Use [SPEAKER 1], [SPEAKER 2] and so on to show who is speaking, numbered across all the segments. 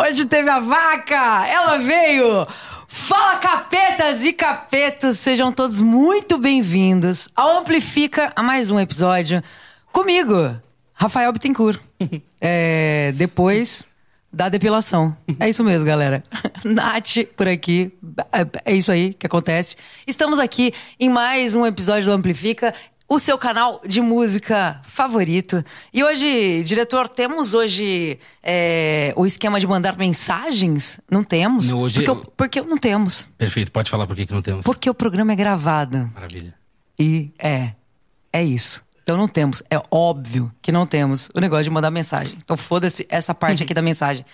[SPEAKER 1] hoje teve a vaca! Ela veio! Fala capetas e capetos, sejam todos muito bem-vindos ao Amplifica a mais um episódio comigo, Rafael Bittencourt. É, depois da depilação. É isso mesmo, galera. Nath por aqui. É isso aí que acontece. Estamos aqui em mais um episódio do Amplifica, o seu canal de música favorito. E hoje, diretor, temos hoje é, o esquema de mandar mensagens? Não temos?
[SPEAKER 2] Não, hoje-
[SPEAKER 1] porque, eu- porque eu não temos.
[SPEAKER 2] Perfeito, pode falar por que que não temos.
[SPEAKER 1] Porque o programa é gravado.
[SPEAKER 2] Maravilha.
[SPEAKER 1] E é, é isso. Então não temos, é óbvio que não temos o negócio de mandar mensagem. Então foda-se essa parte aqui da mensagem.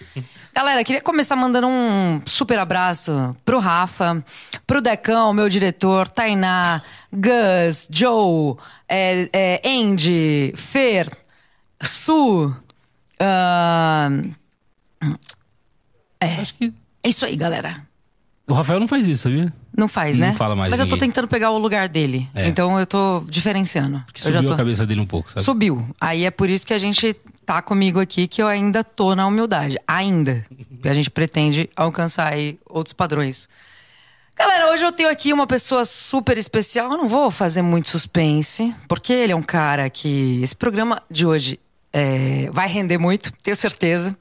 [SPEAKER 1] Galera, queria começar mandando um super abraço pro Rafa, pro Decão, meu diretor, Tainá, Gus, Joe, é, é, Andy, Fer, Su. ah,
[SPEAKER 2] Acho que
[SPEAKER 1] é isso aí, galera.
[SPEAKER 2] o Rafael não faz isso, sabia?
[SPEAKER 1] Não faz,
[SPEAKER 2] Não
[SPEAKER 1] né?
[SPEAKER 2] fala mais
[SPEAKER 1] Mas eu tô
[SPEAKER 2] ninguém.
[SPEAKER 1] tentando pegar o lugar dele.
[SPEAKER 2] É.
[SPEAKER 1] Então eu tô diferenciando.
[SPEAKER 2] Que
[SPEAKER 1] eu
[SPEAKER 2] subiu
[SPEAKER 1] já tô...
[SPEAKER 2] a cabeça dele um pouco, sabe?
[SPEAKER 1] Subiu. Aí é por isso que a gente tá comigo aqui, que eu ainda tô na humildade. Ainda. Porque a gente pretende alcançar aí outros padrões. Galera, hoje eu tenho aqui uma pessoa super especial. Eu não vou fazer muito suspense, porque ele é um cara que. Esse programa de hoje é, vai render muito, tenho certeza.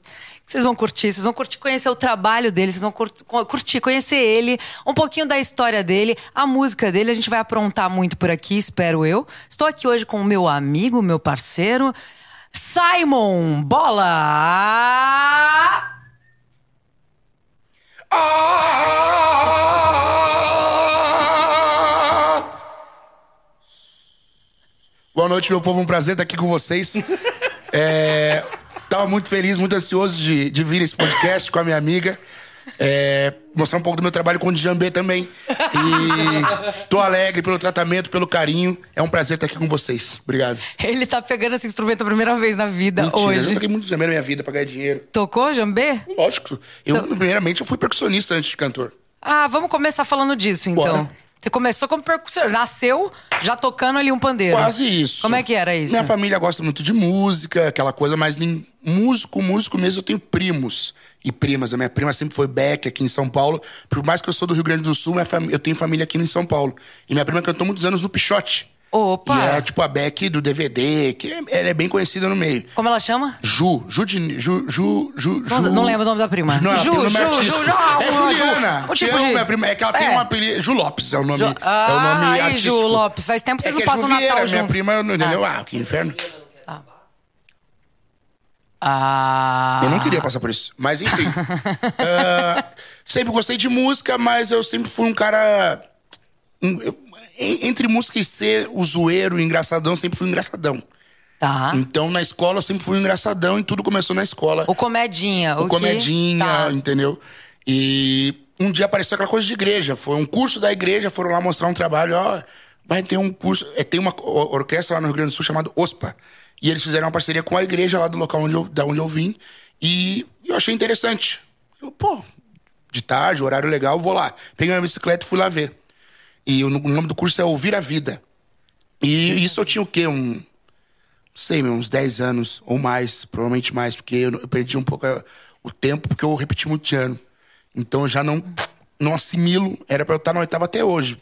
[SPEAKER 1] Que Vocês vão curtir, vocês vão curtir conhecer o trabalho dele, vocês vão cur- co- curtir conhecer ele, um pouquinho da história dele, a música dele. A gente vai aprontar muito por aqui, espero eu. Estou aqui hoje com o meu amigo, meu parceiro, Simon Bola!
[SPEAKER 3] Boa noite, meu povo. Um prazer estar aqui com vocês. É, tava muito feliz, muito ansioso de, de vir esse podcast com a minha amiga. É, mostrar um pouco do meu trabalho com o Djambê também. E tô alegre pelo tratamento, pelo carinho. É um prazer estar aqui com vocês. Obrigado.
[SPEAKER 1] Ele tá pegando esse instrumento a primeira vez na vida
[SPEAKER 3] Mentira, eu
[SPEAKER 1] hoje.
[SPEAKER 3] já toquei muito Djambê na minha vida pra ganhar dinheiro.
[SPEAKER 1] Tocou, Jambê?
[SPEAKER 3] Lógico. Eu,
[SPEAKER 1] Então-
[SPEAKER 3] primeiramente, eu fui percussionista antes de cantor.
[SPEAKER 1] Ah, vamos começar falando disso, então.
[SPEAKER 3] Bora.
[SPEAKER 1] Você começou como percussionista, nasceu já tocando ali um pandeiro.
[SPEAKER 3] Quase isso.
[SPEAKER 1] Como é que era isso?
[SPEAKER 3] Minha família gosta muito de música, aquela coisa, mas nem músico, músico mesmo, eu tenho primos e primas. A minha prima sempre foi back aqui em São Paulo. Por mais que eu sou do Rio Grande do Sul, minha fami- eu tenho família aqui em São Paulo. E minha prima cantou muitos anos no Pichote.
[SPEAKER 1] Opa!
[SPEAKER 3] E é tipo a Beck do DVD, que é- ela é bem conhecida no meio.
[SPEAKER 1] Como ela chama?
[SPEAKER 3] Ju, Ju, de, Ju, Ju, Ju,
[SPEAKER 1] Não-
[SPEAKER 3] Ju-
[SPEAKER 1] não lembro o nome da prima.
[SPEAKER 3] Ju, não,
[SPEAKER 1] Ju,
[SPEAKER 3] Ju,
[SPEAKER 1] Ju,
[SPEAKER 3] Ju,
[SPEAKER 1] Ju, Ju, ah,
[SPEAKER 3] é
[SPEAKER 1] uma Ju.
[SPEAKER 3] Juliana.
[SPEAKER 1] Um tipo
[SPEAKER 3] que é
[SPEAKER 1] de-
[SPEAKER 3] minha prima, é que ela tem
[SPEAKER 1] É.
[SPEAKER 3] um apelido, Ju Lopes é o nome,
[SPEAKER 1] Ju-
[SPEAKER 3] é o nome
[SPEAKER 1] Ah, aí,
[SPEAKER 3] artístico.
[SPEAKER 1] Ju Lopes, faz tempo que vocês
[SPEAKER 3] é
[SPEAKER 1] não
[SPEAKER 3] que é
[SPEAKER 1] passam
[SPEAKER 3] Ju Vieira,
[SPEAKER 1] Natal
[SPEAKER 3] minha
[SPEAKER 1] juntos.
[SPEAKER 3] prima, eu não entendeu? Ah, que inferno.
[SPEAKER 1] Ah.
[SPEAKER 3] Eu não queria passar por isso. Mas enfim. Ah, sempre gostei de música, mas eu sempre fui um cara. um- eu- en- entre música e ser o zoeiro, o engraçadão, eu sempre fui um engraçadão.
[SPEAKER 1] Tá.
[SPEAKER 3] Então, na escola, eu sempre fui um engraçadão e tudo começou na escola.
[SPEAKER 1] O comedinha. O,
[SPEAKER 3] O
[SPEAKER 1] que-
[SPEAKER 3] comedinha,
[SPEAKER 1] Tá.
[SPEAKER 3] entendeu? E um dia apareceu aquela coisa de igreja. Foi um curso da igreja, foram lá mostrar um trabalho, ó. Vai ter um curso. é, tem uma o- orquestra lá no Rio Grande do Sul chamada OSPA. E eles fizeram uma parceria com a igreja lá do local onde eu, da onde eu vim. E eu achei interessante. Eu, pô, de tarde, horário legal, vou lá. Peguei minha bicicleta e fui lá ver. E o o nome do curso é Ouvir a Vida. E isso eu tinha o quê? Um, não sei, meu, uns 10 anos ou mais, provavelmente mais, porque eu, eu perdi um pouco eh, o tempo, porque eu repeti muito de ano. Então eu já não, não assimilo, era pra eu estar na oitava até hoje.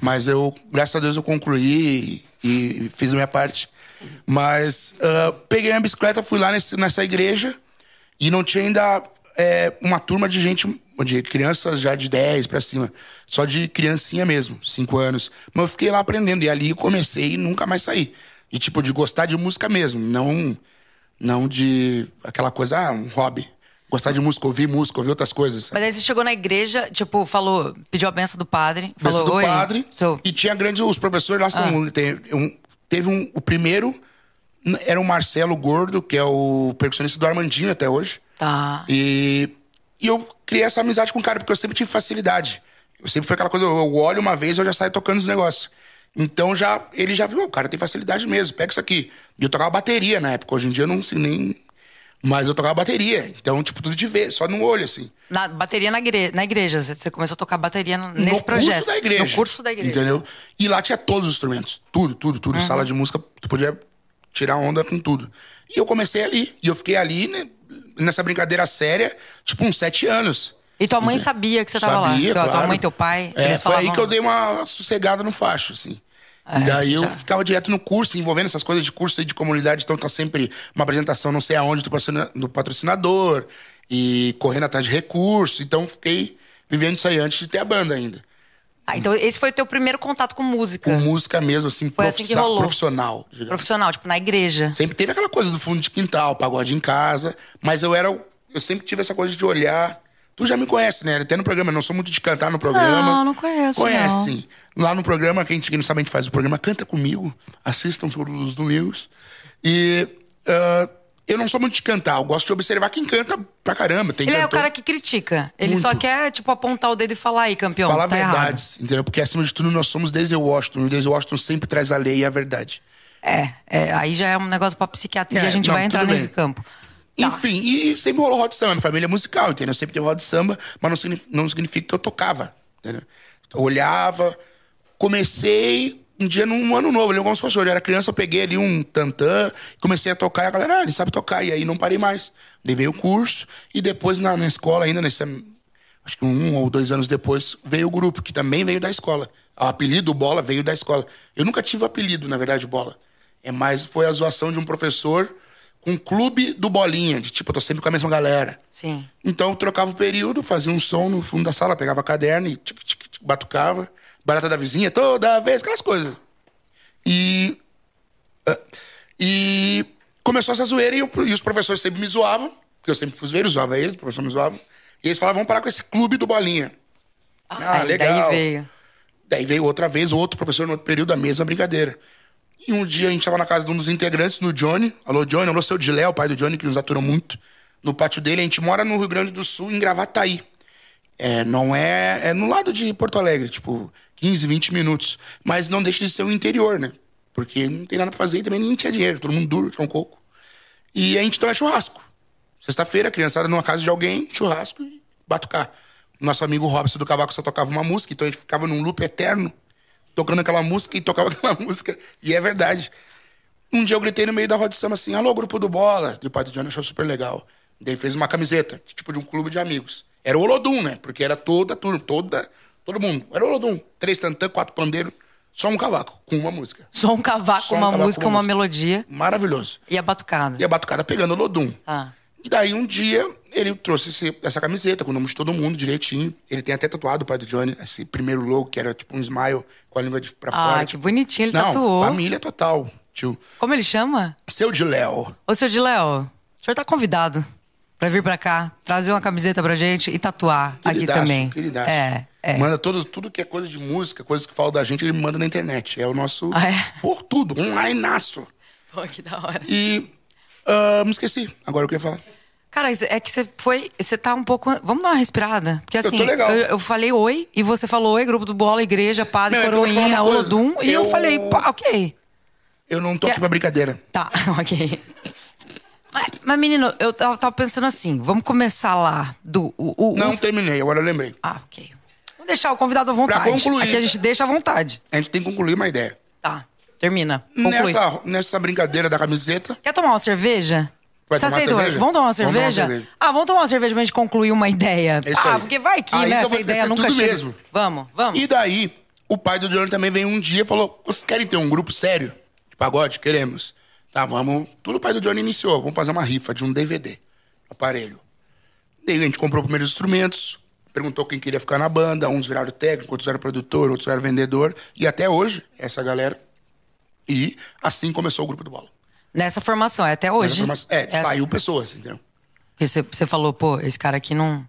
[SPEAKER 3] Mas eu, graças a Deus, eu concluí e, e fiz a minha parte. Mas ah, peguei minha bicicleta, fui lá nesse- nessa igreja e não tinha ainda eh, uma turma de gente, de crianças já de 10 pra cima. Só de criancinha mesmo, 5 anos. Mas eu fiquei lá aprendendo. E ali eu comecei e nunca mais saí. E tipo, de gostar de música mesmo. Não, não de aquela coisa, ah, um hobby. Gostar de música, ouvir música, ouvir outras coisas. sabe?
[SPEAKER 1] Mas aí você chegou na igreja, tipo, falou, pediu a benção do padre. Falou,
[SPEAKER 3] Benção do
[SPEAKER 1] oi.
[SPEAKER 3] padre.
[SPEAKER 1] Seu... Ah.
[SPEAKER 3] E tinha grandes. Os professores lá são. tem- um- teve um. O primeiro n- era o Marcelo Gordo, que é o percussionista do Armandinho até hoje.
[SPEAKER 1] Tá.
[SPEAKER 3] E, e eu criei essa amizade com o cara, porque eu sempre tive facilidade. Eu sempre foi aquela coisa, eu- eu olho uma vez eu já saio tocando os negócios. Então já, ele já viu, "Ô, o cara tem facilidade mesmo, pega isso aqui. E eu tocava bateria na época, hoje em dia eu não sei nem. Mas eu tocava bateria, então, tipo, tudo de ver, só no olho, assim.
[SPEAKER 1] Na bateria na, igre... na igreja. Você- Você começou a tocar bateria no- nesse
[SPEAKER 3] no
[SPEAKER 1] projeto.
[SPEAKER 3] curso da igreja.
[SPEAKER 1] No curso da igreja.
[SPEAKER 3] Entendeu? E lá tinha todos os instrumentos. Tudo, tudo, tudo. Sala de música, tu podia tirar onda com tudo. E eu comecei ali. E eu fiquei ali, né? nessa brincadeira séria, tipo, uns sete anos.
[SPEAKER 1] E tua mãe sabia que você tava
[SPEAKER 3] Sabia,
[SPEAKER 1] lá. Tua- Tua
[SPEAKER 3] claro.
[SPEAKER 1] mãe, teu pai.
[SPEAKER 3] É,
[SPEAKER 1] eles
[SPEAKER 3] foi aí
[SPEAKER 1] falavam- É,
[SPEAKER 3] que eu dei uma sossegada no facho, assim. e daí eu
[SPEAKER 1] já.
[SPEAKER 3] ficava direto no curso, envolvendo essas coisas de curso aí de comunidade, então tá sempre uma apresentação não sei aonde do patrocina- do patrocinador e correndo atrás de recursos. Então fiquei vivendo isso aí antes de ter a banda ainda.
[SPEAKER 1] Ah, então esse foi o teu primeiro contato com música.
[SPEAKER 3] Com música mesmo, assim,
[SPEAKER 1] Tá. Foi assim que
[SPEAKER 3] profissa-
[SPEAKER 1] rolou.
[SPEAKER 3] profissional. digamos.
[SPEAKER 1] Profissional, tipo, na igreja.
[SPEAKER 3] Sempre teve aquela coisa do fundo de quintal, pagode em casa, mas eu era. o- Eu sempre tive essa coisa de olhar. Tu já me conhece, né? Até no programa, eu não sou muito de cantar no programa.
[SPEAKER 1] Não, não conheço,
[SPEAKER 3] Conhece,
[SPEAKER 1] não.
[SPEAKER 3] sim. Lá no programa, quem, quem não sabe, a gente faz o programa Canta Comigo. Assistam todos os domingos. E. ah, eu não sou muito de cantar, eu gosto de observar quem canta pra caramba. Tem
[SPEAKER 1] Ele é o
[SPEAKER 3] cantor-
[SPEAKER 1] cara que critica. Ele
[SPEAKER 3] Muito.
[SPEAKER 1] só quer, tipo, apontar o dedo e falar aí, campeão.
[SPEAKER 3] Falar
[SPEAKER 1] tá errado.
[SPEAKER 3] verdades, entendeu? Porque acima de tudo nós somos desde Washington, e desde Washington sempre traz a lei e a verdade.
[SPEAKER 1] É, é, aí já é um negócio pra psiquiatria,
[SPEAKER 3] É,
[SPEAKER 1] a gente
[SPEAKER 3] não,
[SPEAKER 1] vai entrar
[SPEAKER 3] tudo
[SPEAKER 1] nesse
[SPEAKER 3] bem.
[SPEAKER 1] campo. Tá.
[SPEAKER 3] Enfim, e sempre rolou roda de samba. Minha família é musical, entendeu? Sempre teve roda de samba, mas não significa, não significa que eu tocava, entendeu? Eu olhava, comecei um dia num ano novo, eu lembro como se fosse hoje. Eu era criança, eu peguei ali um tantã, comecei a tocar, e a galera, ah, ele sabe tocar, e aí não parei mais. Levei o curso, e depois na, na escola ainda, nesse, acho que um ou dois anos depois, veio o grupo, que também veio da escola. O apelido Bola veio da escola. Eu nunca tive apelido, na verdade, Bola. É mais, foi a zoação de um professor com um clube do Bolinha, de tipo, eu tô sempre com a mesma galera.
[SPEAKER 1] Sim.
[SPEAKER 3] Então eu trocava o período, fazia um som no fundo da sala, pegava caderno e tic, tic, tic, batucava. Barata da vizinha, toda vez, aquelas coisas. E. ah, E começou essa zoeira e, eu- e os professores sempre me zoavam, porque eu sempre fui zoeiro, zoava eles, o professor me zoava. E eles falavam, vamos parar com esse clube do Bolinha. Ah,
[SPEAKER 1] aí,
[SPEAKER 3] legal.
[SPEAKER 1] é, Daí veio.
[SPEAKER 3] Daí veio outra vez, outro professor no outro período, a mesma brincadeira. E um dia a gente tava na casa de um dos integrantes, do Johnny. Alô, Johnny. Alô, seu Dilé, o pai do Johnny, que nos aturou muito. No pátio dele, a gente mora no Rio Grande do Sul, em Gravataí. É, não é... É no lado de Porto Alegre, tipo, 15, 20 minutos. Mas não deixa de ser o interior, né? Porque não tem nada pra fazer e também nem tinha dinheiro. Todo mundo duro, que é um coco. E a gente toma churrasco. Sexta-feira, a criançada numa casa de alguém, churrasco e batucar. Nosso amigo Robson do Cavaco só tocava uma música, então a gente ficava num loop eterno, tocando aquela música e tocava aquela música. E é verdade. Um dia eu gritei no meio da roda de samba assim, alô, grupo do Bola. E o Padre Johnny achou super legal. Daí fez uma camiseta, tipo de um clube de amigos. Era o Olodum, né? Porque era toda a turma, toda, todo mundo. Era o Olodum. Três tantã, quatro pandeiros, só um cavaco, com uma música.
[SPEAKER 1] Só um cavaco,
[SPEAKER 3] Só um
[SPEAKER 1] uma
[SPEAKER 3] cavaco,
[SPEAKER 1] música,
[SPEAKER 3] uma
[SPEAKER 1] uma
[SPEAKER 3] música.
[SPEAKER 1] melodia
[SPEAKER 3] Maravilhoso.
[SPEAKER 1] e a batucada.
[SPEAKER 3] E a batucada pegando o Olodum.
[SPEAKER 1] Ah.
[SPEAKER 3] E daí um dia ele trouxe esse- essa camiseta com o nome de todo mundo direitinho. Ele tem até tatuado o pai do Johnny, esse primeiro logo, que era tipo um smile com a língua de pra
[SPEAKER 1] Ah,
[SPEAKER 3] fora.
[SPEAKER 1] que
[SPEAKER 3] tipo,
[SPEAKER 1] bonitinho, ele
[SPEAKER 3] Não,
[SPEAKER 1] tatuou.
[SPEAKER 3] família total, tio.
[SPEAKER 1] Como ele chama?
[SPEAKER 3] Seu de Léo.
[SPEAKER 1] Ô, seu de Léo, o senhor tá convidado pra vir pra cá, trazer uma camiseta pra gente e tatuar aqui
[SPEAKER 3] Queridaço,
[SPEAKER 1] também.
[SPEAKER 3] Queridaço.
[SPEAKER 1] É, é.
[SPEAKER 3] Manda todo, tudo que é coisa de música, coisa que fala da gente, ele manda na internet. É o nosso.
[SPEAKER 1] Ah, é?
[SPEAKER 3] Por tudo, onlineaço.
[SPEAKER 1] Pô, que da hora.
[SPEAKER 3] E. ah, me esqueci. Agora o que eu ia falar.
[SPEAKER 1] Cara, isso- é que você foi. Você tá um pouco. Vamos dar uma respirada. Porque
[SPEAKER 3] tô
[SPEAKER 1] assim,
[SPEAKER 3] legal.
[SPEAKER 1] Eu, eu falei oi, e você falou oi, grupo do Bola, Igreja, Padre,
[SPEAKER 3] Não, eu vou te falar
[SPEAKER 1] Coroinha,
[SPEAKER 3] uma coisa.
[SPEAKER 1] Olodum, e eu
[SPEAKER 3] Eu-
[SPEAKER 1] falei, pá, ok.
[SPEAKER 3] Eu não tô
[SPEAKER 1] Que-
[SPEAKER 3] aqui pra brincadeira.
[SPEAKER 1] Tá, ok. Mas, mas, menino, eu tava tava pensando assim, vamos começar lá do. O, o-
[SPEAKER 3] Não
[SPEAKER 1] o-
[SPEAKER 3] terminei, agora eu lembrei.
[SPEAKER 1] Ah, ok. Vamos deixar o convidado à vontade.
[SPEAKER 3] concluir.
[SPEAKER 1] Aqui a gente deixa à vontade.
[SPEAKER 3] A gente tem que concluir uma ideia.
[SPEAKER 1] Tá, termina. Conclui.
[SPEAKER 3] Nessa, nessa brincadeira da camiseta,
[SPEAKER 1] Quer tomar uma cerveja?
[SPEAKER 3] Vai
[SPEAKER 1] Você
[SPEAKER 3] tomar
[SPEAKER 1] aceita?
[SPEAKER 3] cerveja?
[SPEAKER 1] Vamos tomar uma
[SPEAKER 3] Vamos tomar uma
[SPEAKER 1] cerveja?
[SPEAKER 3] cerveja.
[SPEAKER 1] Ah, vamos tomar uma cerveja pra gente concluir uma ideia.
[SPEAKER 3] É isso
[SPEAKER 1] ah,
[SPEAKER 3] aí.
[SPEAKER 1] porque vai que,
[SPEAKER 3] Aí
[SPEAKER 1] né?
[SPEAKER 3] então
[SPEAKER 1] Essa
[SPEAKER 3] vou
[SPEAKER 1] ideia
[SPEAKER 3] esquecer
[SPEAKER 1] nunca
[SPEAKER 3] tudo
[SPEAKER 1] chega.
[SPEAKER 3] mesmo.
[SPEAKER 1] Vamos, vamos.
[SPEAKER 3] E daí, o pai do Johnny também veio um dia e falou: Vocês querem ter um grupo sério de pagode? Queremos. Tá, vamos. Tudo o pai do Johnny iniciou. Vamos fazer uma rifa de um DVD, aparelho. Daí a gente comprou primeiros instrumentos, perguntou quem queria ficar na banda. Uns viraram técnico, outros eram produtor, outros eram vendedor. E até hoje, essa galera. E assim começou o grupo do Bola.
[SPEAKER 1] Nessa formação, é até hoje.
[SPEAKER 3] Essa formação- É,
[SPEAKER 1] Essa-
[SPEAKER 3] saiu pessoas, entendeu?
[SPEAKER 1] Porque Você você falou, pô, esse cara aqui não.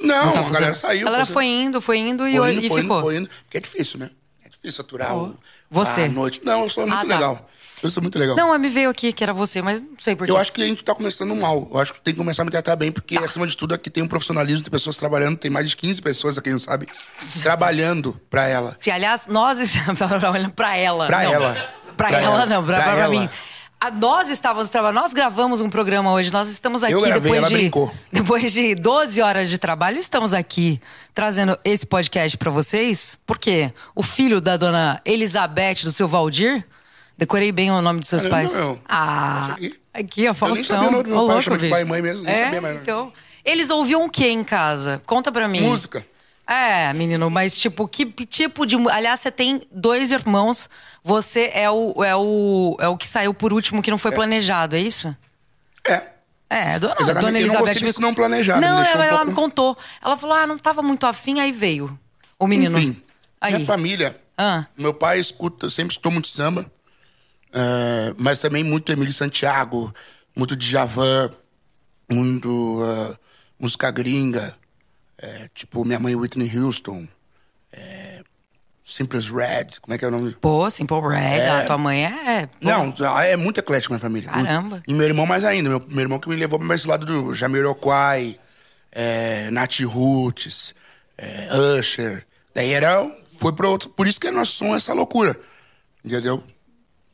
[SPEAKER 3] Não,
[SPEAKER 1] não tá
[SPEAKER 3] a
[SPEAKER 1] funcionando.
[SPEAKER 3] galera saiu.
[SPEAKER 1] A galera
[SPEAKER 3] você-
[SPEAKER 1] foi indo, foi indo e,
[SPEAKER 3] Foi
[SPEAKER 1] e
[SPEAKER 3] indo, foi
[SPEAKER 1] ficou.
[SPEAKER 3] indo, foi indo. Porque é difícil, né? É difícil aturar o,
[SPEAKER 1] Você.
[SPEAKER 3] a noite. Não, eu sou muito
[SPEAKER 1] Ah, tá.
[SPEAKER 3] legal. Eu sou muito legal.
[SPEAKER 1] Não, é mas me veio aqui que era você, mas não sei porquê.
[SPEAKER 3] eu acho que a gente tá começando mal. Eu acho que tem que começar a me tratar bem, porque acima de tudo aqui tem um profissionalismo, tem pessoas trabalhando, tem mais de 15 pessoas, aqui não sabe, trabalhando pra ela.
[SPEAKER 1] Se, aliás, nós estávamos trabalhando pra ela.
[SPEAKER 3] Pra
[SPEAKER 1] não.
[SPEAKER 3] ela.
[SPEAKER 1] Pra,
[SPEAKER 3] Pra
[SPEAKER 1] ela,
[SPEAKER 3] ela.
[SPEAKER 1] não, pra,
[SPEAKER 3] Pra
[SPEAKER 1] pra- pra
[SPEAKER 3] ela.
[SPEAKER 1] mim. Ah, nós estávamos trabalhando, nós gravamos um programa hoje, nós estamos aqui
[SPEAKER 3] Eu gravei,
[SPEAKER 1] depois
[SPEAKER 3] ela
[SPEAKER 1] de.
[SPEAKER 3] brincou.
[SPEAKER 1] Depois de 12 horas de trabalho, estamos aqui trazendo esse podcast pra vocês, porque o filho da dona Elizabeth, do seu Valdir, decorei bem o nome dos seus
[SPEAKER 3] Caramba,
[SPEAKER 1] pais.
[SPEAKER 3] meu.
[SPEAKER 1] Ah,
[SPEAKER 3] Achei que-
[SPEAKER 1] Aqui, ó, Faustão.
[SPEAKER 3] sabia o nome do meu
[SPEAKER 1] Ô,
[SPEAKER 3] pai,
[SPEAKER 1] louco,
[SPEAKER 3] chama de
[SPEAKER 1] bicho.
[SPEAKER 3] pai e mãe mesmo, nem
[SPEAKER 1] É,
[SPEAKER 3] sabia, mas-
[SPEAKER 1] então. Eles ouviam o que em casa? Conta pra mim.
[SPEAKER 3] Música.
[SPEAKER 1] É, menino, mas tipo, que p- tipo de. mu- Aliás, você tem dois irmãos, você é o, é o, é o que saiu por último que não foi planejado, é isso?
[SPEAKER 3] É.
[SPEAKER 1] É, dona,
[SPEAKER 3] Exatamente.
[SPEAKER 1] dona
[SPEAKER 3] Eu não
[SPEAKER 1] Elizabeth.
[SPEAKER 3] gostei disso não planejado, me
[SPEAKER 1] Não,
[SPEAKER 3] deixou
[SPEAKER 1] ela, é
[SPEAKER 3] um
[SPEAKER 1] ela
[SPEAKER 3] pouco-
[SPEAKER 1] me contou. Ela falou, ah, não tava muito afim, aí veio o um menino.
[SPEAKER 3] Enfim,
[SPEAKER 1] aí.
[SPEAKER 3] minha família.
[SPEAKER 1] Ah.
[SPEAKER 3] Meu pai escuta, sempre escutou muito samba, eh, mas também muito Emílio Santiago, muito Djavan, muito ah, música gringa, eh, tipo minha mãe Whitney Houston, eh, Simples Red, como é que é o nome?
[SPEAKER 1] Pô, Simple Red, a tua mãe é. é, pô,
[SPEAKER 3] Não, é muito eclético minha família.
[SPEAKER 1] Caramba.
[SPEAKER 3] E meu irmão mais ainda. Meu, meu irmão que me levou para esse lado do Jamiroquai, é, Nat Roots, é, Usher. Daí era... Foi para outro... Por isso que nosso som é essa loucura. Entendeu?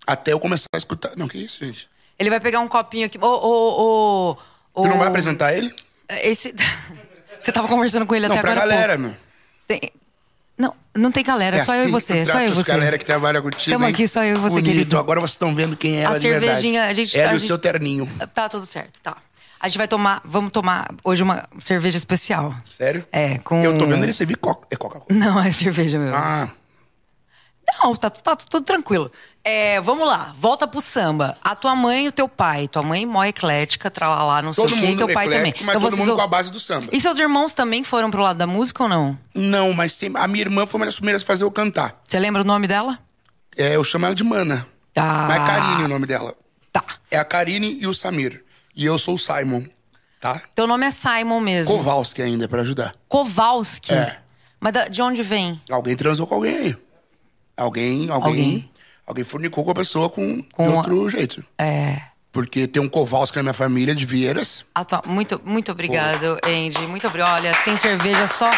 [SPEAKER 3] Até eu começar a escutar... Não, que isso, gente?
[SPEAKER 1] Ele vai pegar um copinho aqui. Ô, ô, ô. ô,
[SPEAKER 3] Tu não vai apresentar ele?
[SPEAKER 1] Esse. Você tava conversando com ele
[SPEAKER 3] Não,
[SPEAKER 1] até
[SPEAKER 3] pra
[SPEAKER 1] agora. há
[SPEAKER 3] galera, meu.
[SPEAKER 1] pouco. Tem- Não, não tem galera, é só eu e
[SPEAKER 3] assim
[SPEAKER 1] você.
[SPEAKER 3] que
[SPEAKER 1] É só
[SPEAKER 3] trata
[SPEAKER 1] eu e
[SPEAKER 3] os
[SPEAKER 1] você.
[SPEAKER 3] galera que trabalha contigo,
[SPEAKER 1] Tamo
[SPEAKER 3] hein?
[SPEAKER 1] aqui, só eu e você,
[SPEAKER 3] Bonito.
[SPEAKER 1] querido.
[SPEAKER 3] Agora vocês estão vendo quem é
[SPEAKER 1] A
[SPEAKER 3] ela de verdade.
[SPEAKER 1] cervejinha, a gente-
[SPEAKER 3] Ela
[SPEAKER 1] a
[SPEAKER 3] e o
[SPEAKER 1] gente-
[SPEAKER 3] seu terninho.
[SPEAKER 1] Tá, tudo certo, tá. A gente vai tomar. Vamos tomar hoje uma cerveja especial.
[SPEAKER 3] Sério?
[SPEAKER 1] É, com.
[SPEAKER 3] Eu tô vendo ele servir coca. É Coca-Cola.
[SPEAKER 1] Não, é cerveja mesmo.
[SPEAKER 3] Ah,
[SPEAKER 1] Não, tá, tá tudo tranquilo. É, vamos lá, volta pro samba. A tua mãe e o teu pai. Tua mãe mó eclética, tralalá, não
[SPEAKER 3] todo
[SPEAKER 1] sei o quê, e
[SPEAKER 3] mundo
[SPEAKER 1] teu pai também. Então
[SPEAKER 3] eclético, mas todo
[SPEAKER 1] vocês
[SPEAKER 3] mundo
[SPEAKER 1] ou-
[SPEAKER 3] com a base do samba.
[SPEAKER 1] E seus irmãos também foram pro lado da música ou não?
[SPEAKER 3] Não, mas sempre- a minha irmã foi uma das primeiras a fazer eu cantar.
[SPEAKER 1] Você lembra o nome dela?
[SPEAKER 3] É, eu chamo ela de Mana.
[SPEAKER 1] Tá.
[SPEAKER 3] Mas é Karine o nome dela.
[SPEAKER 1] Tá.
[SPEAKER 3] É a Karine e o Samir. E eu sou o Simon, tá?
[SPEAKER 1] Teu nome é Simon mesmo.
[SPEAKER 3] Kowalski ainda, pra ajudar.
[SPEAKER 1] Kowalski.
[SPEAKER 3] É.
[SPEAKER 1] Mas da- de onde vem?
[SPEAKER 3] Alguém transou com alguém aí. Alguém, alguém... Alguém,
[SPEAKER 1] Alguém.
[SPEAKER 3] fornicou com a pessoa com,
[SPEAKER 1] Com
[SPEAKER 3] de
[SPEAKER 1] a-
[SPEAKER 3] outro jeito.
[SPEAKER 1] É.
[SPEAKER 3] Porque tem um Kowalski na minha família de Vieiras.
[SPEAKER 1] a tua- Muito, muito obrigado, Andy. Muito obrigado. Olha, tem cerveja só,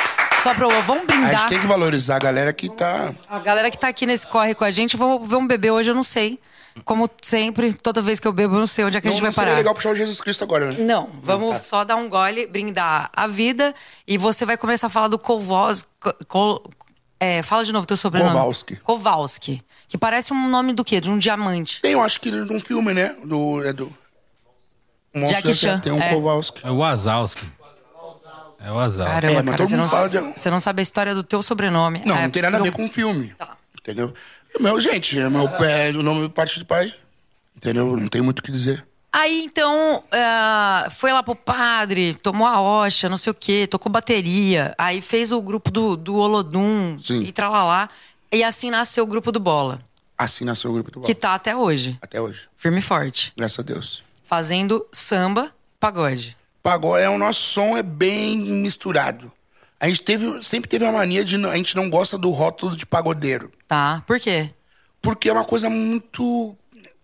[SPEAKER 1] só pra. Vamos
[SPEAKER 3] A gente
[SPEAKER 1] brindar.
[SPEAKER 3] tem que valorizar a galera que tá...
[SPEAKER 1] A galera que tá aqui nesse corre com a gente, vamos vamos beber hoje, eu não sei. Como sempre, toda vez que eu bebo, eu não sei onde é que a
[SPEAKER 3] Não,
[SPEAKER 1] gente
[SPEAKER 3] não
[SPEAKER 1] vai
[SPEAKER 3] Então seria
[SPEAKER 1] parar.
[SPEAKER 3] legal puxar o Jesus Cristo agora, né?
[SPEAKER 1] Não, vamos só dar um gole, brindar a vida e você vai começar a falar do Kowalski. é, fala de novo teu sobrenome.
[SPEAKER 3] Kowalski.
[SPEAKER 1] Kowalski. Que parece um nome do quê? De um diamante.
[SPEAKER 3] Tem, eu acho que de um filme, né? Do... É do... Monstro,
[SPEAKER 1] Chan,
[SPEAKER 3] Tem um
[SPEAKER 1] é.
[SPEAKER 3] Kowalski.
[SPEAKER 2] É o Wazowski. É o Wazowski.
[SPEAKER 1] Caramba,
[SPEAKER 3] É, mas
[SPEAKER 1] cara,
[SPEAKER 3] todo
[SPEAKER 1] você não,
[SPEAKER 3] mundo fala
[SPEAKER 1] sabe,
[SPEAKER 3] de-
[SPEAKER 1] você não sabe a história do teu sobrenome.
[SPEAKER 3] Não,
[SPEAKER 1] É,
[SPEAKER 3] não tem nada a ver
[SPEAKER 1] fica-
[SPEAKER 3] com o filme.
[SPEAKER 1] Tá.
[SPEAKER 3] Entendeu? E o meu, gente, é meu pé, o nome parte do pai. Entendeu? Não tem muito o que dizer.
[SPEAKER 1] Aí então, ah, foi lá pro padre, tomou a hoxa, não sei o quê, tocou bateria. Aí fez o grupo do, do Olodum
[SPEAKER 3] Sim.
[SPEAKER 1] e tralalá. E assim nasceu o grupo do Bola,
[SPEAKER 3] Assim nasceu o grupo do
[SPEAKER 1] que
[SPEAKER 3] Bola.
[SPEAKER 1] tá até hoje,
[SPEAKER 3] Até hoje.
[SPEAKER 1] firme e forte.
[SPEAKER 3] Graças a Deus.
[SPEAKER 1] fazendo samba, pagode.
[SPEAKER 3] Pagode é o nosso som é bem misturado. A gente teve, sempre teve a mania de n- a gente não gosta do rótulo de pagodeiro.
[SPEAKER 1] Tá? Por quê?
[SPEAKER 3] Porque é uma coisa muito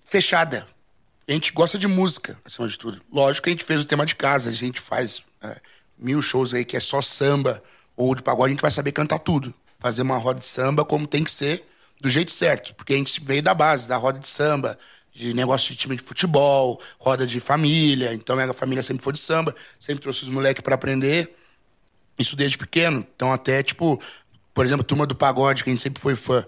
[SPEAKER 3] fechada. A gente gosta de música, acima de tudo. Lógico que a gente fez o tema de casa, a gente faz é, mil shows aí que é só samba ou de pagode, a gente vai saber cantar tudo. Fazer uma roda de samba como tem que ser, do jeito certo. Porque a gente veio da base, da roda de samba, de negócio de time de futebol, roda de família. Então a minha família sempre foi de samba, sempre trouxe os moleques pra aprender. Isso desde pequeno. Então, até, tipo, por exemplo, Turma do Pagode, que a gente sempre foi fã.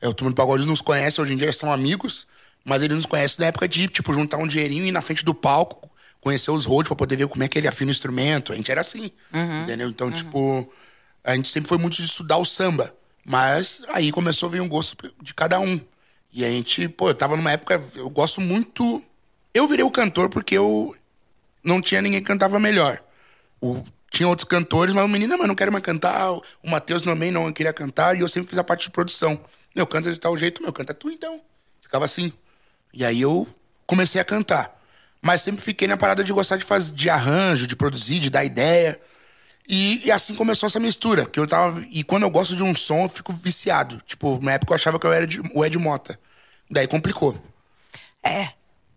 [SPEAKER 3] É, o Turma do Pagode nos conhece, hoje em dia eles são amigos, mas eles nos conhecem na época de, tipo, juntar um dinheirinho e ir na frente do palco, conhecer os roads pra poder ver como é que ele afina o instrumento. A gente era assim, entendeu? Então, tipo, a gente sempre foi muito de estudar o samba. Mas aí começou a vir um gosto de cada um. E a gente, pô, eu tava numa época, eu gosto muito. Eu virei o cantor porque eu, não tinha ninguém que cantava melhor. O- tinha outros cantores, mas o menino, "Não, mas eu não quero mais cantar. O o Matheus também não queria cantar, e eu sempre fiz a parte de produção. Meu, canta de tal jeito, meu, canta tu então. Ficava assim. E aí eu comecei a cantar. Mas sempre fiquei na parada de gostar de fazer de arranjo, de produzir, de dar ideia. E, e assim começou essa mistura. Que eu tava, e quando eu gosto de um som, eu fico viciado. Tipo, na época eu achava que eu era de- o Ed Mota. Daí complicou.
[SPEAKER 1] É.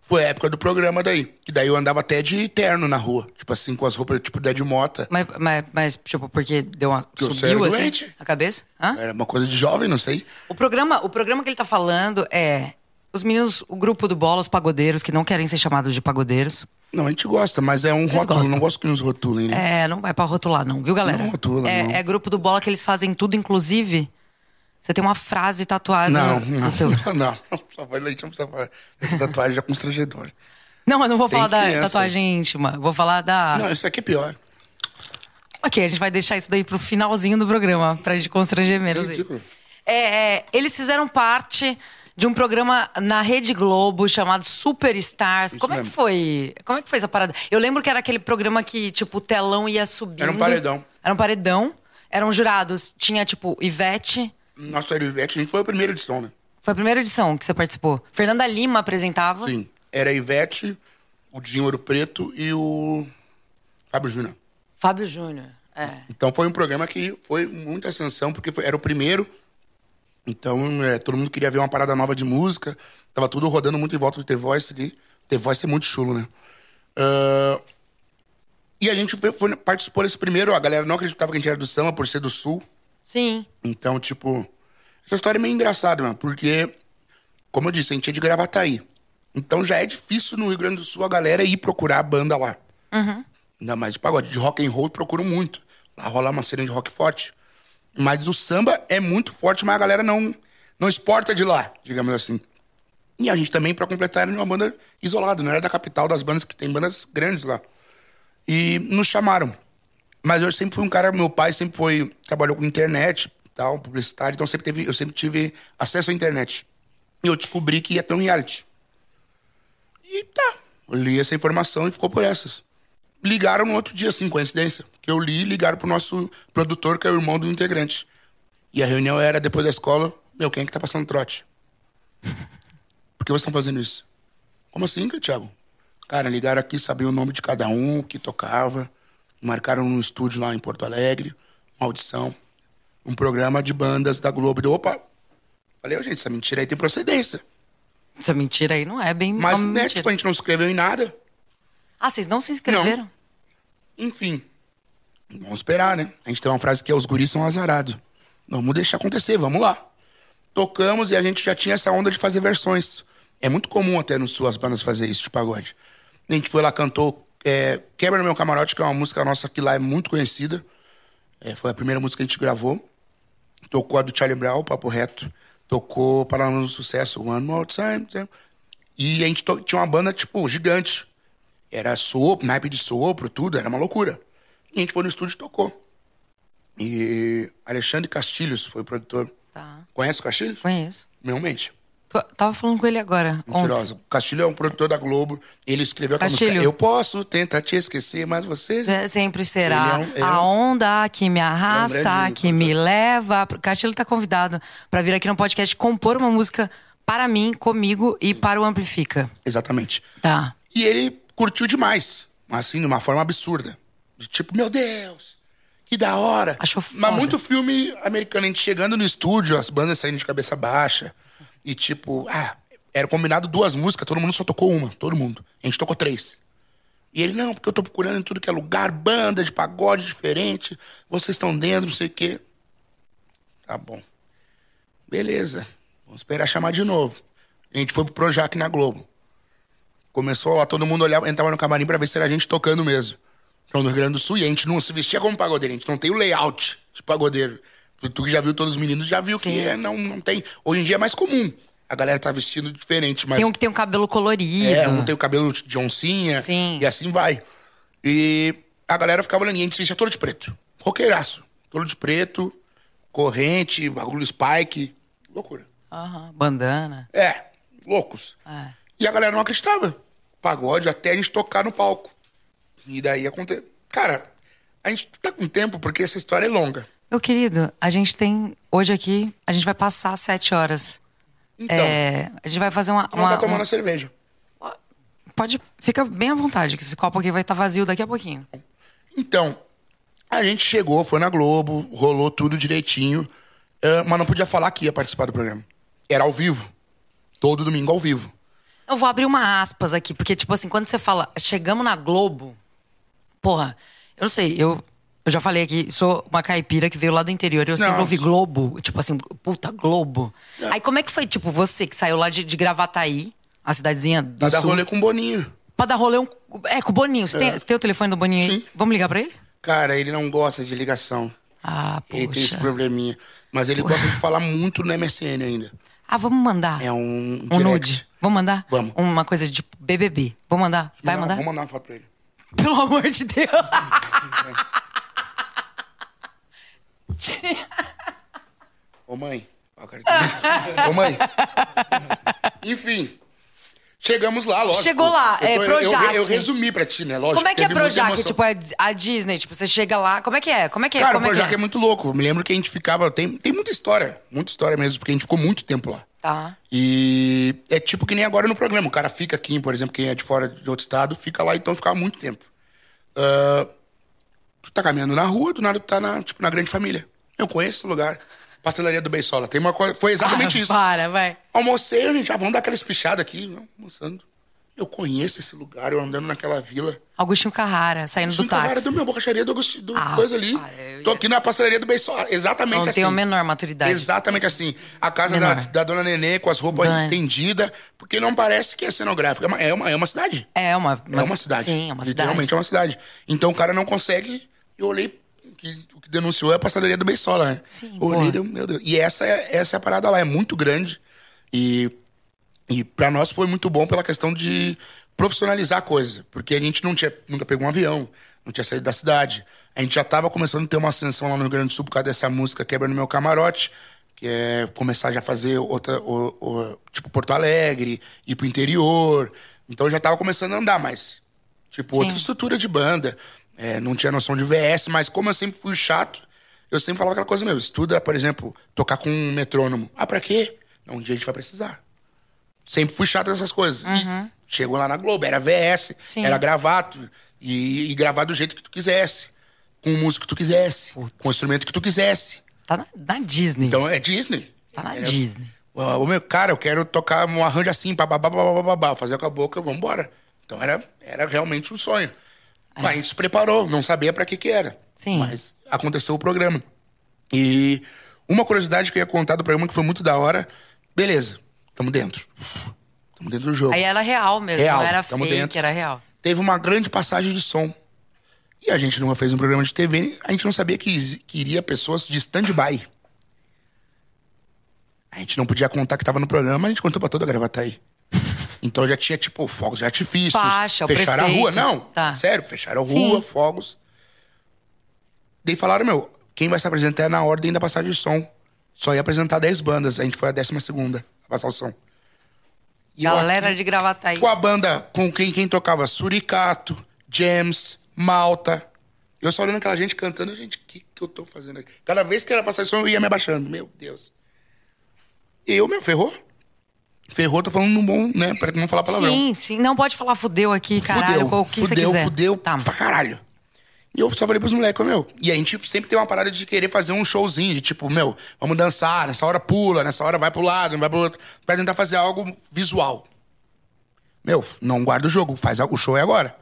[SPEAKER 3] Foi a época do programa daí. Que daí eu andava até de terno na rua. Tipo assim, com as roupas tipo Dead Mota.
[SPEAKER 1] Mas, mas, mas, tipo, porque deu uma.
[SPEAKER 3] Porque o
[SPEAKER 1] subiu
[SPEAKER 3] cérebro é
[SPEAKER 1] assim
[SPEAKER 3] doente. É.
[SPEAKER 1] a cabeça? Hã?
[SPEAKER 3] Era uma coisa de jovem, não sei.
[SPEAKER 1] O programa, o programa que ele tá falando é os meninos, o grupo do Bola, os pagodeiros que não querem ser chamados de pagodeiros.
[SPEAKER 3] Não, a gente gosta, mas é um rótulo.
[SPEAKER 1] gostam.
[SPEAKER 3] Não gosto que nos rotulem, né?
[SPEAKER 1] É, não vai pra rotular não, viu, galera?
[SPEAKER 3] Não rotula,
[SPEAKER 1] é,
[SPEAKER 3] não.
[SPEAKER 1] é grupo do Bola que eles fazem tudo inclusive. Você tem uma frase tatuada
[SPEAKER 3] Não,
[SPEAKER 1] no,
[SPEAKER 3] não,
[SPEAKER 1] no teu.
[SPEAKER 3] não, não. Só vai lá, a gente não precisa falar. Essa tatuagem já é constrangedora.
[SPEAKER 1] Não, eu não vou
[SPEAKER 3] Tem
[SPEAKER 1] falar da
[SPEAKER 3] criança.
[SPEAKER 1] tatuagem íntima. Vou falar da.
[SPEAKER 3] Não, isso aqui é pior.
[SPEAKER 1] Ok, a gente vai deixar isso daí pro finalzinho do programa, pra gente constranger menos.
[SPEAKER 3] É
[SPEAKER 1] aí.
[SPEAKER 3] ridículo.
[SPEAKER 1] É, é, eles fizeram parte de um programa na Rede Globo chamado Superstars. Como é que
[SPEAKER 3] mesmo.
[SPEAKER 1] foi? Como é que foi essa parada? Eu lembro que era aquele programa que, tipo, o telão ia subindo.
[SPEAKER 3] Era um paredão.
[SPEAKER 1] Era um paredão. Eram jurados. Tinha, tipo, Ivete.
[SPEAKER 3] Nossa, era o Ivete, a gente foi a primeira edição, né?
[SPEAKER 1] Foi a primeira edição que você participou. Fernanda Lima apresentava.
[SPEAKER 3] Sim. Era a Ivete, o Dinho Ouro Preto e o Fábio Júnior.
[SPEAKER 1] Fábio Júnior. É.
[SPEAKER 3] Então foi um programa que foi muita ascensão, porque foi- era o primeiro. Então é, todo mundo queria ver uma parada nova de música. Tava tudo rodando muito em volta do The Voice ali. The Voice é muito chulo, né? Ah, e a gente foi- foi- participou desse primeiro. A galera não acreditava que a gente era do samba por ser do Sul.
[SPEAKER 1] Sim.
[SPEAKER 3] Então, tipo, essa história é meio engraçada, mano, porque, como eu disse, a gente é de Gravataí. Então já é difícil no Rio Grande do Sul a galera ir procurar a banda lá. Ainda mais de pagode. De rock and roll procuram muito. Lá rola uma cena de rock forte. Mas o samba é muito forte, mas a galera não, não exporta de lá, digamos assim. E a gente também, pra completar, era uma banda isolada, não era da capital das bandas, que tem bandas grandes lá. E nos chamaram. Mas eu sempre fui um cara, meu pai sempre foi, trabalhou com internet, tal, publicitário, então sempre teve, eu sempre tive acesso à internet. E eu descobri que ia ter um reality. E tá, eu li essa informação e ficou por essas. Ligaram no outro dia, assim, coincidência, que eu li e ligaram pro nosso produtor, que é o irmão do integrante. E a reunião era depois da escola, meu, quem é que tá passando trote? Por que vocês estão fazendo isso? Como assim, Thiago? Cara, ligaram aqui, sabiam o nome de cada um, o que tocava. Marcaram num estúdio lá em Porto Alegre, uma audição. Um programa de bandas da Globo. Deu, Opa! Falei, ô, gente, essa mentira aí tem procedência.
[SPEAKER 1] Essa mentira aí não é bem.
[SPEAKER 3] Mas,
[SPEAKER 1] uma
[SPEAKER 3] né,
[SPEAKER 1] mentira.
[SPEAKER 3] tipo, a gente não se inscreveu em nada.
[SPEAKER 1] Ah, vocês não se inscreveram?
[SPEAKER 3] Enfim, vamos esperar, né? A gente tem uma frase que é os guris são azarados. Vamos deixar acontecer, vamos lá. Tocamos e a gente já tinha essa onda de fazer versões. É muito comum até nas suas bandas fazer isso de pagode. A gente foi lá, cantou é, Quebra no Meu Camarote, que é uma música nossa que lá é muito conhecida. É, foi a primeira música que a gente gravou. Tocou a do Charlie Brown, Papo Reto. Tocou Paralama do Sucesso, One More Time. time. E a gente to- tinha uma banda, tipo, gigante. Era sopro, naipe de sopro, tudo, era uma loucura. E a gente foi no estúdio e tocou. E Alexandre Castilhos foi o produtor.
[SPEAKER 1] Tá.
[SPEAKER 3] Conhece o Castilhos?
[SPEAKER 1] Conheço.
[SPEAKER 3] Realmente.
[SPEAKER 1] Tô- tava falando com ele agora. Ontem.
[SPEAKER 3] Mentirosa. Castilho é um produtor da Globo. Ele escreveu aquela
[SPEAKER 1] Castilho. É.
[SPEAKER 3] música. Eu posso tentar te esquecer, mas você.
[SPEAKER 1] Se- Sempre será
[SPEAKER 3] Ele é um- ele é
[SPEAKER 1] a
[SPEAKER 3] um- é
[SPEAKER 1] onda que me arrasta,
[SPEAKER 3] grande
[SPEAKER 1] que me leva. pro- Castilho tá convidado pra vir aqui no podcast compor uma música para mim, comigo e para o Amplifica.
[SPEAKER 3] Exatamente.
[SPEAKER 1] Tá.
[SPEAKER 3] E ele curtiu demais. Assim, de uma forma absurda. De tipo, meu Deus, que da hora.
[SPEAKER 1] Achou foda.
[SPEAKER 3] Mas muito filme americano, a gente chegando no estúdio, as bandas saindo de cabeça baixa. E tipo, ah, era combinado duas músicas, todo mundo só tocou uma, todo mundo. A gente tocou três. E ele, não, porque eu tô procurando em tudo que é lugar, banda de pagode diferente, vocês estão dentro, não sei o quê. Tá bom. Beleza. Vamos esperar chamar de novo. A gente foi pro Projac na Globo. Começou lá, todo mundo olhava, entrava no camarim pra ver se era a gente tocando mesmo. Então, no Rio Grande do Sul, e a gente não se vestia como pagodeiro, a gente não tem o layout de pagodeiro. Tu, tu que já viu todos os meninos, já viu
[SPEAKER 1] Sim.
[SPEAKER 3] que é, não, não tem. Hoje em dia é mais comum. A galera tá vestindo diferente, mas.
[SPEAKER 1] Tem um que tem um cabelo colorido.
[SPEAKER 3] É, um tem o cabelo de oncinha.
[SPEAKER 1] né? Sim.
[SPEAKER 3] E assim vai. E a galera ficava olhando, e a gente se vestia todo de preto. Roqueiraço. Todo de preto, corrente, bagulho spike. Loucura.
[SPEAKER 1] Aham, bandana.
[SPEAKER 3] É, loucos.
[SPEAKER 1] É.
[SPEAKER 3] E a galera não acreditava. Pagode até a gente tocar no palco. E daí aconteceu. Cara, a gente tá com tempo porque essa história é longa.
[SPEAKER 1] Meu querido, a gente tem. Hoje aqui, a gente vai passar às sete horas.
[SPEAKER 3] Então,
[SPEAKER 1] É, a gente vai fazer uma.
[SPEAKER 3] não
[SPEAKER 1] uma-
[SPEAKER 3] tá tomando
[SPEAKER 1] um-
[SPEAKER 3] a cerveja.
[SPEAKER 1] Pode. Fica bem à vontade, que esse copo aqui vai estar vazio daqui a pouquinho.
[SPEAKER 3] Então, a gente chegou, foi na Globo, rolou tudo direitinho, eh, mas não podia falar que ia participar do programa. Era ao vivo. Todo domingo ao vivo.
[SPEAKER 1] Eu vou abrir uma aspas aqui, porque, tipo assim, quando você fala, chegamos na Globo, porra, eu não sei, eu, eu já falei aqui, sou uma caipira que veio lá do interior, eu sempre
[SPEAKER 3] Não.
[SPEAKER 1] ouvi Globo, tipo assim, puta, Globo. Aí como é que foi, tipo, você que saiu lá de, de Gravataí, a cidadezinha do
[SPEAKER 3] Pra dar
[SPEAKER 1] sul,
[SPEAKER 3] rolê com o Boninho.
[SPEAKER 1] pra dar rolê um, é, com o Boninho, você, tem, você tem o telefone do Boninho aí?
[SPEAKER 3] Sim.
[SPEAKER 1] Vamos ligar pra ele?
[SPEAKER 3] Cara, ele não gosta de ligação.
[SPEAKER 1] Ah,
[SPEAKER 3] Ele tem esse
[SPEAKER 1] poxa.
[SPEAKER 3] probleminha. Mas ele gosta de falar muito no MSN ainda.
[SPEAKER 1] Ah, vamos mandar.
[SPEAKER 3] É um
[SPEAKER 1] um
[SPEAKER 3] direct.
[SPEAKER 1] nude. Vamos mandar?
[SPEAKER 3] Vamos.
[SPEAKER 1] Uma coisa de BBB. Vou mandar. Vai
[SPEAKER 3] Não,
[SPEAKER 1] mandar?
[SPEAKER 3] Vou mandar uma foto pra ele.
[SPEAKER 1] Pelo amor de Deus.
[SPEAKER 3] Ô mãe. Ó, cara, que- Ô mãe. Enfim. Chegamos lá, lógico.
[SPEAKER 1] Chegou lá,
[SPEAKER 3] Eu
[SPEAKER 1] é,
[SPEAKER 3] eu- eu,
[SPEAKER 1] Projac.
[SPEAKER 3] eu resumi pra ti, né? Lógico.
[SPEAKER 1] Como é que é
[SPEAKER 3] teve muita
[SPEAKER 1] Projac?
[SPEAKER 3] emoção.
[SPEAKER 1] Tipo, é a Disney, tipo, você chega lá, como é que é? Como é que é?
[SPEAKER 3] Cara, o
[SPEAKER 1] como é que
[SPEAKER 3] Projac é? muito louco. Eu me lembro que a gente ficava. Tem, tem muita história. Muita história mesmo, porque a gente ficou muito tempo lá.
[SPEAKER 1] Tá.
[SPEAKER 3] E é tipo que nem agora no programa. O cara fica aqui, por exemplo, quem é de fora de outro estado, fica lá, então ficava muito tempo. Ah, tu tá caminhando na rua, do nada tu tá na, tipo, na grande família. Eu conheço esse lugar. Pastelaria do Beisola. Tem uma coisa. Foi exatamente
[SPEAKER 1] Ah,
[SPEAKER 3] isso.
[SPEAKER 1] Para, vai.
[SPEAKER 3] Almocei, a gente já vamos dar aquela espichada aqui, né? almoçando. Eu conheço esse lugar, eu andando naquela vila.
[SPEAKER 1] Agostinho Carrara, saindo do táxi.
[SPEAKER 3] Cara, Então, do meu borracharia do, Agosti- do
[SPEAKER 1] Ah,
[SPEAKER 3] coisa ali.
[SPEAKER 1] para, eu ia-
[SPEAKER 3] Tô aqui na pastelaria do Beisola. Exatamente
[SPEAKER 1] Não
[SPEAKER 3] assim.
[SPEAKER 1] tenho a menor maturidade.
[SPEAKER 3] Exatamente assim. A casa da,
[SPEAKER 1] Menor.
[SPEAKER 3] da dona Nenê com as roupas
[SPEAKER 1] Dona-
[SPEAKER 3] estendidas, porque não parece que é cenográfica. É uma, é uma, é uma cidade.
[SPEAKER 1] É uma,
[SPEAKER 3] é uma cidade.
[SPEAKER 1] Sim, é uma cidade.
[SPEAKER 3] Literalmente é uma cidade. Então o cara não consegue. Eu olhei, que, o que denunciou é a pastelaria do Beisola, né?
[SPEAKER 1] Sim,
[SPEAKER 3] Eu Olhei,
[SPEAKER 1] boa.
[SPEAKER 3] deu, meu Deus. E essa é, essa é a parada lá, é muito grande. E, e para nós foi muito bom pela questão de profissionalizar a coisa. Porque a gente não tinha, nunca pegou um avião, não tinha saído da cidade. A gente já tava começando a ter uma ascensão lá no Rio Grande do Sul por causa dessa música Quebra no Meu Camarote. Que é começar já a fazer outra, o- o- tipo Porto Alegre, ir pro interior. Então já tava começando a andar mais. Tipo, outra
[SPEAKER 1] Sim.
[SPEAKER 3] estrutura de banda. É, não tinha noção de VS, mas como eu sempre fui chato, eu sempre falava aquela coisa, meu, estuda, por exemplo, tocar com um metrônomo. Ah, pra quê? Não, um dia a gente vai precisar. Sempre fui chato dessas coisas. E Chegou lá na Globo, era VS,
[SPEAKER 1] Uhum. Sim.
[SPEAKER 3] era gravado. E, e gravar do jeito que tu quisesse. Com o músico que tu quisesse. Com o instrumento que tu quisesse.
[SPEAKER 1] Tá na, na Disney.
[SPEAKER 3] Então é Disney.
[SPEAKER 1] tá na
[SPEAKER 3] Era-
[SPEAKER 1] Disney.
[SPEAKER 3] Ó, Ô, meu, cara, eu quero tocar um arranjo assim, bababá, babá, babá, fazer com a boca, vambora. Então era, era realmente um sonho. Mas a gente se preparou, não sabia pra que que era.
[SPEAKER 1] É. Sim.
[SPEAKER 3] Mas aconteceu o programa. E uma curiosidade que eu ia contar do programa que foi muito da hora, beleza, tamo dentro. Uf, Tamo dentro do jogo.
[SPEAKER 1] Aí era real mesmo,
[SPEAKER 3] Real,
[SPEAKER 1] não era
[SPEAKER 3] tamo
[SPEAKER 1] fake,
[SPEAKER 3] dentro.
[SPEAKER 1] era real.
[SPEAKER 3] Teve uma grande passagem de som. E a gente nunca fez um programa de TV, a gente não sabia que, exi- que iria pessoas de stand-by. A gente não podia contar que tava no programa, a gente contou pra toda a Gravataí. Então já tinha, tipo, fogos de artifícios.
[SPEAKER 1] Faixa, o
[SPEAKER 3] fecharam a rua.
[SPEAKER 1] prefeito.
[SPEAKER 3] Não,
[SPEAKER 1] Tá.
[SPEAKER 3] sério, fecharam a
[SPEAKER 1] Sim.
[SPEAKER 3] rua, fogos. Daí falaram, meu, quem vai se apresentar é na ordem da passagem de som. Só ia apresentar 10 bandas, a gente foi a 12 segunda a passar o som. E eu
[SPEAKER 1] Galera
[SPEAKER 3] aqui-
[SPEAKER 1] de gravata Tá aí.
[SPEAKER 3] com a banda com quem, quem tocava Suricato, James, Malta. Eu só olhando aquela gente cantando, gente, o que, que eu tô fazendo aqui? Cada vez que era passar som, eu ia me abaixando. Meu Deus. E eu, meu, ferrou. Ferrou, tô falando no bom, né? Pra não falar palavrão.
[SPEAKER 1] Sim, sim. Não pode falar fudeu aqui, caralho, ou o que você
[SPEAKER 3] fudeu,
[SPEAKER 1] quiser.
[SPEAKER 3] Fudeu,
[SPEAKER 1] Tá.
[SPEAKER 3] pra caralho. E eu só falei pros moleques, meu. E a gente sempre tem uma parada de querer fazer um showzinho, de tipo, meu, vamos dançar, nessa hora pula, nessa hora vai pro lado, vai pro outro, pra tentar fazer algo visual. Meu, não guarda o jogo, faz a- o show é agora.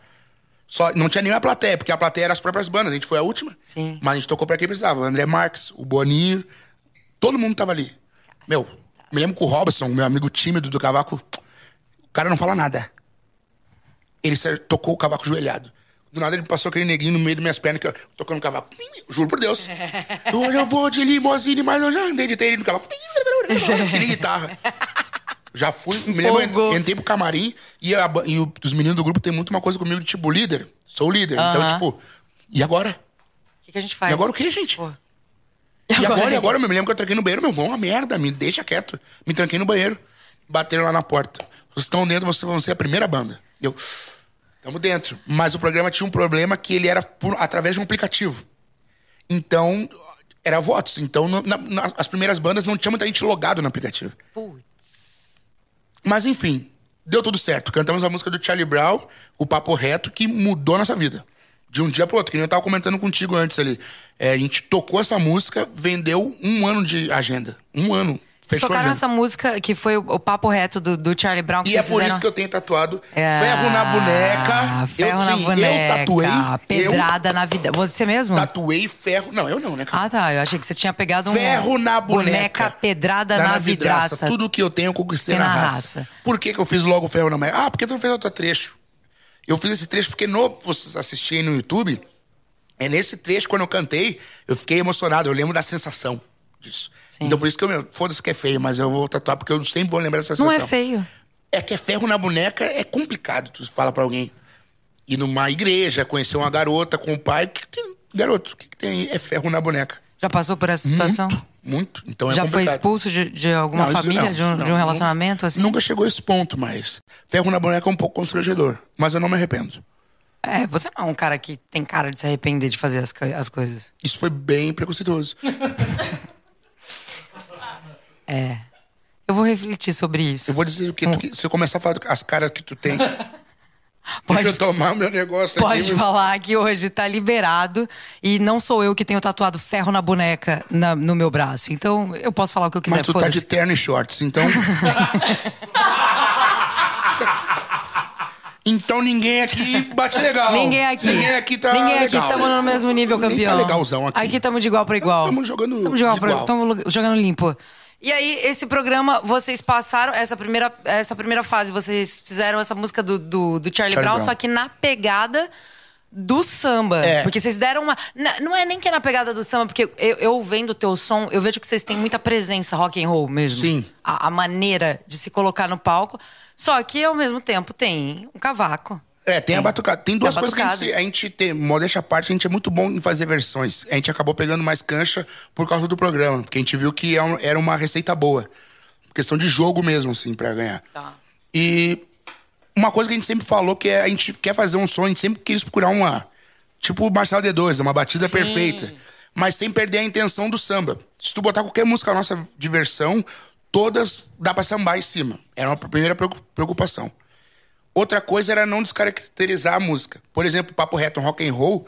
[SPEAKER 3] Só, não tinha nenhuma plateia, porque a plateia era as próprias bandas, a gente foi a última.
[SPEAKER 1] Sim.
[SPEAKER 3] Mas a gente tocou pra quem precisava. O André Marques, o Boninho, todo mundo tava ali. Meu, me lembro que o Robson, meu amigo tímido do cavaco, o cara não fala nada. Ele se- tocou o cavaco joelhado. Do nada ele passou aquele neguinho no meio das minhas pernas, que eu, tocando o cavaco. Juro por Deus. Hoje eu vou de limousine, mas eu já andei de ele no cavaco. Que nem guitarra. Já fui, me lembro,
[SPEAKER 1] Empolgou.
[SPEAKER 3] entrei pro camarim e, a ba- e o- os meninos do grupo tem muito uma coisa comigo de tipo líder. Sou o líder. Então,
[SPEAKER 1] Aham.
[SPEAKER 3] tipo, e agora?
[SPEAKER 1] O que, que a gente faz?
[SPEAKER 3] E agora o quê, gente?
[SPEAKER 1] Pô.
[SPEAKER 3] E agora, e agora, meu, me lembro que eu tranquei no banheiro, meu, vão uma merda, me deixa quieto. Me tranquei no banheiro, bateram lá na porta. Vocês estão dentro, vocês vão ser a primeira banda. E Eu, tamo dentro. Mas o programa tinha um problema que ele era por- através de um aplicativo. Então, era votos. Então, no- na- na- as primeiras bandas não tinha muita gente logado no aplicativo.
[SPEAKER 1] Putz.
[SPEAKER 3] Mas enfim, deu tudo certo. Cantamos a música do Charlie Brown, o Papo Reto, que mudou a nossa vida. De um dia pro outro, que nem eu tava comentando contigo antes ali. É, a gente tocou essa música, vendeu um ano de agenda. Um ano.
[SPEAKER 1] Vocês
[SPEAKER 3] Fechou a
[SPEAKER 1] tocaram
[SPEAKER 3] agenda.
[SPEAKER 1] essa música que foi o, o papo reto do, do Charlie Brown que
[SPEAKER 3] E é
[SPEAKER 1] vocês
[SPEAKER 3] por
[SPEAKER 1] fizeram.
[SPEAKER 3] isso que eu tenho tatuado
[SPEAKER 1] Ah,
[SPEAKER 3] ferro na boneca.
[SPEAKER 1] Ferro
[SPEAKER 3] eu,
[SPEAKER 1] na
[SPEAKER 3] sim,
[SPEAKER 1] boneca.
[SPEAKER 3] eu tatuei. Eu
[SPEAKER 1] Pedrada na vida. Você mesmo?
[SPEAKER 3] tatuei ferro. Não, eu não, né, cara?
[SPEAKER 1] Ah, tá. Eu achei que você tinha pegado um.
[SPEAKER 3] Ferro na boneca.
[SPEAKER 1] pedrada
[SPEAKER 3] Dá
[SPEAKER 1] na, vidraça.
[SPEAKER 3] Tudo que eu tenho eu conquistei
[SPEAKER 1] Tem na
[SPEAKER 3] na raça.
[SPEAKER 1] raça.
[SPEAKER 3] Por que, que eu fiz logo ferro na boneca? Ah, porque tu não fez outro trecho. Eu fiz esse trecho porque no, vocês assistirem no YouTube, é nesse trecho, quando eu cantei, eu fiquei emocionado. Eu lembro da sensação. disso. Então por isso que eu, meu, foda-se que é feio, mas eu vou tatuar porque eu sempre vou lembrar dessa
[SPEAKER 1] Não é
[SPEAKER 3] sensação.
[SPEAKER 1] feio.
[SPEAKER 3] É que é ferro na boneca é complicado, tu fala pra alguém. Ir numa igreja, conhecer uma garota com o pai, o que, que tem, garoto, o que, que tem? É ferro na boneca.
[SPEAKER 1] Já passou por essa situação?
[SPEAKER 3] Muito, muito. Então é
[SPEAKER 1] Já foi
[SPEAKER 3] complicado.
[SPEAKER 1] expulso de, de alguma
[SPEAKER 3] Não, isso
[SPEAKER 1] família,
[SPEAKER 3] não,
[SPEAKER 1] de, um,
[SPEAKER 3] não,
[SPEAKER 1] de um
[SPEAKER 3] não.
[SPEAKER 1] relacionamento assim?
[SPEAKER 3] Nunca chegou a esse ponto, mas ferro na boneca é um pouco constrangedor. Mas eu não me arrependo.
[SPEAKER 1] É, você não é um cara que tem cara de se arrepender de fazer as, co- as coisas.
[SPEAKER 3] Isso foi bem preconceituoso.
[SPEAKER 1] É. Eu vou refletir sobre isso.
[SPEAKER 3] Eu vou dizer o que tu, se eu começar a falar as caras que tu tem, deixa
[SPEAKER 1] Pode,
[SPEAKER 3] eu tomar meu negócio
[SPEAKER 1] pode
[SPEAKER 3] aqui.
[SPEAKER 1] falar que hoje tá liberado e não sou eu que tenho tatuado ferro na boneca na- no meu braço. Então eu posso falar o que eu quiser.
[SPEAKER 3] Mas tu tá
[SPEAKER 1] foda-se.
[SPEAKER 3] de terno e shorts, então. então ninguém aqui bate legal.
[SPEAKER 1] Ninguém aqui.
[SPEAKER 3] Ninguém aqui tá.
[SPEAKER 1] Ninguém aqui
[SPEAKER 3] legal.
[SPEAKER 1] tamo no mesmo nível,
[SPEAKER 3] Ninguém
[SPEAKER 1] campeão.
[SPEAKER 3] tá legalzão aqui.
[SPEAKER 1] Aqui tamo de igual para igual.
[SPEAKER 3] Tamo jogando
[SPEAKER 1] Tamo de igual
[SPEAKER 3] de
[SPEAKER 1] pra-
[SPEAKER 3] igual.
[SPEAKER 1] tamo lu- jogando limpo. E aí, esse programa, vocês passaram essa primeira, essa primeira fase, vocês fizeram essa música do, do, do Charlie,
[SPEAKER 3] Charlie
[SPEAKER 1] Brown,
[SPEAKER 3] Brown.
[SPEAKER 1] só que na pegada do samba.
[SPEAKER 3] É.
[SPEAKER 1] Porque vocês deram uma. na- Não é nem que é na pegada do samba, porque eu, eu vendo o teu som, eu vejo que vocês têm muita presença rock and roll mesmo.
[SPEAKER 3] Sim.
[SPEAKER 1] A, a maneira de se colocar no palco. Só que, ao mesmo tempo, tem um cavaco.
[SPEAKER 3] É, tem a batucada. Tem duas
[SPEAKER 1] Tem a
[SPEAKER 3] coisas que a gente,
[SPEAKER 1] batucada.
[SPEAKER 3] a gente tem, modéstia à parte, a gente é muito bom em fazer versões. A gente acabou pegando mais cancha por causa do programa, porque a gente viu que é um- era uma receita boa. Questão de jogo mesmo, assim, pra ganhar.
[SPEAKER 1] Tá.
[SPEAKER 3] E uma coisa que a gente sempre falou que é, a gente quer fazer um som, a gente sempre quis procurar uma. Tipo o Marcelo D2, uma batida perfeita. Mas sem perder a intenção do samba. Se tu botar qualquer música nossa de versão, todas dá pra sambar em cima. Era uma primeira preocu- preocupação. Outra coisa era não descaracterizar a música. Por exemplo, papo reto, um rock and roll.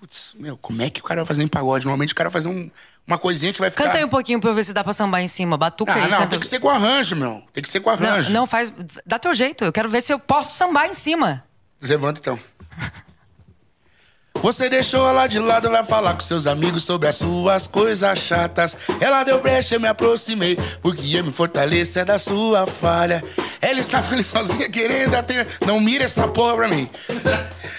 [SPEAKER 3] Putz, meu, como é que o cara vai fazer em pagode? Normalmente o cara vai fazer um- uma coisinha que vai ficar.
[SPEAKER 1] Canta aí um pouquinho pra eu ver se dá pra sambar em cima. Batuca
[SPEAKER 3] Tá. Ah,
[SPEAKER 1] aí.
[SPEAKER 3] não,
[SPEAKER 1] canta-
[SPEAKER 3] tem que ser com arranjo, meu. Tem que ser com
[SPEAKER 1] Não,
[SPEAKER 3] arranjo.
[SPEAKER 1] não, faz. Dá teu jeito. Eu quero ver se eu posso sambar em cima.
[SPEAKER 3] Levanta então. Você deixou ela de lado, vai falar com seus amigos sobre as suas coisas chatas. Ela deu brecha, eu me aproximei, porque eu me fortalecer da sua falha. Ela está feliz sozinha, querendo até. Não mira essa porra pra mim.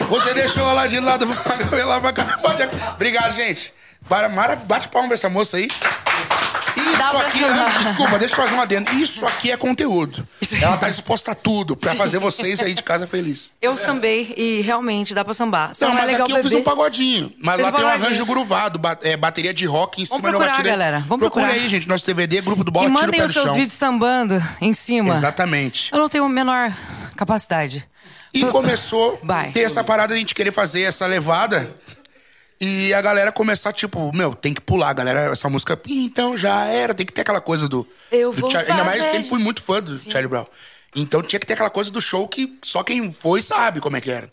[SPEAKER 3] Você deixou ela de lado, vai ela vai pode. Obrigado, gente. Para, mara, bate palma pra essa moça aí.
[SPEAKER 1] Dá
[SPEAKER 3] Isso
[SPEAKER 1] pra
[SPEAKER 3] aqui,
[SPEAKER 1] filmar.
[SPEAKER 3] ah, desculpa, deixa eu fazer uma adendo. Isso aqui é conteúdo. Ela tá disposta a tudo pra fazer vocês aí de casa feliz.
[SPEAKER 1] Eu sambei e realmente dá pra sambar. Só
[SPEAKER 3] Não,
[SPEAKER 1] não é
[SPEAKER 3] mas
[SPEAKER 1] legal
[SPEAKER 3] aqui eu fiz
[SPEAKER 1] beber.
[SPEAKER 3] um pagodinho. Mas
[SPEAKER 1] Fez
[SPEAKER 3] lá
[SPEAKER 1] um
[SPEAKER 3] tem um
[SPEAKER 1] pagodinho.
[SPEAKER 3] arranjo groovado, ba- é, bateria de rock em cima de uma
[SPEAKER 1] procurar,
[SPEAKER 3] batida.
[SPEAKER 1] galera, vamos
[SPEAKER 3] Procura
[SPEAKER 1] procurar.
[SPEAKER 3] aí, gente, nosso DVD, grupo do Bola
[SPEAKER 1] E
[SPEAKER 3] Tira o
[SPEAKER 1] mandem
[SPEAKER 3] Pé
[SPEAKER 1] os
[SPEAKER 3] do
[SPEAKER 1] seus
[SPEAKER 3] Chão.
[SPEAKER 1] vídeos sambando em cima.
[SPEAKER 3] Exatamente.
[SPEAKER 1] Eu não tenho a menor capacidade.
[SPEAKER 3] E começou
[SPEAKER 1] Hum. Vai.
[SPEAKER 3] a ter essa parada de a gente querer fazer essa levada. E a galera começar, tipo, meu, tem que pular, galera, essa música. Então já era, tem que ter aquela coisa do.
[SPEAKER 1] Eu
[SPEAKER 3] do
[SPEAKER 1] vou
[SPEAKER 3] Charlie- Ainda mais eu
[SPEAKER 1] fazer.
[SPEAKER 3] sempre fui muito fã do Charlie Brown. Então tinha que ter aquela coisa do show que só quem foi sabe como é que era.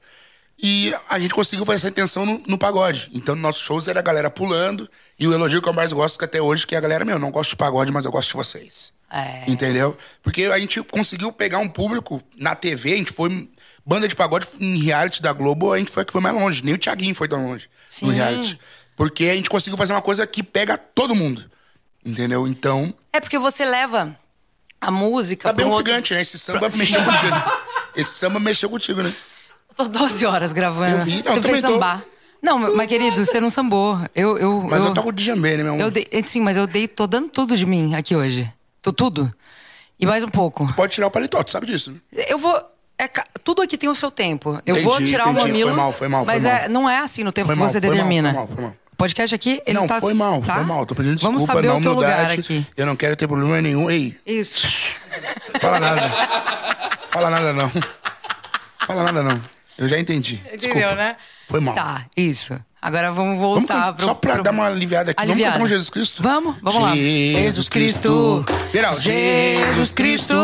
[SPEAKER 3] E a gente conseguiu fazer essa intenção no, no pagode. Então, nos nossos shows era a galera pulando. E o elogio que eu mais gosto que até hoje, que é a galera, meu, não gosto de pagode, mas eu gosto de vocês.
[SPEAKER 1] É.
[SPEAKER 3] Entendeu? Porque a gente conseguiu pegar um público na TV, a gente foi. Banda de pagode em reality da Globo, a gente foi a que foi mais longe. Nem o Thiaguinho foi tão longe
[SPEAKER 1] Sim.
[SPEAKER 3] no reality. Porque a gente conseguiu fazer uma coisa que pega todo mundo. Entendeu? Então.
[SPEAKER 1] É porque você leva a música.
[SPEAKER 3] Tá bem
[SPEAKER 1] pra um
[SPEAKER 3] um
[SPEAKER 1] outro-
[SPEAKER 3] gigante, né? Esse samba mexeu contigo. Esse samba mexeu contigo, né?
[SPEAKER 1] Eu Tô 12 horas gravando.
[SPEAKER 3] Eu vi, não,
[SPEAKER 1] você
[SPEAKER 3] também
[SPEAKER 1] fez
[SPEAKER 3] tô.
[SPEAKER 1] sambar. Não, mas querido, você não sambou. Eu, eu,
[SPEAKER 3] Mas eu, toco o Djamê, né, meu amor?
[SPEAKER 1] eu dei- Sim, mas eu dei, tô dando tudo de mim aqui hoje. Tô tudo. E mais um pouco.
[SPEAKER 3] Pode tirar o paletó, tu sabe disso, né?
[SPEAKER 1] Eu vou. é ca- tudo aqui tem o seu tempo. Eu
[SPEAKER 3] Entendi,
[SPEAKER 1] vou tirar o
[SPEAKER 3] entendi.
[SPEAKER 1] mamilo.
[SPEAKER 3] Foi mal, foi mal, foi
[SPEAKER 1] Mas é-
[SPEAKER 3] mal.
[SPEAKER 1] não é assim no tempo
[SPEAKER 3] Foi
[SPEAKER 1] que
[SPEAKER 3] mal,
[SPEAKER 1] você
[SPEAKER 3] foi mal,
[SPEAKER 1] determina.
[SPEAKER 3] foi mal, foi mal.
[SPEAKER 1] O podcast aqui, ele
[SPEAKER 3] não,
[SPEAKER 1] tá.
[SPEAKER 3] foi mal,
[SPEAKER 1] tá?
[SPEAKER 3] foi mal. Tô pedindo desculpa,
[SPEAKER 1] Vamos saber
[SPEAKER 3] não
[SPEAKER 1] o teu
[SPEAKER 3] humildade.
[SPEAKER 1] lugar aqui.
[SPEAKER 3] Eu não quero ter problema nenhum. Ei,
[SPEAKER 1] Isso.
[SPEAKER 3] fala nada. fala nada, não. Fala nada, não. Eu já entendi.
[SPEAKER 1] Entendeu,
[SPEAKER 3] Desculpa.
[SPEAKER 1] né?
[SPEAKER 3] Foi mal.
[SPEAKER 1] Tá, isso. Agora vamos
[SPEAKER 3] Vamos
[SPEAKER 1] voltar
[SPEAKER 3] can- só pra dar uma tá, aliviada aqui.
[SPEAKER 1] Aliviada.
[SPEAKER 3] Vamos cantar um Jesus Cristo?
[SPEAKER 1] Vamos, vamos lá.
[SPEAKER 3] Jesus Cristo. Geral.
[SPEAKER 1] Jesus Cristo.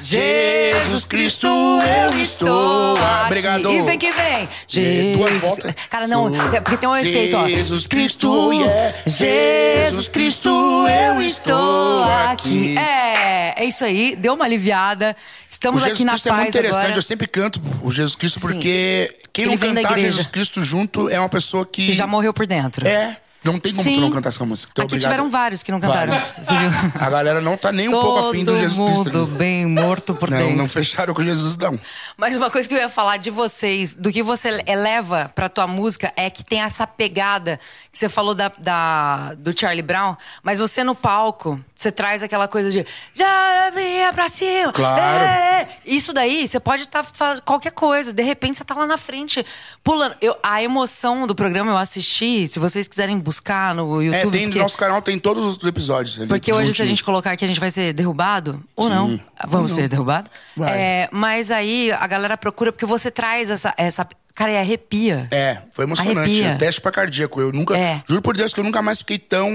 [SPEAKER 1] Jesus Cristo, eu estou. aqui.
[SPEAKER 3] Obrigado.
[SPEAKER 1] E vem que vem.
[SPEAKER 3] Je-
[SPEAKER 1] Jesus.
[SPEAKER 3] duas voltas.
[SPEAKER 1] Cara, não, é porque tem um efeito, ó.
[SPEAKER 3] Jesus Cristo, yeah.
[SPEAKER 1] Jesus Cristo, eu estou aqui.
[SPEAKER 3] aqui.
[SPEAKER 1] É, é isso aí. Deu uma aliviada.
[SPEAKER 3] O
[SPEAKER 1] Estamos
[SPEAKER 3] Jesus
[SPEAKER 1] aqui na
[SPEAKER 3] Cristo é muito
[SPEAKER 1] paz
[SPEAKER 3] interessante.
[SPEAKER 1] agora.
[SPEAKER 3] Eu sempre canto o Jesus Cristo
[SPEAKER 1] Sim.
[SPEAKER 3] porque quem
[SPEAKER 1] Ele
[SPEAKER 3] não
[SPEAKER 1] vem da
[SPEAKER 3] cantar
[SPEAKER 1] igreja.
[SPEAKER 3] Jesus Cristo junto é uma pessoa que.
[SPEAKER 1] E já morreu por dentro.
[SPEAKER 3] É. Não tem como tu
[SPEAKER 1] Sim.
[SPEAKER 3] não cantar essa música. Tu é
[SPEAKER 1] Aqui
[SPEAKER 3] obrigado.
[SPEAKER 1] tiveram vários que não cantaram.
[SPEAKER 3] Vários.
[SPEAKER 1] Você viu?
[SPEAKER 3] A galera não tá nem um pouco afim do
[SPEAKER 1] Todo
[SPEAKER 3] Jesus
[SPEAKER 1] mundo
[SPEAKER 3] Cristo. né?
[SPEAKER 1] bem morto por
[SPEAKER 3] Não,
[SPEAKER 1] dentro.
[SPEAKER 3] não fecharam com Jesus, não.
[SPEAKER 1] Mas uma coisa que eu ia falar de vocês, do que você eleva pra tua música, é que tem essa pegada que você falou da, da- do Charlie Brown, mas você no palco, você traz aquela coisa de. Já vinha pra cima!
[SPEAKER 3] Claro.
[SPEAKER 1] é, é". Isso daí, você pode estar fazendo qualquer coisa, de repente você tá lá na frente, pulando. Eu, a emoção do programa eu assisti, se vocês quiserem buscar no YouTube.
[SPEAKER 3] É, tem no
[SPEAKER 1] porque-
[SPEAKER 3] nosso canal, tem todos os episódios. ali,
[SPEAKER 1] porque hoje, se a
[SPEAKER 3] juntinho.
[SPEAKER 1] gente colocar aqui, a gente vai ser derrubado? Ou não? Vamos ser derrubados? É,
[SPEAKER 3] Vai.
[SPEAKER 1] mas aí a galera procura, porque você traz essa. essa cara, e arrepia.
[SPEAKER 3] É, foi emocionante.
[SPEAKER 1] Arrepia.
[SPEAKER 3] Um teste pra cardíaco. Eu nunca.
[SPEAKER 1] É.
[SPEAKER 3] Juro por Deus que eu nunca mais fiquei tão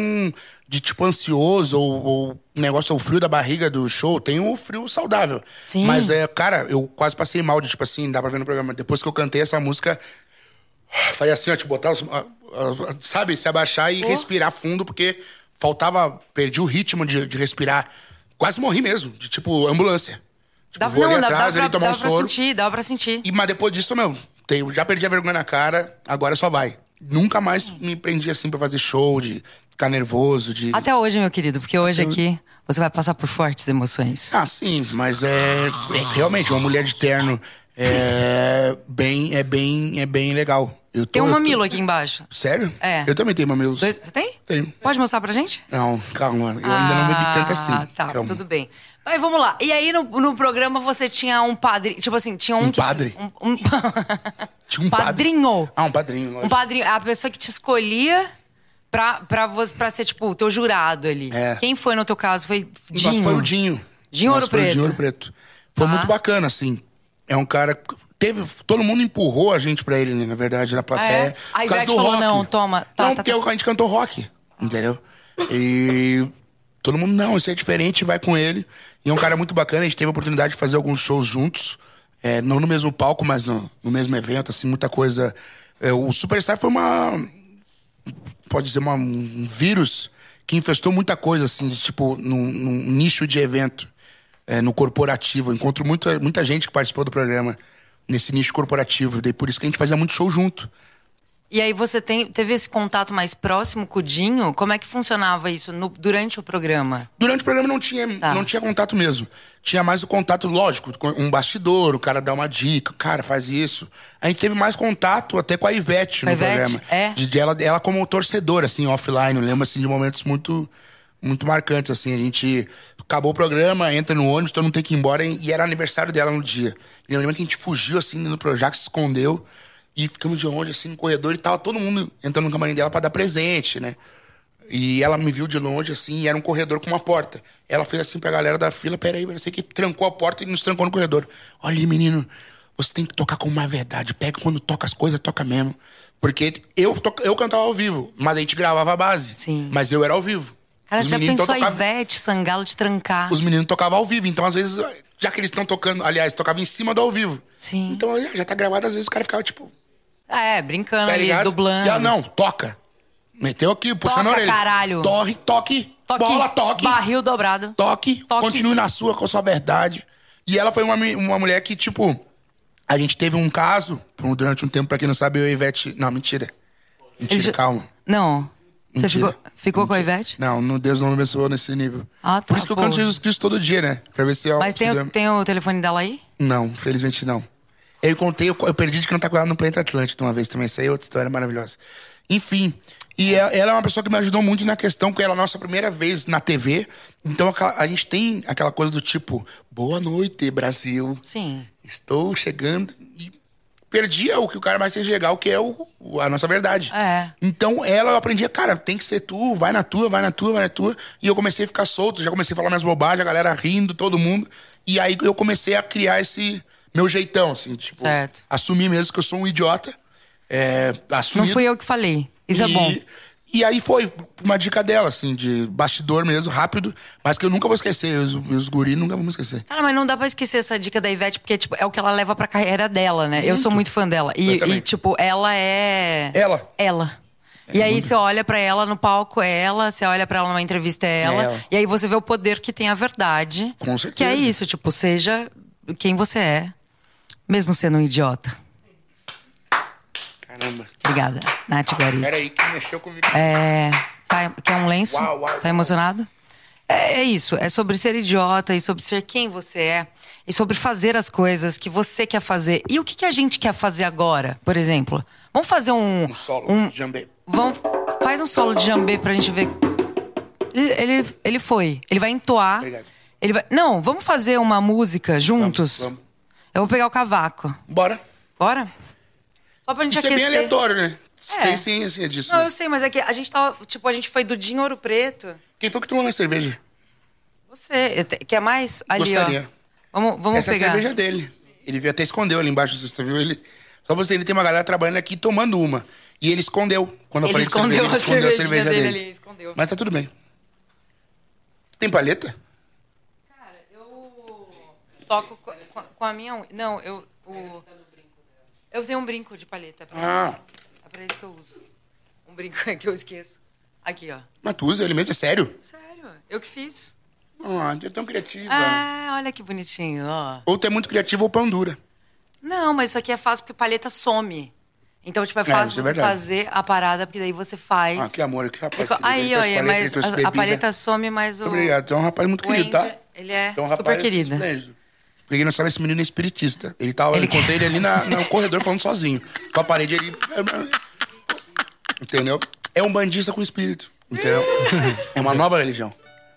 [SPEAKER 3] de tipo ansioso ou, ou um negócio, o frio da barriga do show. Tem o frio saudável.
[SPEAKER 1] Sim.
[SPEAKER 3] Mas é, cara, eu quase passei mal de tipo assim, dá pra ver no programa. Depois que eu cantei essa música, fazia assim, ó, te botar, os- ah, ah, sabe, se abaixar e respirar fundo, porque faltava, perdi o ritmo de, de respirar. Quase morri mesmo, de tipo ambulância. Tipo,
[SPEAKER 1] Dá-
[SPEAKER 3] vou ali atrás,
[SPEAKER 1] pra,
[SPEAKER 3] ele tomar um
[SPEAKER 1] dava pra
[SPEAKER 3] soro.
[SPEAKER 1] sentir, dava pra sentir.
[SPEAKER 3] E, mas depois disso, meu, tenho- já perdi a vergonha na cara, agora só vai. Nunca mais me prendi assim pra fazer show, de ficar nervoso, de.
[SPEAKER 1] Até hoje, meu querido, porque hoje aqui você vai passar por fortes emoções.
[SPEAKER 3] Ah, sim, mas é, é realmente uma mulher de terno é bem, é bem, é bem legal. Eu tô-
[SPEAKER 1] Tem um
[SPEAKER 3] eu tô-
[SPEAKER 1] mamilo aqui embaixo.
[SPEAKER 3] Sério?
[SPEAKER 1] É.
[SPEAKER 3] Eu também tenho mamilos.
[SPEAKER 1] Dois- você tem?
[SPEAKER 3] Tenho.
[SPEAKER 1] Pode mostrar pra gente?
[SPEAKER 3] Não, calma, eu ainda não bebi tanto assim.
[SPEAKER 1] Ah, tá,
[SPEAKER 3] calma.
[SPEAKER 1] tudo bem. Mas vamos lá. E aí, no, no programa, você tinha um padre. Tipo assim, tinha um.
[SPEAKER 3] Um
[SPEAKER 1] que-
[SPEAKER 3] padre?
[SPEAKER 1] Um, um-
[SPEAKER 3] Tinha
[SPEAKER 1] padrinho.
[SPEAKER 3] um Padrinho. Ah, um padrinho,
[SPEAKER 1] Um
[SPEAKER 3] lógico.
[SPEAKER 1] padrinho, a pessoa que te escolhia pra, pra, você, pra ser, tipo, o teu jurado ali.
[SPEAKER 3] É.
[SPEAKER 1] Quem foi no teu caso? Foi Dinho?
[SPEAKER 3] Nossa, foi o Dinho.
[SPEAKER 1] Dinho
[SPEAKER 3] Nossa,
[SPEAKER 1] Ouro
[SPEAKER 3] foi o
[SPEAKER 1] Preto.
[SPEAKER 3] Dinho Ouro Preto. Foi
[SPEAKER 1] Tá.
[SPEAKER 3] muito bacana, assim. É um cara. que Teve, todo mundo empurrou a gente pra ele, né, na verdade, na plateia.
[SPEAKER 1] É?
[SPEAKER 3] Por
[SPEAKER 1] A
[SPEAKER 3] causa
[SPEAKER 1] Ivete
[SPEAKER 3] do
[SPEAKER 1] falou,
[SPEAKER 3] rock.
[SPEAKER 1] "Não, toma, tá,
[SPEAKER 3] não,
[SPEAKER 1] tá,
[SPEAKER 3] porque a gente cantou rock, entendeu? E todo mundo, não, isso é diferente, vai com ele. E é um cara muito bacana, a gente teve a oportunidade de fazer alguns shows juntos. É, não no mesmo palco, mas no, no mesmo evento, assim, muita coisa. É, o Superstar foi uma pode dizer, uma- um vírus que infestou muita coisa, assim, de, tipo, num, num nicho de evento, é, no corporativo. Eu encontro muita, muita gente que participou do programa nesse nicho corporativo. Daí por isso que a gente fazia muito show junto.
[SPEAKER 1] E aí você tem, teve esse contato mais próximo com o Dinho? Como é que funcionava isso no- durante o programa?
[SPEAKER 3] Durante o programa não tinha,
[SPEAKER 1] Tá.
[SPEAKER 3] não tinha contato mesmo. Tinha mais o contato, lógico, com um bastidor, o cara dá uma dica, cara, faz isso. A gente teve mais contato até com a Ivete
[SPEAKER 1] Com a
[SPEAKER 3] no
[SPEAKER 1] Ivete,
[SPEAKER 3] programa.
[SPEAKER 1] é.
[SPEAKER 3] De, de ela, ela como torcedora, assim, offline. Eu lembro, assim, de momentos muito, muito marcantes, assim. A gente acabou o programa, entra no ônibus, todo mundo tem que ir embora. E era aniversário dela no dia. E eu lembro que a gente fugiu, assim, no Projac, se escondeu. E ficamos de longe, assim, no corredor. E tava todo mundo entrando no camarim dela pra dar presente, né? E ela me viu de longe, assim, e era um corredor com uma porta. Ela fez assim pra galera da fila, peraí, não sei que trancou a porta e nos trancou no corredor. Olha, aí, menino, você tem que tocar com uma verdade. Pega quando toca as coisas, toca mesmo. Porque eu, to- eu cantava ao vivo, mas a gente gravava a base.
[SPEAKER 1] Sim.
[SPEAKER 3] Mas eu era ao vivo.
[SPEAKER 1] Cara,
[SPEAKER 3] Os
[SPEAKER 1] já
[SPEAKER 3] meninos
[SPEAKER 1] pensou
[SPEAKER 3] então
[SPEAKER 1] a
[SPEAKER 3] tocavam-
[SPEAKER 1] Ivete Sangalo te trancar?
[SPEAKER 3] os meninos tocavam ao vivo, então às vezes, já que eles estão tocando, aliás, tocavam em cima do ao vivo.
[SPEAKER 1] Sim.
[SPEAKER 3] Então já já tá gravado, às vezes o cara ficava tipo,
[SPEAKER 1] É, brincando
[SPEAKER 3] tá
[SPEAKER 1] ali,
[SPEAKER 3] ligado?
[SPEAKER 1] dublando.
[SPEAKER 3] E ela, não, toca. Meteu aqui, puxando
[SPEAKER 1] Toca,
[SPEAKER 3] a orelha.
[SPEAKER 1] caralho.
[SPEAKER 3] Torre, toque,
[SPEAKER 1] Toque,
[SPEAKER 3] bola, toque.
[SPEAKER 1] Barril dobrado.
[SPEAKER 3] toque,
[SPEAKER 1] Toque.
[SPEAKER 3] continue na sua, com a sua verdade. E ela foi uma, me- uma mulher que, tipo, a gente teve um caso por- durante um tempo, pra quem não sabe, eu e a Ivete. Não, mentira. Mentira,
[SPEAKER 1] Eles-
[SPEAKER 3] calma.
[SPEAKER 1] Não. Você
[SPEAKER 3] Mentira.
[SPEAKER 1] ficou, ficou com a Ivete?
[SPEAKER 3] Não, não, Deus não me abençoou nesse nível.
[SPEAKER 1] Ah, tá,
[SPEAKER 3] Por isso que
[SPEAKER 1] pô.
[SPEAKER 3] eu canto Jesus Cristo todo dia, né? Pra ver se eu.
[SPEAKER 1] Mas
[SPEAKER 3] se
[SPEAKER 1] tem, o-
[SPEAKER 3] deu-
[SPEAKER 1] tem o telefone dela aí?
[SPEAKER 3] Não, felizmente não. Eu encontrei, eu, eu perdi de cantar com ela no Planeta Atlântico uma vez também. Isso aí é outra história maravilhosa. Enfim, e ela, ela é uma pessoa que me ajudou muito na questão, porque ela é a nossa primeira vez na TV. Então aquela- a gente tem aquela coisa do tipo, boa noite, Brasil.
[SPEAKER 1] Sim.
[SPEAKER 3] Estou chegando e perdi o que o cara mais tem de legal, que é o, o- a nossa verdade.
[SPEAKER 1] É.
[SPEAKER 3] Então ela eu aprendia, cara, tem que ser tu, vai na tua, vai na tua, vai na tua. E eu comecei a ficar solto, já comecei a falar minhas bobagens, a galera rindo, todo mundo. E aí eu comecei a criar esse meu jeitão, assim, tipo,
[SPEAKER 1] Certo.
[SPEAKER 3] assumir mesmo que eu sou um idiota. É,
[SPEAKER 1] Não
[SPEAKER 3] assumir.
[SPEAKER 1] fui eu que falei. Isso é
[SPEAKER 3] E-
[SPEAKER 1] bom.
[SPEAKER 3] E aí foi uma dica dela, assim, de bastidor mesmo, rápido, mas que eu nunca vou esquecer. Eu, e os- e os guris nunca vão me esquecer.
[SPEAKER 1] Cara, mas não dá pra esquecer essa dica da Ivete, porque tipo, é o que ela leva pra carreira dela, né? Eu sou muito fã dela.
[SPEAKER 3] Eu
[SPEAKER 1] E,
[SPEAKER 3] também.
[SPEAKER 1] e, tipo, ela é.
[SPEAKER 3] Ela. É
[SPEAKER 1] Ela. e aí você olha pra ela no palco, é ela, você olha pra ela numa entrevista, é ela,
[SPEAKER 3] É ela.
[SPEAKER 1] E aí você vê o poder que tem a verdade.
[SPEAKER 3] Com
[SPEAKER 1] Que é
[SPEAKER 3] certeza.
[SPEAKER 1] isso, tipo, seja quem você é, mesmo sendo um idiota.
[SPEAKER 3] Caramba.
[SPEAKER 1] Obrigada, Nath Guaris.
[SPEAKER 3] Peraí, que mexeu comigo.
[SPEAKER 1] É, tá, quer um lenço?
[SPEAKER 3] Uau, uau,
[SPEAKER 1] tá emocionado? É, é isso. É sobre ser idiota e sobre ser quem você é. E sobre fazer as coisas que você quer fazer. E o que, que a gente quer fazer agora, por exemplo? Vamos fazer um.
[SPEAKER 3] Um solo,
[SPEAKER 1] um-
[SPEAKER 3] jambê.
[SPEAKER 1] vamos, faz um solo de jambê pra gente ver. Ele, ele, ele foi. Ele vai entoar.
[SPEAKER 3] Obrigado.
[SPEAKER 1] Ele vai. Não, vamos fazer uma música juntos?
[SPEAKER 3] vamos.
[SPEAKER 1] Eu vou pegar o cavaco.
[SPEAKER 3] Bora.
[SPEAKER 1] Bora? Só pra gente
[SPEAKER 3] Isso é
[SPEAKER 1] aquecer.
[SPEAKER 3] bem aleatório, né?
[SPEAKER 1] É.
[SPEAKER 3] Tem sim, assim, é disso.
[SPEAKER 1] Não,
[SPEAKER 3] né?
[SPEAKER 1] eu sei, mas é que a gente tava. Tipo, a gente foi do Dinho Ouro Preto.
[SPEAKER 3] Quem foi que tomou minha cerveja?
[SPEAKER 1] Você. eu te- Quer mais? Ali,
[SPEAKER 3] Gostaria.
[SPEAKER 1] ó. Vamos, vamos
[SPEAKER 3] Essa é a
[SPEAKER 1] pegar.
[SPEAKER 3] cerveja dele. Ele veio até escondeu ali embaixo, você viu? Ele... Só pra você, ele tem uma galera trabalhando aqui tomando uma. E ele escondeu. Quando eu
[SPEAKER 1] Ele
[SPEAKER 3] falei de cerveja,
[SPEAKER 1] escondeu
[SPEAKER 3] ele
[SPEAKER 1] a
[SPEAKER 3] escondeu a
[SPEAKER 1] cervejinha
[SPEAKER 3] cerveja
[SPEAKER 1] dele
[SPEAKER 3] dele.
[SPEAKER 1] ali, escondeu.
[SPEAKER 3] Mas tá tudo bem. Tem paleta?
[SPEAKER 1] Cara, eu toco co- co- com a, minha unha. Não, eu. O... Eu tenho um brinco de palheta. Pra
[SPEAKER 3] Ah,
[SPEAKER 1] É pra isso que eu uso. Um brinco que eu esqueço. Aqui, ó.
[SPEAKER 3] mas tu usa ele mesmo? É sério?
[SPEAKER 1] Sério, eu que fiz.
[SPEAKER 3] Ah, tu é tão criativa.
[SPEAKER 1] Ah, olha que bonitinho, ó.
[SPEAKER 3] Ou tu é muito criativo ou pão dura.
[SPEAKER 1] Não, mas isso aqui é fácil porque palheta some. Então, tipo, é
[SPEAKER 3] isso
[SPEAKER 1] fácil
[SPEAKER 3] é
[SPEAKER 1] você
[SPEAKER 3] verdade.
[SPEAKER 1] fazer a parada, porque daí você faz.
[SPEAKER 3] Ah, que amor, que rapaz.
[SPEAKER 1] Fica-
[SPEAKER 3] que
[SPEAKER 1] Aí, ó,
[SPEAKER 3] inventou as
[SPEAKER 1] é,
[SPEAKER 3] paletas,
[SPEAKER 1] mas
[SPEAKER 3] inventou as
[SPEAKER 1] a, a
[SPEAKER 3] bebidas.
[SPEAKER 1] paleta some, mas o.
[SPEAKER 3] Obrigado, tu é um rapaz muito
[SPEAKER 1] o
[SPEAKER 3] querido, tá?
[SPEAKER 1] Andy, ele é
[SPEAKER 3] Tu um
[SPEAKER 1] super
[SPEAKER 3] rapaz
[SPEAKER 1] querido.
[SPEAKER 3] esplêndido. Porque quem não sabe, esse menino é espiritista. Ele tava,
[SPEAKER 1] Ele-
[SPEAKER 3] eu encontrei ele ali na, no corredor falando sozinho. Com a parede ali. Entendeu? É um bandista com espírito. Entendeu? É uma nova religião.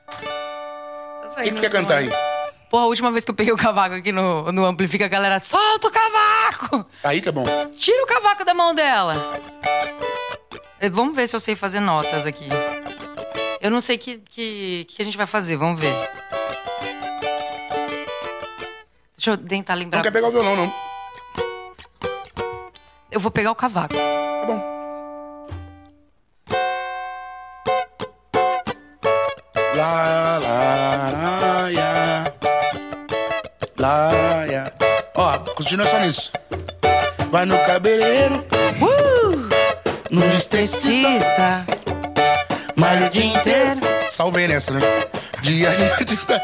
[SPEAKER 1] Tá
[SPEAKER 3] Quem
[SPEAKER 1] saindo
[SPEAKER 3] que quer
[SPEAKER 1] um
[SPEAKER 3] cantar
[SPEAKER 1] som.
[SPEAKER 3] aí?
[SPEAKER 1] Porra, a última vez que eu peguei o cavaco aqui no, no Amplifica, a galera, solta o cavaco!
[SPEAKER 3] Aí que é bom.
[SPEAKER 1] Tira o cavaco da mão dela! Eh, Vamos ver se eu sei fazer notas aqui. Eu não sei o que, que, que a gente vai fazer, vamos ver. Deixa eu tentar lembrar.
[SPEAKER 3] Não quer pegar o violão, não.
[SPEAKER 1] Eu vou pegar o cavaco.
[SPEAKER 3] Tá bom. Lá, lá, lá, ia. Lá, ia. Ó, continua só nisso. Vai no cabeleireiro,
[SPEAKER 1] Uh!
[SPEAKER 3] no
[SPEAKER 1] Artista,
[SPEAKER 3] esteticista, malha o dia inteiro. Salvei nessa, né? Dia de artista,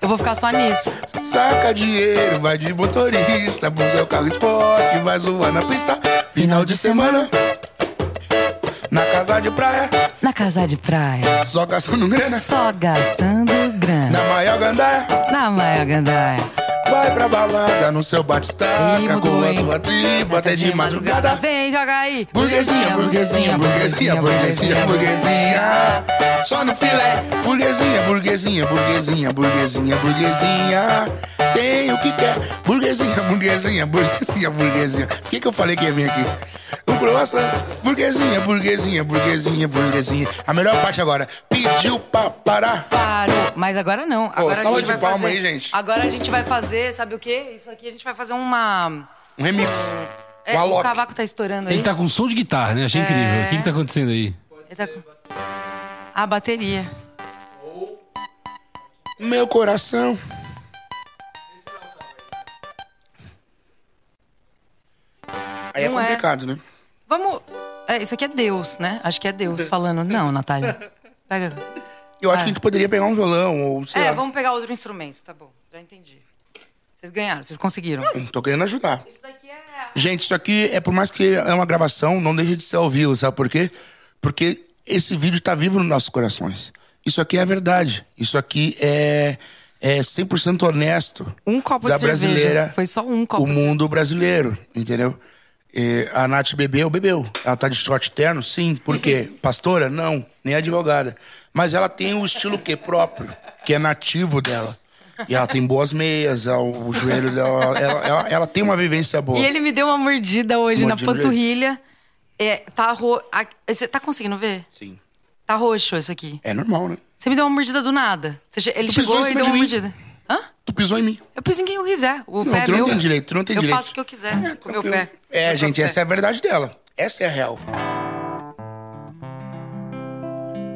[SPEAKER 1] eu vou ficar só nisso.
[SPEAKER 3] saca dinheiro, vai de motorista, busca o carro esporte, vai zoar na pista. Final de semana, na casa de praia,
[SPEAKER 1] Na casa de praia,
[SPEAKER 3] só gastando grana.
[SPEAKER 1] só gastando grana.
[SPEAKER 3] Na maior gandaia,
[SPEAKER 1] Na Maia Gandaia.
[SPEAKER 3] vai pra balada no seu batistaca
[SPEAKER 1] Ih,
[SPEAKER 3] com a
[SPEAKER 1] hein?
[SPEAKER 3] tua tribo até É de madrugada.
[SPEAKER 1] Vem, joga aí.
[SPEAKER 3] Burguesinha, burguesinha, burguesinha, burguesinha, burguesinha. Só no filé. Burguesinha, burguesinha, burguesinha, burguesinha, burguesinha. Tem o que quer. Burguesinha, burguesinha, burguesinha, burguesinha. Por que, que eu falei que ia vir aqui? O grossa, burguesinha, burguesinha, burguesinha, burguesinha. A melhor parte agora. Pediu pra parar.
[SPEAKER 1] Parou. Mas agora não. Agora a
[SPEAKER 3] salva
[SPEAKER 1] gente
[SPEAKER 3] de
[SPEAKER 1] vai
[SPEAKER 3] palma
[SPEAKER 1] fazer...
[SPEAKER 3] aí, gente.
[SPEAKER 1] Agora a gente vai fazer, sabe o quê? Isso aqui a gente vai fazer uma.
[SPEAKER 3] Um remix.
[SPEAKER 1] É,
[SPEAKER 3] o
[SPEAKER 1] o
[SPEAKER 3] Alok.
[SPEAKER 1] cavaco tá estourando aí.
[SPEAKER 2] Ele tá com som de guitarra, né? Achei incrível.
[SPEAKER 1] É.
[SPEAKER 2] O que, que tá acontecendo aí?
[SPEAKER 1] Ele tá com- A bateria.
[SPEAKER 3] Meu coração. Aí é
[SPEAKER 1] Não é.
[SPEAKER 3] complicado, né?
[SPEAKER 1] Vamos. É, isso aqui é Deus, né? Acho que é Deus falando. Não, Natália. Pega.
[SPEAKER 3] Eu acho
[SPEAKER 1] É.
[SPEAKER 3] que a gente poderia pegar um violão ou sei
[SPEAKER 1] É,
[SPEAKER 3] lá.
[SPEAKER 1] vamos pegar outro instrumento, tá bom. Já entendi. Vocês ganharam, vocês conseguiram.
[SPEAKER 3] Hum, Tô querendo ajudar.
[SPEAKER 1] Isso daqui é.
[SPEAKER 3] Gente, isso aqui é por mais que é uma gravação, não deixe de ser ao vivo, sabe por quê? Porque esse vídeo tá vivo nos nossos corações. Isso aqui é a verdade. Isso aqui é, é 100% honesto.
[SPEAKER 1] Um copo
[SPEAKER 3] da
[SPEAKER 1] de cerveja.
[SPEAKER 3] brasileira.
[SPEAKER 1] Foi só um copo
[SPEAKER 3] O
[SPEAKER 1] de
[SPEAKER 3] mundo brasileiro, entendeu? E a Nath bebeu, bebeu. Ela tá de short terno? Sim. Por quê?
[SPEAKER 1] Uhum.
[SPEAKER 3] Pastora? Não. Nem advogada. Mas ela tem o estilo que próprio, que é nativo dela. E ela tem boas meias, ela- o joelho dela. Ela, ela- ela tem uma vivência boa.
[SPEAKER 1] E ele me deu uma mordida hoje na
[SPEAKER 3] Mordida no
[SPEAKER 1] panturrilha. É, tá ro... a- Você tá conseguindo ver?
[SPEAKER 3] Sim.
[SPEAKER 1] Tá roxo isso aqui.
[SPEAKER 3] É normal, né?
[SPEAKER 1] Você me deu uma mordida do nada. Você che- Ele
[SPEAKER 3] Tu pisou em
[SPEAKER 1] chegou e
[SPEAKER 3] cima
[SPEAKER 1] deu
[SPEAKER 3] de
[SPEAKER 1] uma
[SPEAKER 3] mim.
[SPEAKER 1] mordida. Hã?
[SPEAKER 3] Tu pisou em mim.
[SPEAKER 1] Eu piso em quem eu quiser. O
[SPEAKER 3] Não,
[SPEAKER 1] pé é
[SPEAKER 3] tu não
[SPEAKER 1] meu.
[SPEAKER 3] tem direito, tu não tem
[SPEAKER 1] eu
[SPEAKER 3] direito.
[SPEAKER 1] faço o que eu quiser com o meu pé.
[SPEAKER 3] É,
[SPEAKER 1] Com o
[SPEAKER 3] gente,
[SPEAKER 1] meu
[SPEAKER 3] essa é a verdade dela. Essa é a real.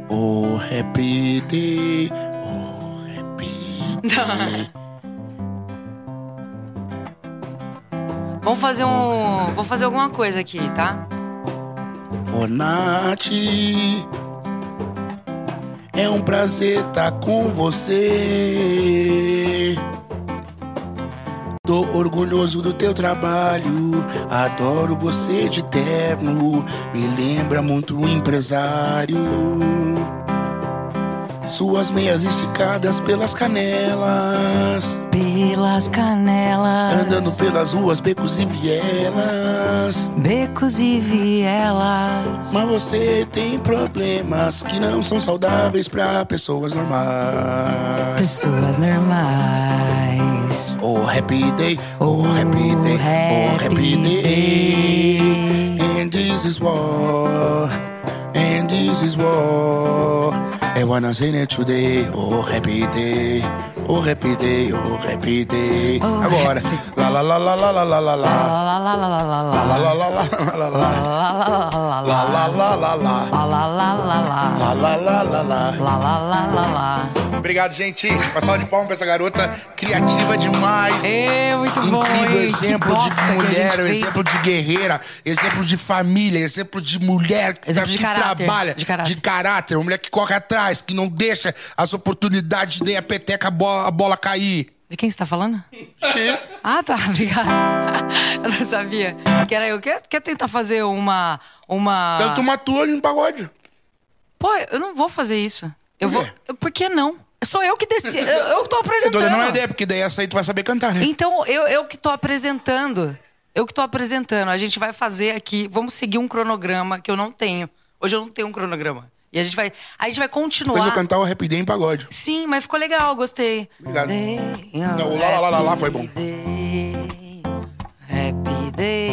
[SPEAKER 3] Oh, happy day. Oh, happy day.
[SPEAKER 1] pé. Vamos fazer um... Vou fazer alguma coisa aqui, tá?
[SPEAKER 3] oh, Nath. É um prazer estar com você. Tô orgulhoso do teu trabalho, adoro você de terno, me lembra muito um empresário. Suas meias esticadas pelas canelas,
[SPEAKER 1] Pelas canelas,
[SPEAKER 3] andando pelas ruas, becos e vielas.
[SPEAKER 1] becos e vielas.
[SPEAKER 3] Mas você tem problemas que não são saudáveis pra pessoas normais.
[SPEAKER 1] Pessoas normais.
[SPEAKER 3] Oh happy day, oh happy day, oh happy day. And this is war, and this is war. I wanna sing it today, oh happy day, oh happy day, oh happy day.
[SPEAKER 1] Oh,
[SPEAKER 3] Agora, la la la la la la la la la.
[SPEAKER 1] Lá, lá, lá, lá, lá,
[SPEAKER 3] La
[SPEAKER 1] lá.
[SPEAKER 3] la la la la la la
[SPEAKER 1] Lá, lá, lá, lá, lá.
[SPEAKER 3] la la la la la
[SPEAKER 1] Lá, lá, lá, lá, lá.
[SPEAKER 3] la la la la la.
[SPEAKER 1] Lá, lá, lá, lá, lá.
[SPEAKER 3] Obrigado, gente. Uma salva de palmas pra essa garota criativa demais.
[SPEAKER 1] É, muito bom,
[SPEAKER 3] Incrível
[SPEAKER 1] hein?
[SPEAKER 3] exemplo
[SPEAKER 1] Que bosta que a
[SPEAKER 3] de mulher, um
[SPEAKER 1] gente fez.
[SPEAKER 3] exemplo de guerreira, exemplo de família, exemplo de mulher que,
[SPEAKER 1] Exemplo de
[SPEAKER 3] que
[SPEAKER 1] caráter,
[SPEAKER 3] trabalha,
[SPEAKER 1] de caráter.
[SPEAKER 3] caráter, uma mulher que corre atrás, que não deixa as oportunidades nem a peteca a bola, a bola cair.
[SPEAKER 1] De quem você tá falando? Ah, tá, obrigada. Eu não sabia. Que era eu. Quer, quer tentar fazer uma. uma...
[SPEAKER 3] Tanto matou ele no pagode.
[SPEAKER 1] Pô, eu não vou fazer isso. Eu vou.
[SPEAKER 3] Por quê?
[SPEAKER 1] Por que não? Sou eu que decido. Eu, eu tô
[SPEAKER 3] Eu tô
[SPEAKER 1] apresentando.
[SPEAKER 3] dando uma é ideia, porque daí essa aí tu vai saber cantar, né?
[SPEAKER 1] Então, eu, eu que tô apresentando. Eu que tô apresentando. A gente vai fazer aqui. Vamos seguir um cronograma que eu não tenho. Hoje eu não tenho um cronograma. E a gente vai. A gente vai
[SPEAKER 3] Depois eu
[SPEAKER 1] continuar.
[SPEAKER 3] cantar o Rap Day em pagode.
[SPEAKER 1] Sim, mas ficou legal, gostei.
[SPEAKER 3] Obrigado.
[SPEAKER 1] Day,
[SPEAKER 3] Não, o lá, lá, lá, lá, lá foi bom.
[SPEAKER 1] Happy day, happy day.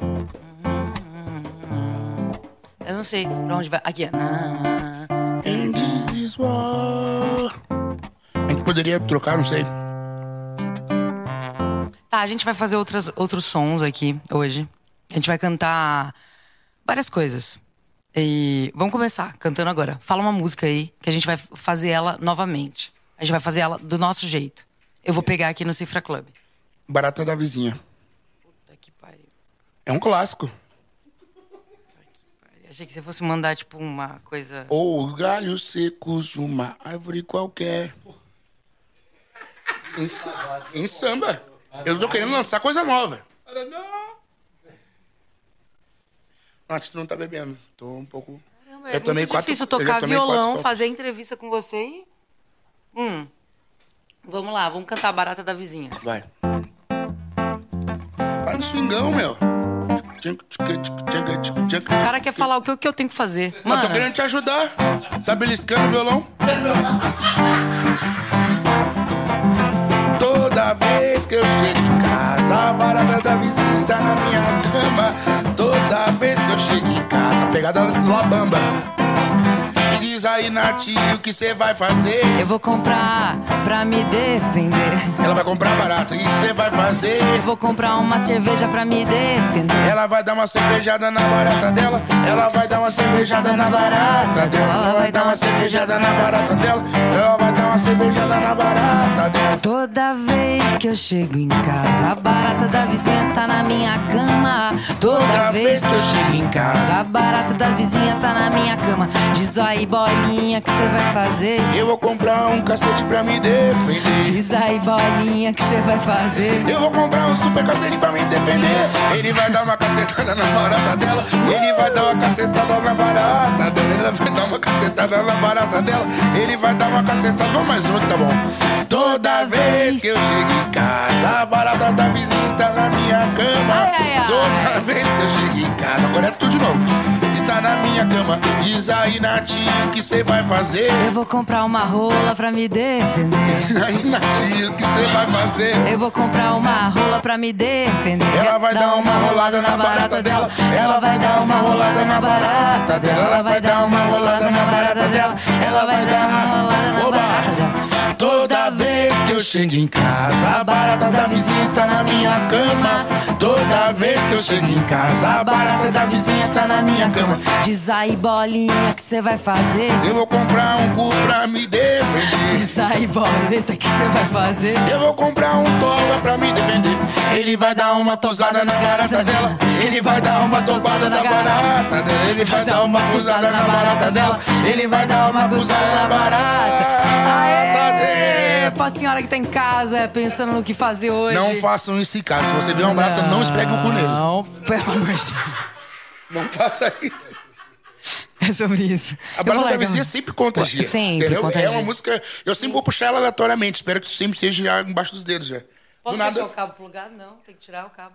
[SPEAKER 1] Hum, hum, Eu não sei pra onde vai. Aqui. Ah,
[SPEAKER 3] And this is war. A gente poderia trocar, não sei.
[SPEAKER 1] Tá, a gente vai fazer outras, outros sons aqui hoje. A gente vai cantar várias coisas. E vamos começar cantando agora. Fala uma música aí, que a gente vai fazer ela novamente. A gente vai fazer ela do nosso jeito. Eu vou pegar aqui no Cifra Club.
[SPEAKER 3] Barata da vizinha.
[SPEAKER 1] Puta que pariu.
[SPEAKER 3] É um clássico.
[SPEAKER 1] Achei que você fosse mandar, tipo, uma coisa.
[SPEAKER 3] Ou os galhos secos de uma árvore qualquer. Em, sa- em samba. Eu tô querendo lançar coisa nova. Ah, tu não tá bebendo. Tô um pouco.
[SPEAKER 1] Caramba, é
[SPEAKER 3] eu tomei quatro-
[SPEAKER 1] difícil
[SPEAKER 3] eu já
[SPEAKER 1] tocar
[SPEAKER 3] tomei quatro
[SPEAKER 1] violão,
[SPEAKER 3] copos.
[SPEAKER 1] fazer entrevista com você e. Hum. Vamos lá, vamos cantar a barata da vizinha.
[SPEAKER 3] Vai. Para no swingão, meu.
[SPEAKER 1] O cara quer falar o que eu, que eu tenho que fazer.
[SPEAKER 3] Eu
[SPEAKER 1] Mano,
[SPEAKER 3] tô querendo te ajudar. Tá beliscando o violão? Toda vez que eu chego em casa, a barata da vizinha está na minha cama. Toda vez que eu chego em casa, a pegada do labamba. E diz aí, Natinho, o que você vai fazer?
[SPEAKER 1] eu vou comprar pra me defender.
[SPEAKER 3] Ela vai comprar barata, o que você vai fazer?
[SPEAKER 1] Eu vou comprar uma cerveja pra me defender.
[SPEAKER 3] Ela vai dar uma cervejada na barata dela. Ela vai dar uma cervejada na barata dela. Ela vai dar uma cervejada na barata dela. Ela vai dar uma cervejada na barata dela.
[SPEAKER 1] Toda vez que eu chego em casa, a barata da vizinha tá na minha cama. Toda, vez que eu chego em casa, a barata da vizinha tá na minha cama. Diz aí, bolinha, que você vai fazer?
[SPEAKER 3] Eu vou comprar um cacete pra me defender.
[SPEAKER 1] Diz aí, bolinha, que você vai fazer?
[SPEAKER 3] Eu vou comprar um super cacete pra me defender. Ele vai dar uma cacetada na barata dela. Ele vai dar uma cacetada na barata dela. Ela vai dar uma cacetada na barata dela. Ele vai dar uma cacetada. Vamos mais um, tá bom? Toda vez que eu chego em casa, a barata da vizinha está na minha cama.
[SPEAKER 1] Ai, ai, ai.
[SPEAKER 3] Toda vez que eu chego em casa, agora é tudo de novo. Está na minha cama. Diz aí, Natinho, o que você vai fazer?
[SPEAKER 1] Eu vou comprar uma rola pra me defender.
[SPEAKER 3] Diz aí, Natinho, o que você vai fazer?
[SPEAKER 1] Eu vou comprar uma rola pra me defender.
[SPEAKER 3] Ela vai dar uma rolada na barata dela. Ela vai dar uma rolada na barata dela. Ela vai dar uma rolada na barata dela. Ela vai dar uma rolada na barata dela. Toda vez que eu chego em casa, a barata da vizinha está na minha cama. Toda vez que eu chego em casa, a barata da vizinha está na minha cama.
[SPEAKER 1] Diz aí, bolinha, que você vai fazer?
[SPEAKER 3] Eu vou comprar um cu pra me defender.
[SPEAKER 1] Diz aí, boleta, que você vai fazer?
[SPEAKER 3] Eu vou comprar um toba pra me defender. Ele vai dar uma tosada na barata dela. Ele vai dar uma tobada na barata dela. Ele vai dar uma cuzada na barata dela. Ele vai dar uma cuzada na barata tá
[SPEAKER 1] Aê!
[SPEAKER 3] dela.
[SPEAKER 1] Pra senhora que tá em casa pensando no que fazer hoje.
[SPEAKER 3] Não façam isso em casa. Se você vê uma barata, não espregue o cu nele.
[SPEAKER 1] Não, pelo amor de Deus.
[SPEAKER 3] Não faça isso.
[SPEAKER 1] É sobre isso.
[SPEAKER 3] A
[SPEAKER 1] Eu vou
[SPEAKER 3] Barata da
[SPEAKER 1] largar.
[SPEAKER 3] Vizinha sempre contagia.
[SPEAKER 1] Sempre
[SPEAKER 3] entendeu?
[SPEAKER 1] contagia.
[SPEAKER 3] É uma música. Eu sempre vou puxar ela aleatoriamente. Espero que sempre seja já embaixo dos dedos já.
[SPEAKER 1] Posso
[SPEAKER 3] Do
[SPEAKER 1] deixar o
[SPEAKER 3] nada.
[SPEAKER 1] cabo plugado? Não, tem que tirar o cabo.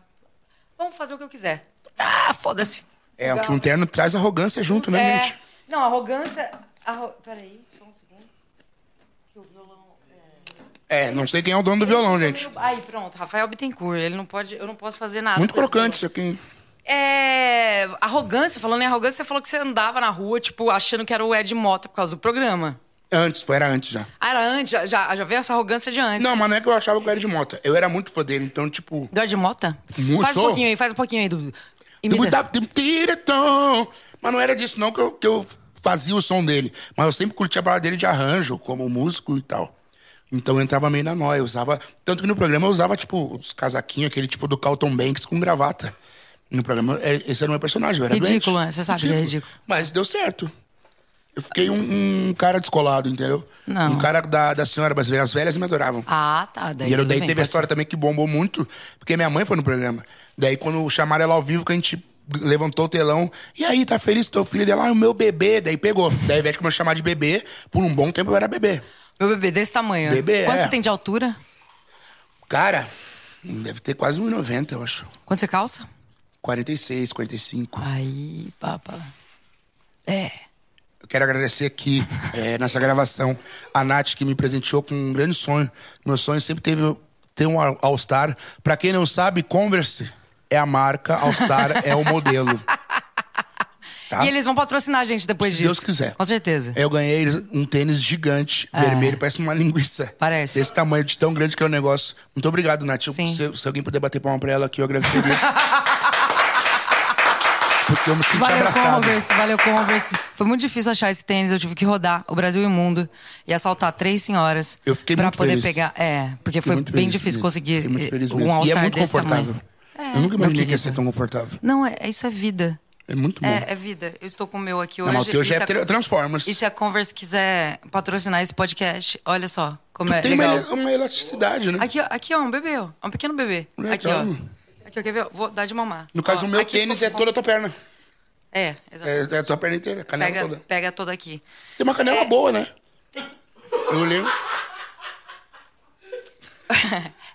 [SPEAKER 1] Vamos fazer o que eu quiser. Ah, foda-se.
[SPEAKER 3] É, o que um terno traz arrogância junto, né,
[SPEAKER 1] É,
[SPEAKER 3] gente?
[SPEAKER 1] não, arrogância. Arro... Peraí, só um segundo. Que o violão. tá
[SPEAKER 3] É, não sei quem é o dono do violão, gente.
[SPEAKER 1] Aí, pronto, Rafael Bittencourt. Ele não pode. Eu não posso fazer nada.
[SPEAKER 3] Muito
[SPEAKER 1] com esse
[SPEAKER 3] crocante isso aqui.
[SPEAKER 1] É. Arrogância, falando em arrogância, você falou que você andava na rua, tipo, achando que era o Ed Mota por causa do programa.
[SPEAKER 3] Antes, foi, era antes já.
[SPEAKER 1] Ah, era antes, já, já, já veio essa arrogância de antes.
[SPEAKER 3] Não, mas não é que eu achava que eu era de mota. Eu era muito fã dele, então, tipo.
[SPEAKER 1] Do Ed Mota?
[SPEAKER 3] Muito.
[SPEAKER 1] Faz um pouquinho aí, faz um pouquinho aí do. imita.
[SPEAKER 3] Tiritom. então." Mas não era disso, não, que eu, que eu fazia o som dele. Mas eu sempre curtia a balada dele de arranjo, como músico e tal. Então eu entrava meio na noia, eu usava. Tanto que no programa eu usava, tipo, os casaquinhos, aquele tipo do Carlton Banks com gravata. No programa, é- esse era o meu personagem, eu era
[SPEAKER 1] Ridículo,
[SPEAKER 3] doente.
[SPEAKER 1] né? Você sabe que é ridículo.
[SPEAKER 3] Mas deu certo. Eu fiquei um, um cara descolado, entendeu?
[SPEAKER 1] Não.
[SPEAKER 3] Um cara da, da senhora brasileira. As velhas me adoravam.
[SPEAKER 1] Ah, tá. Daí,
[SPEAKER 3] E era,
[SPEAKER 1] tudo
[SPEAKER 3] daí
[SPEAKER 1] bem,
[SPEAKER 3] teve a
[SPEAKER 1] pode
[SPEAKER 3] história também que bombou muito, porque minha mãe foi no programa. Daí quando chamaram ela ao vivo, que a gente levantou o telão. E aí, tá feliz teu filho dela? Ah, o meu bebê. Daí pegou. Daí a Ivete começou a chamar de bebê. Por um bom tempo eu era bebê.
[SPEAKER 1] ser. Meu bebê desse tamanho.
[SPEAKER 3] Bebê,
[SPEAKER 1] Quanto
[SPEAKER 3] é.
[SPEAKER 1] você tem de altura?
[SPEAKER 3] Cara, deve ter quase 1,90, eu acho.
[SPEAKER 1] Quanto você calça?
[SPEAKER 3] 46, 45.
[SPEAKER 1] Aí, papa. É.
[SPEAKER 3] Eu quero agradecer aqui, eh, nessa gravação, a Nath, que me presenteou com um grande sonho. Meu sonho sempre teve ter um All- All-Star. Pra quem não sabe, Converse é a marca, All-Star é o modelo. Tá?
[SPEAKER 1] E eles vão patrocinar a gente depois
[SPEAKER 3] Se
[SPEAKER 1] disso.
[SPEAKER 3] Deus quiser.
[SPEAKER 1] Com certeza.
[SPEAKER 3] Eu ganhei um tênis gigante, vermelho, parece uma linguiça.
[SPEAKER 1] É. Parece.
[SPEAKER 3] Desse tamanho, de tão grande que é o negócio. Muito obrigado, Nath. Eu-
[SPEAKER 1] Sim.
[SPEAKER 3] Se, se alguém puder bater palma pra ela aqui, eu agradeceria. Porque eu me senti
[SPEAKER 1] Valeu,
[SPEAKER 3] abraçado.
[SPEAKER 1] Converse. Valeu, Converse. Foi muito difícil achar esse tênis. Eu tive que rodar o Brasil e o mundo e assaltar três senhoras.
[SPEAKER 3] Eu fiquei
[SPEAKER 1] pra
[SPEAKER 3] muito
[SPEAKER 1] poder
[SPEAKER 3] feliz.
[SPEAKER 1] pegar. É, porque foi
[SPEAKER 3] muito
[SPEAKER 1] bem
[SPEAKER 3] feliz
[SPEAKER 1] difícil
[SPEAKER 3] mesmo.
[SPEAKER 1] conseguir
[SPEAKER 3] Fiquei muito feliz
[SPEAKER 1] eh,
[SPEAKER 3] mesmo.
[SPEAKER 1] um
[SPEAKER 3] E é
[SPEAKER 1] all-star
[SPEAKER 3] muito
[SPEAKER 1] desse
[SPEAKER 3] confortável.
[SPEAKER 1] tamanho. É,
[SPEAKER 3] eu nunca
[SPEAKER 1] meu
[SPEAKER 3] imaginei que ia
[SPEAKER 1] querido.
[SPEAKER 3] ser tão confortável.
[SPEAKER 1] Não, é, isso é vida.
[SPEAKER 3] É muito bom.
[SPEAKER 1] É, é vida. Eu estou com o meu aqui hoje.
[SPEAKER 3] Não, mas o teu
[SPEAKER 1] E
[SPEAKER 3] já
[SPEAKER 1] se
[SPEAKER 3] é
[SPEAKER 1] a-
[SPEAKER 3] tra- Transformers.
[SPEAKER 1] E se a Converse quiser patrocinar esse podcast, olha só como é
[SPEAKER 3] Tem uma,
[SPEAKER 1] legal.
[SPEAKER 3] ele- uma elasticidade, né?
[SPEAKER 1] Aqui, ó, aqui, ó, um bebê, ó. Um pequeno bebê.
[SPEAKER 3] Legal.
[SPEAKER 1] Aqui, ó. Aqui, ó, quer ver? Vou dar de mamar.
[SPEAKER 3] No caso,
[SPEAKER 1] Ó,
[SPEAKER 3] o meu
[SPEAKER 1] aqui um
[SPEAKER 3] tênis
[SPEAKER 1] ficou
[SPEAKER 3] é toda a tua perna.
[SPEAKER 1] É, exatamente.
[SPEAKER 3] É, é a tua perna inteira, a canela
[SPEAKER 1] pega, É.
[SPEAKER 3] toda.
[SPEAKER 1] pega toda aqui.
[SPEAKER 3] Tem uma canela boa, né? Eu lembro.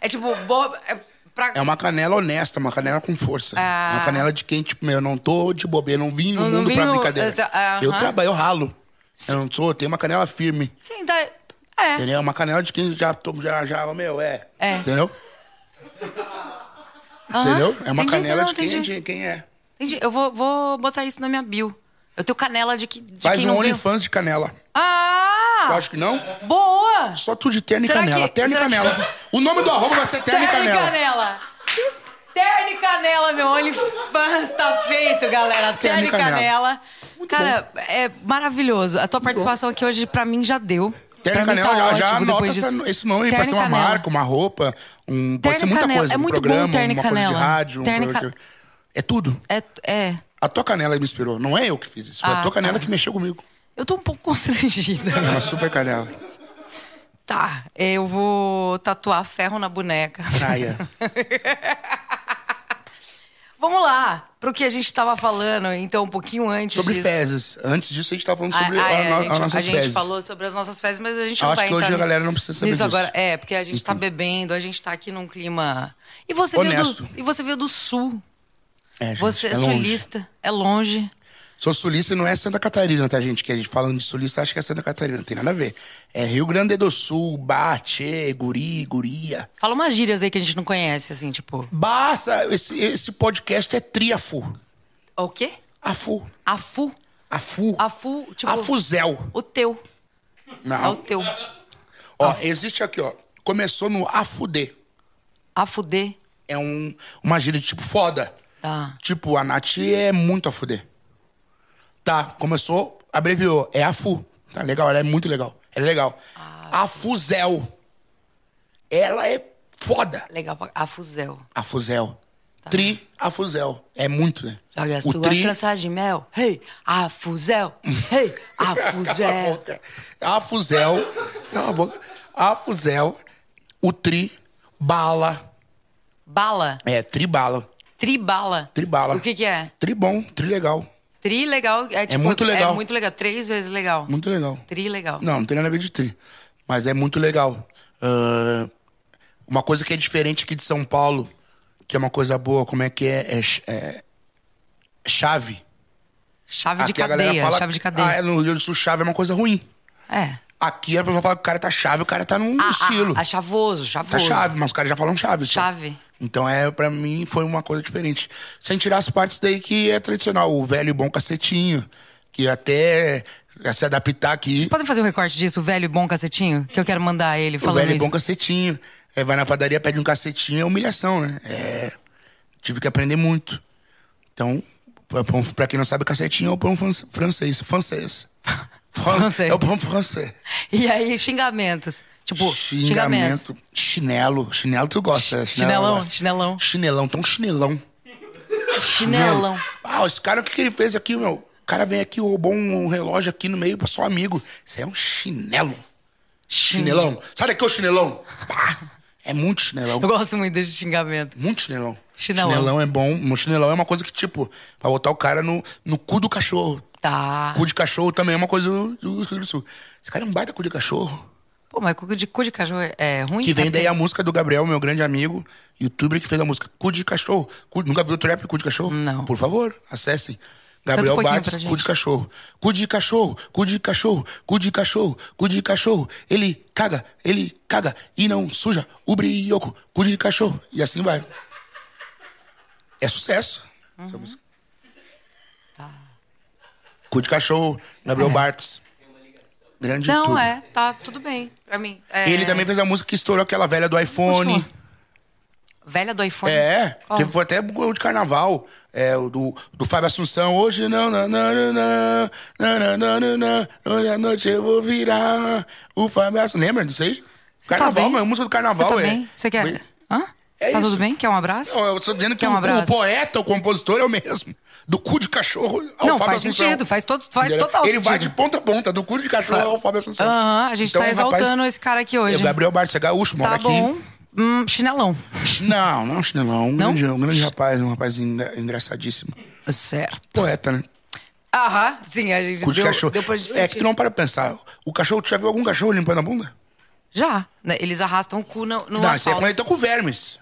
[SPEAKER 1] É tipo, boa. É, pra...
[SPEAKER 3] É uma canela honesta, uma canela com força.
[SPEAKER 1] Ah.
[SPEAKER 3] Uma canela de quem, tipo, meu, eu não tô de bobeira, não vim no
[SPEAKER 1] Não- não
[SPEAKER 3] mundo
[SPEAKER 1] vim
[SPEAKER 3] pra
[SPEAKER 1] no-
[SPEAKER 3] brincadeira.
[SPEAKER 1] eu tô- aham.
[SPEAKER 3] Eu trabalho, eu ralo. Eu não sou, eu tenho uma canela firme.
[SPEAKER 1] Sim, dá. É.
[SPEAKER 3] Entendeu? Uma canela de quem já, tô- já, já meu, é.
[SPEAKER 1] É.
[SPEAKER 3] Entendeu?
[SPEAKER 1] Aham.
[SPEAKER 3] Entendeu? É uma
[SPEAKER 1] Entendi,
[SPEAKER 3] canela
[SPEAKER 1] não,
[SPEAKER 3] de quem,
[SPEAKER 1] entendi.
[SPEAKER 3] de quem é.
[SPEAKER 1] Entendi. Eu vou, vou botar isso na minha bio. Eu tenho canela de, que, de
[SPEAKER 3] Faz
[SPEAKER 1] quem
[SPEAKER 3] um
[SPEAKER 1] não viu.
[SPEAKER 3] OnlyFans de canela.
[SPEAKER 1] Ah!
[SPEAKER 3] Eu acho que não.
[SPEAKER 1] Boa!
[SPEAKER 3] Só tu de terno
[SPEAKER 1] Será
[SPEAKER 3] e canela.
[SPEAKER 1] que-
[SPEAKER 3] Terno e
[SPEAKER 1] será que-
[SPEAKER 3] canela. O nome do arroba vai ser terno e canela.
[SPEAKER 1] canela. Terno e canela, meu OnlyFans tá feito, galera. Terno e canela. Cara, é maravilhoso. A tua participação aqui hoje, pra mim, já deu.
[SPEAKER 3] Terno e
[SPEAKER 1] Pra mim tá
[SPEAKER 3] canela, já, já
[SPEAKER 1] ótimo
[SPEAKER 3] anota
[SPEAKER 1] depois disso.
[SPEAKER 3] essa- esse nome
[SPEAKER 1] Terno
[SPEAKER 3] pode
[SPEAKER 1] e
[SPEAKER 3] ser uma
[SPEAKER 1] canela.
[SPEAKER 3] marca, uma roupa,
[SPEAKER 1] Terno
[SPEAKER 3] um,
[SPEAKER 1] e
[SPEAKER 3] pode ser muita
[SPEAKER 1] canela,
[SPEAKER 3] coisa.
[SPEAKER 1] é
[SPEAKER 3] um
[SPEAKER 1] muito bom
[SPEAKER 3] programa,
[SPEAKER 1] terno e
[SPEAKER 3] uma coisa de
[SPEAKER 1] canela.
[SPEAKER 3] rádio, um
[SPEAKER 1] Terno e
[SPEAKER 3] programa
[SPEAKER 1] ca-
[SPEAKER 3] de- É tudo.
[SPEAKER 1] É, é.
[SPEAKER 3] A tua canela me inspirou. Não é eu que fiz isso. Foi
[SPEAKER 1] Ah,
[SPEAKER 3] a tua canela
[SPEAKER 1] tá.
[SPEAKER 3] que mexeu comigo.
[SPEAKER 1] Eu tô um pouco constrangida.
[SPEAKER 3] É uma super canela.
[SPEAKER 1] Tá, eu vou tatuar ferro na boneca.
[SPEAKER 3] Praia.
[SPEAKER 1] Vamos lá, pro que a gente tava falando, então, um pouquinho antes
[SPEAKER 3] Sobre
[SPEAKER 1] disso.
[SPEAKER 3] fezes. Antes disso, a gente tava falando sobre
[SPEAKER 1] Ah,
[SPEAKER 3] a,
[SPEAKER 1] ah, é,
[SPEAKER 3] no-
[SPEAKER 1] a gente,
[SPEAKER 3] as nossas
[SPEAKER 1] a gente
[SPEAKER 3] fezes.
[SPEAKER 1] falou sobre as nossas fezes, mas a gente
[SPEAKER 3] Eu
[SPEAKER 1] não
[SPEAKER 3] acho
[SPEAKER 1] vai
[SPEAKER 3] que hoje
[SPEAKER 1] entrar
[SPEAKER 3] a galera não precisa saber
[SPEAKER 1] nisso
[SPEAKER 3] disso.
[SPEAKER 1] agora. É, porque a gente tá bebendo, a gente tá aqui num clima. E você
[SPEAKER 3] Honesto.
[SPEAKER 1] veio do, e você veio do sul.
[SPEAKER 3] É, gente,
[SPEAKER 1] Você é,
[SPEAKER 3] é longe.
[SPEAKER 1] sulista, é longe.
[SPEAKER 3] Sou sulista e não é Santa Catarina, tá, gente? Que a gente falando de sulista, acha que é Santa Catarina. Não tem nada a ver. É Rio Grande do Sul, Bate, Guri, Guria.
[SPEAKER 1] Fala umas gírias aí que a gente não conhece, assim, tipo.
[SPEAKER 3] Basta! Esse, esse podcast é triafu.
[SPEAKER 1] O quê?
[SPEAKER 3] Afu.
[SPEAKER 1] Afu.
[SPEAKER 3] Afu.
[SPEAKER 1] Afu, tipo.
[SPEAKER 3] Afuzel.
[SPEAKER 1] O teu. É o
[SPEAKER 3] Não.
[SPEAKER 1] teu.
[SPEAKER 3] Ó, existe aqui, ó. começou no a fuder.
[SPEAKER 1] A fuder.
[SPEAKER 3] É um, uma gíria de tipo foda.
[SPEAKER 1] Tá.
[SPEAKER 3] Tipo, a Nath é muito a fuder. Tá, começou, abreviou. É a Fu. Tá legal, ela é muito legal. Ela é legal.
[SPEAKER 1] Ah,
[SPEAKER 3] a Fuzel. Ela é foda.
[SPEAKER 1] Legal. pra- A fuzel.
[SPEAKER 3] A Fuzel. Tri a Fuzel. É muito, né?
[SPEAKER 1] Olha, Tá. as
[SPEAKER 3] o
[SPEAKER 1] tuas
[SPEAKER 3] tri...
[SPEAKER 1] tranças de mel. Hey, a fuzel. Hey, a
[SPEAKER 3] Cala a
[SPEAKER 1] fuzel.
[SPEAKER 3] boca. A Fuzel. Cala a boca. A Fuzel. O Tri. Bala.
[SPEAKER 1] Bala.
[SPEAKER 3] É, tribala.
[SPEAKER 1] Tribala.
[SPEAKER 3] Tribala.
[SPEAKER 1] O que que é?
[SPEAKER 3] Tri bom, tri legal.
[SPEAKER 1] Tri legal. É, tipo,
[SPEAKER 3] muito legal.
[SPEAKER 1] É muito legal. Três vezes legal.
[SPEAKER 3] Muito legal.
[SPEAKER 1] Tri legal.
[SPEAKER 3] Não, não tem nada a ver de tri. Mas é muito legal. Ah, uma coisa que é diferente aqui de São Paulo, que é uma coisa boa, como é que é? É, ch- é chave.
[SPEAKER 1] Chave de
[SPEAKER 3] Aqui a galera
[SPEAKER 1] cadeia.
[SPEAKER 3] fala-
[SPEAKER 1] Chave de
[SPEAKER 3] Ah, é,
[SPEAKER 1] cadeia.
[SPEAKER 3] no Rio Grande do Sul, chave é uma coisa ruim.
[SPEAKER 1] É.
[SPEAKER 3] Aqui a pessoa fala que o cara tá chave, o cara tá num
[SPEAKER 1] Ah,
[SPEAKER 3] estilo.
[SPEAKER 1] ah, ah, chavoso,
[SPEAKER 3] tá
[SPEAKER 1] chavoso.
[SPEAKER 3] chave, mas os caras já falam chave. só.
[SPEAKER 1] Chave.
[SPEAKER 3] Então, é, pra mim, foi uma coisa diferente. Sem tirar as partes daí que é tradicional, o velho e bom cacetinho, que até é, se adaptar aqui.
[SPEAKER 1] Vocês podem fazer um recorte disso, o velho e bom cacetinho? Que eu quero mandar ele
[SPEAKER 3] O
[SPEAKER 1] falando
[SPEAKER 3] velho é
[SPEAKER 1] isso.
[SPEAKER 3] bom cacetinho. É, vai na padaria, pede um cacetinho, é humilhação, né? É, tive que aprender muito. Então, pra, pra um- pra quem não sabe, cacetinho é o pão fran- francês. Francês. Fran-
[SPEAKER 1] Francês.
[SPEAKER 3] É o pão francês.
[SPEAKER 1] E aí, xingamentos. Tipo, xingamentos.
[SPEAKER 3] Chinelo. Chinelo tu gosta.
[SPEAKER 1] chinelão,
[SPEAKER 3] eu gosto.
[SPEAKER 1] chinelão.
[SPEAKER 3] Chinelão, tão chinelão.
[SPEAKER 1] Chinelão.
[SPEAKER 3] Ah, esse cara, o que, que ele fez aqui, meu? O cara vem aqui, roubou um relógio aqui no meio pra só amigo. Isso aí é um chinelo. Chinelão. Sai daqui, ô é chinelão. Pá. É muito chinelão.
[SPEAKER 1] Eu gosto muito desse xingamento.
[SPEAKER 3] Muito chinelão.
[SPEAKER 1] Chinelão.
[SPEAKER 3] é bom. O chinelão é uma coisa que, tipo, pra botar o cara no, no cu do cachorro.
[SPEAKER 1] Tá.
[SPEAKER 3] Cu de cachorro também é uma coisa do do Rio Grande do Sul. Esse cara é um baita cu de cachorro.
[SPEAKER 1] Pô, mas cu de, cu de cachorro é- é ruim?
[SPEAKER 3] Que vem
[SPEAKER 1] Sabe?
[SPEAKER 3] daí a música do Gabriel, meu grande amigo, youtuber que fez a música Cu de Cachorro. Cu- nunca viu o trap Cu de Cachorro?
[SPEAKER 1] Não.
[SPEAKER 3] Por favor, acessem. Gabriel
[SPEAKER 1] um pouquinho pra
[SPEAKER 3] Bates,
[SPEAKER 1] gente.
[SPEAKER 3] cu de cachorro. Cu de cachorro, cu de cachorro, cu de cachorro, cu de cachorro. Ele caga, ele caga e não suja o brioco. Cu de cachorro. E assim vai. É sucesso.
[SPEAKER 1] Uhum.
[SPEAKER 3] Essa música.
[SPEAKER 1] Tá.
[SPEAKER 3] Cu de cachorro, Gabriel Bartz. Grande
[SPEAKER 1] É. Não,
[SPEAKER 3] youtuber.
[SPEAKER 1] é. Tá, tudo bem. Pra mim. É,
[SPEAKER 3] Ele também fez a música que estourou aquela velha do iPhone.
[SPEAKER 1] Continua. Velha do iPhone.
[SPEAKER 3] É,
[SPEAKER 1] Qual?
[SPEAKER 3] teve, foi até o de carnaval. É, o do, do Fábio Assunção. Hoje não, não, não, não, não, não, não, não, não, não, hoje à noite eu vou virar o Fábio Assunção. Lembra disso aí?
[SPEAKER 1] tá
[SPEAKER 3] Carnaval,
[SPEAKER 1] bem?
[SPEAKER 3] mas é música do carnaval,
[SPEAKER 1] Você tá
[SPEAKER 3] é.
[SPEAKER 1] bem? Você quer. Hã?
[SPEAKER 3] É
[SPEAKER 1] tá
[SPEAKER 3] isso.
[SPEAKER 1] tudo bem? Quer um abraço?
[SPEAKER 3] Não, é eu tô dizendo que
[SPEAKER 1] Quer um
[SPEAKER 3] o- o,
[SPEAKER 1] abraço?
[SPEAKER 3] compoeta, o compositor é o mesmo. Do cu de cachorro ao
[SPEAKER 1] Não,
[SPEAKER 3] Fábio
[SPEAKER 1] faz
[SPEAKER 3] Assunção.
[SPEAKER 1] sentido, faz todo- faz
[SPEAKER 3] Entendeu?
[SPEAKER 1] total
[SPEAKER 3] Ele vai de Então
[SPEAKER 1] sentido.
[SPEAKER 3] ponta a ponta, do cu de cachorro ao Fábio Assunção.
[SPEAKER 1] Aham, a gente tá
[SPEAKER 3] o rapaz-
[SPEAKER 1] exaltando esse cara aqui hoje.
[SPEAKER 3] É O Gabriel Bartos é gaúcho, mora
[SPEAKER 1] tá
[SPEAKER 3] aqui.
[SPEAKER 1] bom. Hum, chinelão.
[SPEAKER 3] Não, não, chinelão. Um,
[SPEAKER 1] Não?
[SPEAKER 3] Grande, um grande rapaz, um rapaz engra- engraçadíssimo.
[SPEAKER 1] Certo.
[SPEAKER 3] Poeta, né?
[SPEAKER 1] Aham, sim, a gente
[SPEAKER 3] Cu de
[SPEAKER 1] deu,
[SPEAKER 3] cachorro.
[SPEAKER 1] deu pra gente
[SPEAKER 3] é
[SPEAKER 1] sentir.
[SPEAKER 3] que tu não para pra pensar. O cachorro, tu já viu algum cachorro limpando a bunda?
[SPEAKER 1] Já. né, Eles arrastam o cu no, no
[SPEAKER 3] não, isso é
[SPEAKER 1] asfalto.
[SPEAKER 3] quando ele tá com vermes.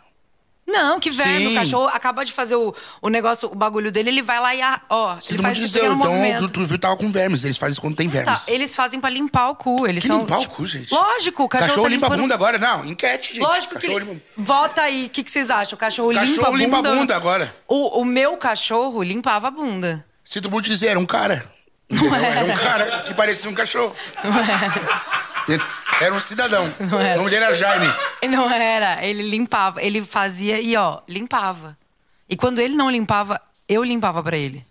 [SPEAKER 1] Não, que velho.
[SPEAKER 3] Sim.
[SPEAKER 1] O cachorro acaba de fazer o, o negócio, o bagulho dele, ele vai lá e a- ó,
[SPEAKER 3] Se
[SPEAKER 1] ele
[SPEAKER 3] tu não
[SPEAKER 1] faz
[SPEAKER 3] te
[SPEAKER 1] esse
[SPEAKER 3] dizer,
[SPEAKER 1] pequeno
[SPEAKER 3] então tu,
[SPEAKER 1] movimento.
[SPEAKER 3] tu viu tava com vermes. Eles fazem isso quando tem
[SPEAKER 1] Tá,
[SPEAKER 3] vermes.
[SPEAKER 1] eles fazem pra limpar o cu. Eles
[SPEAKER 3] Que
[SPEAKER 1] são, tipo,
[SPEAKER 3] limpar o cu, gente?
[SPEAKER 1] Lógico, o cachorro,
[SPEAKER 3] Cachorro
[SPEAKER 1] tá
[SPEAKER 3] limpa a
[SPEAKER 1] limpando-
[SPEAKER 3] bunda agora? Não, enquete, gente.
[SPEAKER 1] Lógico que
[SPEAKER 3] cachorro
[SPEAKER 1] ele...
[SPEAKER 3] limpa...
[SPEAKER 1] Volta aí, o que, que vocês acham? O cachorro,
[SPEAKER 3] Cachorro
[SPEAKER 1] limpa a bunda?
[SPEAKER 3] limpa a bunda agora.
[SPEAKER 1] O, o meu cachorro limpava a bunda.
[SPEAKER 3] Se tu não te dizer, era um cara. Entendeu? Era um cara que parecia um cachorro. Era um cidadão.
[SPEAKER 1] era.
[SPEAKER 3] O nome dele era Jaime.
[SPEAKER 1] E Não era, ele limpava, ele fazia e ó, limpava. E quando ele não limpava, eu limpava pra ele.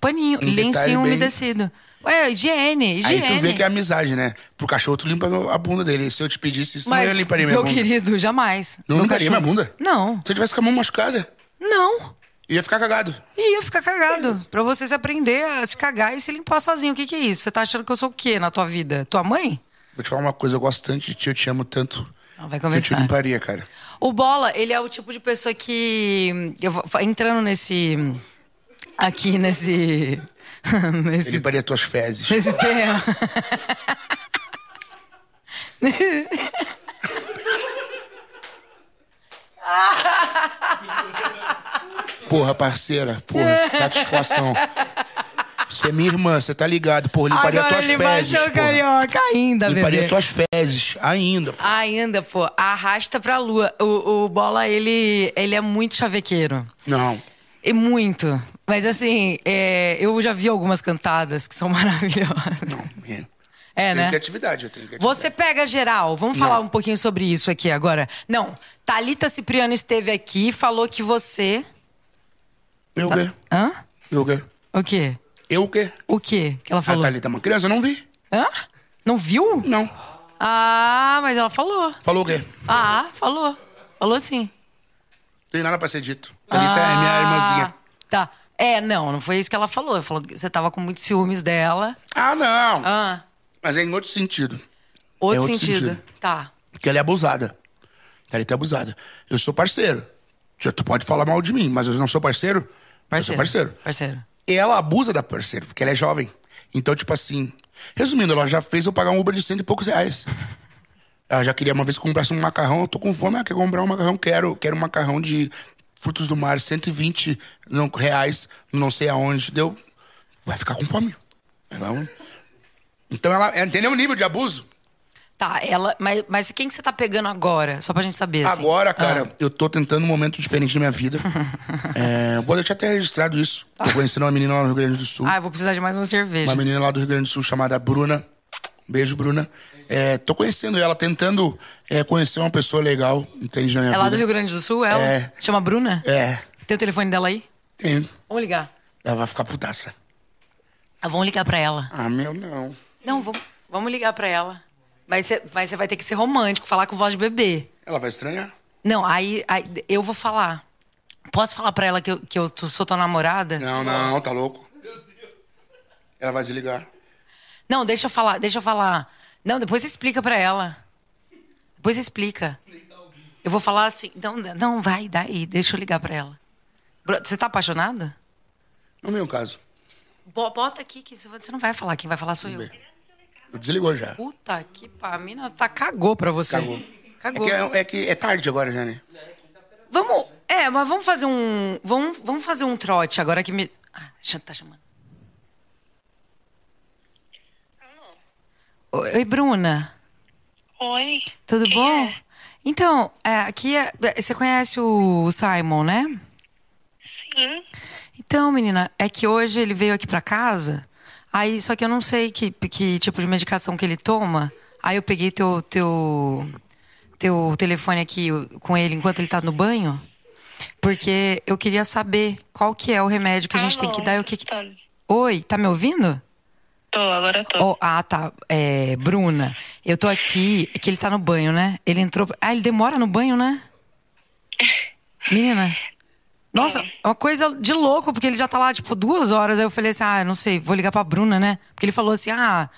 [SPEAKER 1] Paninho,
[SPEAKER 3] Um detalhe
[SPEAKER 1] lencinho
[SPEAKER 3] bem-
[SPEAKER 1] umedecido. Ué, higiene,
[SPEAKER 3] Aí
[SPEAKER 1] higiene.
[SPEAKER 3] tu vê que é amizade, né? Pro cachorro, tu limpa a bunda dele. Se eu te pedisse isso,
[SPEAKER 1] Mas,
[SPEAKER 3] eu limparia minha
[SPEAKER 1] meu
[SPEAKER 3] bunda.
[SPEAKER 1] querido, jamais.
[SPEAKER 3] Não
[SPEAKER 1] Meu
[SPEAKER 3] limparia minha
[SPEAKER 1] cachorro-
[SPEAKER 3] bunda?
[SPEAKER 1] Não,
[SPEAKER 3] Se eu tivesse com a mão machucada,
[SPEAKER 1] não.
[SPEAKER 3] eu ia ficar cagado.
[SPEAKER 1] E ia ficar
[SPEAKER 3] É
[SPEAKER 1] cagado. Pra você se aprender a se cagar e se limpar sozinho. O que, que é isso? Você tá achando que eu sou o quê na tua vida? Tua mãe?
[SPEAKER 3] Vou te falar uma coisa, eu gosto tanto de ti, eu te amo tanto.
[SPEAKER 1] Não, vai
[SPEAKER 3] que eu te
[SPEAKER 1] começar.
[SPEAKER 3] limparia, cara.
[SPEAKER 1] O Bola, ele é o tipo de pessoa que. hum, Eu vou, entrando nesse. hum, Aqui nesse.
[SPEAKER 3] Eu
[SPEAKER 1] nesse,
[SPEAKER 3] limparia tuas fezes.
[SPEAKER 1] nesse tema.
[SPEAKER 3] Porra, parceira. Porra, satisfação. Você é minha irmã, você tá ligado. Porra, limparia
[SPEAKER 1] Agora
[SPEAKER 3] tuas
[SPEAKER 1] ele
[SPEAKER 3] fezes.
[SPEAKER 1] baixou o
[SPEAKER 3] Porra.
[SPEAKER 1] carioca ainda,
[SPEAKER 3] Limparia
[SPEAKER 1] bebê.
[SPEAKER 3] tuas fezes, ainda.
[SPEAKER 1] Ainda, pô, arrasta pra lua. O, o Bola, ele, ele é muito chavequeiro.
[SPEAKER 3] Não.
[SPEAKER 1] É muito. Mas assim, é, eu já vi algumas cantadas que são maravilhosas.
[SPEAKER 3] É.
[SPEAKER 1] É,
[SPEAKER 3] tenho
[SPEAKER 1] né?
[SPEAKER 3] criatividade, eu tenho criatividade.
[SPEAKER 1] Você pega geral, vamos falar
[SPEAKER 3] Não.
[SPEAKER 1] um pouquinho sobre isso aqui agora. Não, Thalita Cipriano esteve aqui e falou que você.
[SPEAKER 3] Eu o quê?
[SPEAKER 1] Hã?
[SPEAKER 3] Eu o quê?
[SPEAKER 1] O quê?
[SPEAKER 3] Eu o quê?
[SPEAKER 1] O quê que ela
[SPEAKER 3] A
[SPEAKER 1] falou?
[SPEAKER 3] Thalita é uma criança? Eu não vi.
[SPEAKER 1] Hã? Não viu?
[SPEAKER 3] Não.
[SPEAKER 1] Ah, mas ela falou.
[SPEAKER 3] Falou o quê?
[SPEAKER 1] Ah, falou. Falou sim.
[SPEAKER 3] Tem nada pra ser dito. Thalita é minha irmãzinha.
[SPEAKER 1] Tá. É, não, não foi isso que ela falou. Ela falou que você tava com muitos ciúmes dela.
[SPEAKER 3] Ah, não.
[SPEAKER 1] Ah,
[SPEAKER 3] Mas é em outro sentido.
[SPEAKER 1] outro,
[SPEAKER 3] É outro
[SPEAKER 1] sentido.
[SPEAKER 3] sentido.
[SPEAKER 1] Tá.
[SPEAKER 3] Porque ela é abusada. Thalita é abusada. Eu sou parceiro. Já Tu pode falar mal de mim, mas eu não sou parceiro. Eu sou
[SPEAKER 1] Parceiro.
[SPEAKER 3] parceiro.
[SPEAKER 1] Parceiro.
[SPEAKER 3] Ela abusa da parceira, porque ela é jovem. Então, tipo assim. Resumindo, ela já fez eu pagar um Uber de cento e poucos reais. Ela já queria uma vez que eu comprasse um macarrão. Eu tô com fome, ah, quer comprar um macarrão? Quero, quero um macarrão de frutos do mar, 120 não, reais, não sei aonde. Deu. Vai ficar com fome. Ela- Então ela. Entendeu o nível de abuso?
[SPEAKER 1] Tá, ela. Mas, mas quem que você tá pegando agora? Só pra gente saber. assim.
[SPEAKER 3] Agora, cara,
[SPEAKER 1] Ah,
[SPEAKER 3] eu tô tentando um momento diferente na minha vida. É, vou deixar até registrado isso. Tô conhecendo uma menina lá no Rio Grande do Sul.
[SPEAKER 1] Ah, eu vou precisar de mais uma cerveja.
[SPEAKER 3] Uma menina lá do Rio Grande do Sul chamada Bruna. Beijo, Bruna. É, tô conhecendo ela, tentando é, conhecer uma pessoa legal, entende? Na minha
[SPEAKER 1] É lá
[SPEAKER 3] vida.
[SPEAKER 1] do Rio Grande do Sul, ela?
[SPEAKER 3] É.
[SPEAKER 1] Chama Bruna?
[SPEAKER 3] É,
[SPEAKER 1] Tem o telefone dela aí?
[SPEAKER 3] tem.
[SPEAKER 1] Vamos ligar.
[SPEAKER 3] Ela vai ficar putaça.
[SPEAKER 1] Ah, vamos ligar pra ela.
[SPEAKER 3] Ah, meu não.
[SPEAKER 1] Não, vamos, vamos ligar pra ela. Mas você mas você vai ter que ser romântico, falar com voz de bebê.
[SPEAKER 3] Ela vai estranhar?
[SPEAKER 1] Não, aí, aí eu vou falar. Posso falar pra ela que eu, que eu tô- sou tua namorada?
[SPEAKER 3] Não, não, tá louco. Ela vai desligar.
[SPEAKER 1] Não, deixa eu falar, deixa eu falar. Não, depois você explica pra ela. Depois você explica. Eu vou falar assim. Não, não, vai, daí, deixa eu ligar pra ela. Bro, Você tá apaixonado?
[SPEAKER 3] Não é meu caso.
[SPEAKER 1] Bo- Bota aqui que você não vai falar, quem vai falar sou eu.
[SPEAKER 3] Desligou já.
[SPEAKER 1] Puta que pá, a mina tá cagou pra você.
[SPEAKER 3] Cagou. É
[SPEAKER 1] Cagou.
[SPEAKER 3] que é, é que é tarde agora, já, né?
[SPEAKER 1] Vamos. É, mas vamos fazer um. Vamos, vamos fazer um trote agora que me. Ah, já tá chamando. Oi, Bruna.
[SPEAKER 4] Oi,
[SPEAKER 1] Tudo bom? Então, é, aqui é- você conhece o Simon, né?
[SPEAKER 4] sim.
[SPEAKER 1] Então, menina, é que hoje ele veio aqui pra casa. Aí, só que eu não sei que, que tipo de medicação que ele toma. Aí eu peguei teu teu teu telefone aqui com ele enquanto ele tá no banho, porque eu queria saber qual que é o remédio que a gente tem que dar e o que, que...
[SPEAKER 4] Tô,
[SPEAKER 1] Oi, tá me ouvindo?
[SPEAKER 4] tô, agora tô.
[SPEAKER 1] Oh, ah, tá. É, Bruna, eu tô aqui. É que ele tá no banho, né? Ele entrou. Ah, ele demora no banho, né? Menina. Nossa, é uma coisa de louco, porque ele já tá lá, tipo, duas horas. Aí eu falei assim: ah, não sei, vou ligar pra Bruna, né? Porque ele falou assim: ah,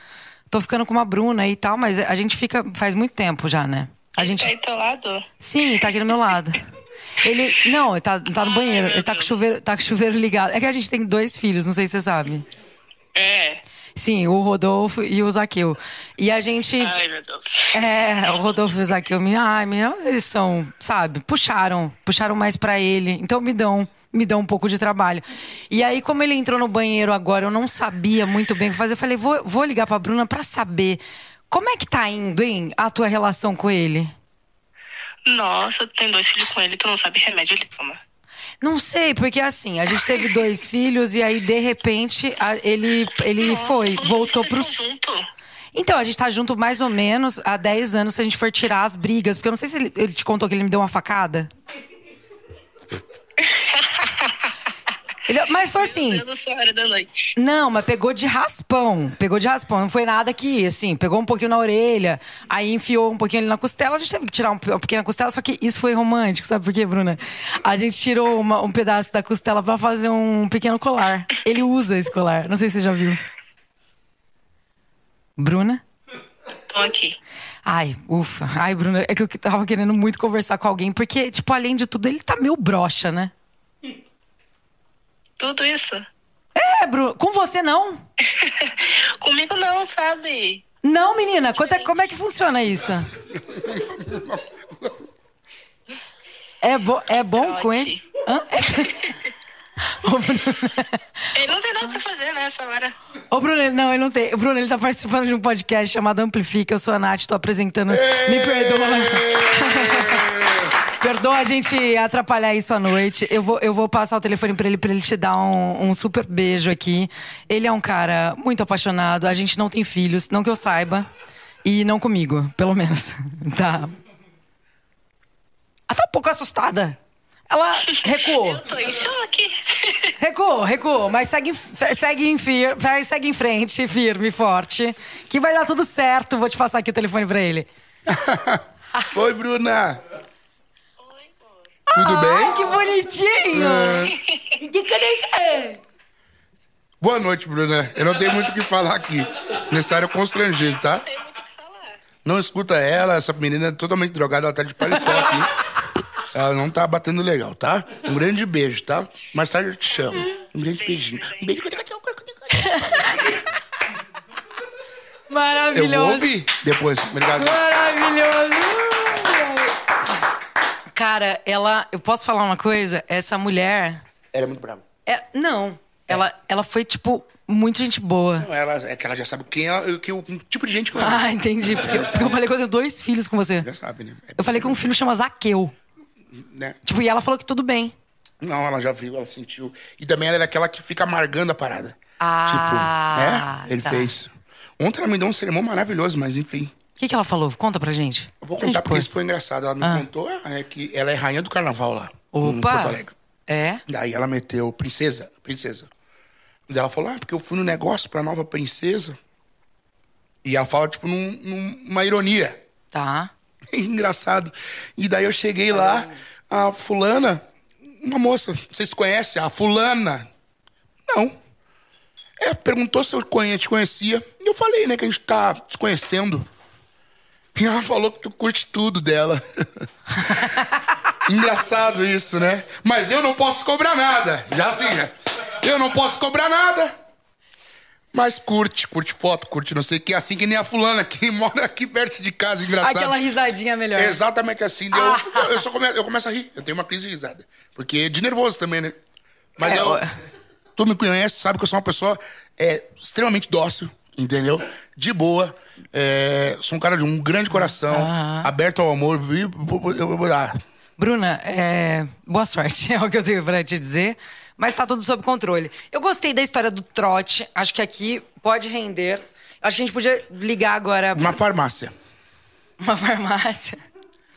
[SPEAKER 1] tô ficando com uma Bruna e tal, mas a gente fica faz muito tempo já, né? A gente.
[SPEAKER 4] Tá aí do teu lado?
[SPEAKER 1] Sim, tá aqui do meu lado. Ele. Não, ele tá, tá no banheiro. Ele tá com o chuveiro, tá com o chuveiro ligado. É que a gente tem dois filhos, não sei se você sabe.
[SPEAKER 4] É.
[SPEAKER 1] Sim, o Rodolfo e o Zaqueu. E a gente.
[SPEAKER 4] Ai, meu Deus.
[SPEAKER 1] É, o Rodolfo e o Zaqueu. me- Ai, meninas, eles são, sabe? Puxaram. Puxaram mais pra ele. Então me dão. Me dão um pouco de trabalho. E aí, como ele entrou no banheiro agora, eu não sabia muito bem o que fazer. Eu falei, vou, vou ligar pra Bruna pra saber como é que tá indo, hein, a tua relação com ele.
[SPEAKER 4] Nossa, tu tem dois filhos com ele, tu não sabe que remédio ele toma.
[SPEAKER 1] Não sei, porque assim, a gente teve dois filhos e aí, de repente, a- ele, ele foi, voltou pro.
[SPEAKER 4] Vocês estão junto?
[SPEAKER 1] Então, a gente tá junto mais ou menos há 10 anos se a gente for tirar as brigas. Porque eu não sei se ele, ele te contou que ele me deu uma facada. Ele- mas foi
[SPEAKER 4] Meu
[SPEAKER 1] assim.
[SPEAKER 4] Deus do céu, hora da noite.
[SPEAKER 1] Não, mas pegou de raspão. Pegou de raspão. Não foi nada que, assim, pegou um pouquinho na orelha, aí enfiou um pouquinho ali na costela. A gente teve que tirar um, pe- uma pequena costela, só que isso foi romântico, sabe por quê, Bruna? A gente tirou uma- um pedaço da costela pra fazer um pequeno colar. Ele usa esse colar. Não sei se você já viu. Bruna?
[SPEAKER 4] Tô aqui.
[SPEAKER 1] Ai, ufa. Ai, Bruna, é que eu tava querendo muito conversar com alguém, porque, tipo, além de tudo, ele tá meio broxa, né?
[SPEAKER 4] Tudo isso?
[SPEAKER 1] É, Bruna, com você não?
[SPEAKER 4] Comigo não, sabe?
[SPEAKER 1] Não, menina, quanto é- como é que funciona isso? É, bo é bom com ele? Hã? Ô, Bruna.
[SPEAKER 4] Ele não tem nada pra fazer nessa hora.
[SPEAKER 1] Ô, Bruno, ele- não, ele não tem. O Bruno, ele tá participando de um podcast chamado Amplifica. Eu sou a Nath, tô apresentando. Me perdoa. Perdoa a gente atrapalhar isso à noite. Eu vou, eu vou passar o telefone pra ele, pra ele te dar um, um super beijo aqui. Ele é um cara muito apaixonado. A gente não tem filhos, não que eu saiba. E não comigo, pelo menos. Tá. Ela tá um pouco assustada. Ela recuou.
[SPEAKER 4] Eu tô em choque.
[SPEAKER 1] Recuou, recuou, mas segue, em- fe- segue, em fir- fe- segue em frente, firme, forte. Que vai dar tudo certo. Vou te passar aqui o telefone pra ele.
[SPEAKER 3] Oi, Bruna.
[SPEAKER 4] Oi, amor.
[SPEAKER 3] Tudo
[SPEAKER 1] Ai,
[SPEAKER 3] bem?
[SPEAKER 1] que bonitinho!
[SPEAKER 3] É.
[SPEAKER 1] E que é? cadê-
[SPEAKER 3] Boa noite, Bruna. Eu não tenho muito o que falar aqui. Nessa área eu constrangido, tá?
[SPEAKER 4] Não tem muito o que falar.
[SPEAKER 3] Não escuta ela, essa menina é totalmente drogada, ela tá de paletó aqui. Ela não tá batendo legal, tá? Um grande beijo, tá? Mais tarde eu te chamo. Um grande beijinho. Um beijo. Eu vou
[SPEAKER 1] Maravilhoso!
[SPEAKER 3] ouvir depois. Obrigado.
[SPEAKER 1] Maravilhoso! Cara, ela. Eu posso falar uma coisa? Essa mulher.
[SPEAKER 3] Ela é muito brava.
[SPEAKER 1] é- não. Ela, ela foi, tipo, muito gente boa.
[SPEAKER 3] Não, Ela, é que ela já sabe quem ela, que o tipo de gente que ela é.
[SPEAKER 1] Ah, entendi. Porque eu, porque eu falei que eu tenho dois filhos com você.
[SPEAKER 3] Já sabe, né? É,
[SPEAKER 1] Eu falei que um filho chama Zaqueu.
[SPEAKER 3] né?
[SPEAKER 1] Tipo, e ela falou que tudo bem.
[SPEAKER 3] Não, ela já viu, ela sentiu. E também ela é daquela que fica amargando a parada.
[SPEAKER 1] Ah,
[SPEAKER 3] tipo, né? Ele
[SPEAKER 1] tá.
[SPEAKER 3] fez. Ontem ela me deu um sermão maravilhoso, mas enfim.
[SPEAKER 1] O que, que ela falou? Conta pra gente.
[SPEAKER 3] Eu vou
[SPEAKER 1] Pra gente
[SPEAKER 3] contar porque
[SPEAKER 1] pôr.
[SPEAKER 3] isso foi engraçado. Ela me contou é, que ela é rainha do carnaval lá. Em Porto
[SPEAKER 1] Opa!
[SPEAKER 3] Alegre.
[SPEAKER 1] É?
[SPEAKER 3] Daí ela meteu princesa, princesa. Daí ela falou, ah, porque eu fui no negócio pra nova princesa. E ela fala, tipo, num- numa ironia.
[SPEAKER 1] Tá.
[SPEAKER 3] Engraçado. E daí eu cheguei lá, a fulana, uma moça, vocês conhecem? A fulana. Não. Ela perguntou se eu conhe- te conhecia. E eu falei, né, que a gente tá te conhecendo. E ela falou que tu curte tudo dela. Engraçado isso, né? Mas eu não posso cobrar nada. Já assim, já. Eu não posso cobrar nada. Mas curte, curte foto, curte não sei o que. Assim que nem a fulana que mora aqui perto de casa, engraçado.
[SPEAKER 1] Aquela risadinha melhor.
[SPEAKER 3] É Exatamente assim. daí
[SPEAKER 1] Ah.
[SPEAKER 3] Eu, eu, só come, eu começo a rir. Eu tenho uma crise de risada. Porque de nervoso também, né? Mas
[SPEAKER 1] É,
[SPEAKER 3] eu,
[SPEAKER 1] ó.
[SPEAKER 3] tu me conhece, sabe que eu sou uma pessoa é, extremamente dócil, entendeu? De boa. É, sou um cara de um grande coração,
[SPEAKER 1] Ah.
[SPEAKER 3] aberto ao amor. vi- Ah,
[SPEAKER 1] Bruna, é, boa sorte, é o que eu tenho pra te dizer. Mas tá tudo sob controle. Eu gostei da história do trote. Acho que aqui pode render. Acho que a gente podia ligar agora pra
[SPEAKER 3] Uma farmácia.
[SPEAKER 1] uma farmácia.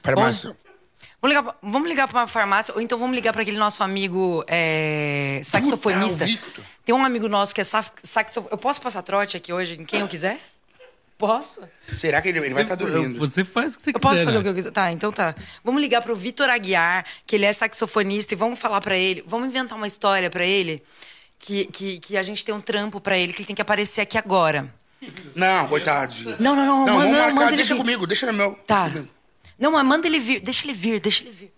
[SPEAKER 3] Farmácia.
[SPEAKER 1] Vamos ligar, pra- vamos ligar pra uma farmácia, ou então vamos ligar pra aquele nosso amigo é, saxofonista.
[SPEAKER 3] o Victor.
[SPEAKER 1] Tem um amigo nosso que é saf- saxo. Eu posso passar trote aqui hoje em quem eu quiser? Posso?
[SPEAKER 3] Será que ele, ele
[SPEAKER 1] tá
[SPEAKER 3] vai estar dormindo?
[SPEAKER 2] Você faz o que você
[SPEAKER 1] Eu
[SPEAKER 2] quiser.
[SPEAKER 1] posso fazer
[SPEAKER 2] né?
[SPEAKER 1] o que eu quiser? Tá, então tá. Vamos ligar pro Vitor Aguiar, que ele é saxofonista, e vamos falar pra ele, vamos inventar uma história pra ele, que, que, que a gente tem um trampo pra ele, que ele tem que aparecer aqui agora.
[SPEAKER 3] Não, coitadinho.
[SPEAKER 1] Não, não, não,
[SPEAKER 3] Não,
[SPEAKER 1] manda,
[SPEAKER 3] vamos marcar.
[SPEAKER 1] manda ele
[SPEAKER 3] deixa
[SPEAKER 1] vir.
[SPEAKER 3] comigo, deixa no meu.
[SPEAKER 1] Tá.
[SPEAKER 3] comigo.
[SPEAKER 1] Não, mas manda ele vir, deixa ele vir, deixa ele vir.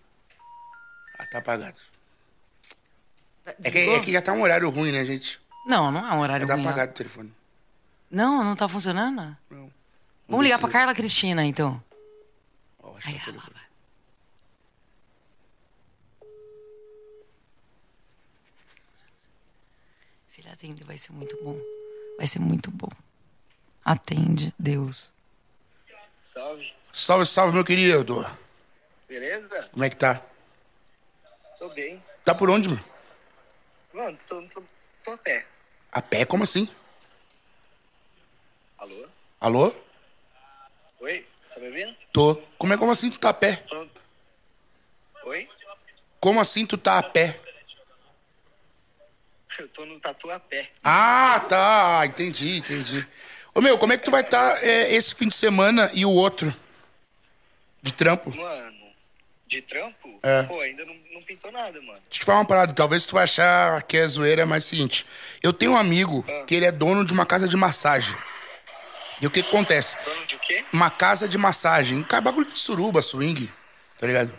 [SPEAKER 3] Ah, tá apagado. É que,
[SPEAKER 1] Desligou?
[SPEAKER 3] é que já tá um horário ruim, né, gente?
[SPEAKER 1] Não, não é um horário
[SPEAKER 3] Já tá
[SPEAKER 1] ruim, não.
[SPEAKER 3] apagado o telefone.
[SPEAKER 1] Não, não tá funcionando?
[SPEAKER 3] Não.
[SPEAKER 1] Vamos ligar pra
[SPEAKER 3] ver se-
[SPEAKER 1] Carla Cristina, então.
[SPEAKER 3] Ó, acho que é o telefone.
[SPEAKER 1] Se ele atender, vai ser muito bom. Vai ser muito bom. Atende, Deus.
[SPEAKER 5] Salve,
[SPEAKER 3] Salve, salve, meu querido.
[SPEAKER 5] beleza?
[SPEAKER 3] Como é que tá?
[SPEAKER 5] Tô bem.
[SPEAKER 3] Tá por onde, mano?
[SPEAKER 5] Mano, tô, tô, tô a pé.
[SPEAKER 3] A pé? Como assim?
[SPEAKER 5] Alô?
[SPEAKER 3] Alô?
[SPEAKER 5] Oi? Tá me ouvindo?
[SPEAKER 3] Tô. Como é como assim tu tá a pé?
[SPEAKER 5] Tô- Oi?
[SPEAKER 3] Como assim tu tá a pé?
[SPEAKER 5] Eu tô no Tatuapé.
[SPEAKER 3] Ah, tá. Entendi, entendi. Ô, meu, como é que tu vai estar esse fim de semana e o outro? De trampo?
[SPEAKER 5] Mano, de trampo?
[SPEAKER 3] É.
[SPEAKER 5] Pô, ainda não, não pintou nada, mano.
[SPEAKER 3] Deixa eu te falar uma parada, talvez tu vai achar que é zoeira, mas é o seguinte. Eu tenho um amigo que ele é dono de uma casa de massagem. E o que que acontece?
[SPEAKER 5] Dono de o quê?
[SPEAKER 3] Uma casa de massagem, um ca- bagulho de suruba, swing, tá ligado?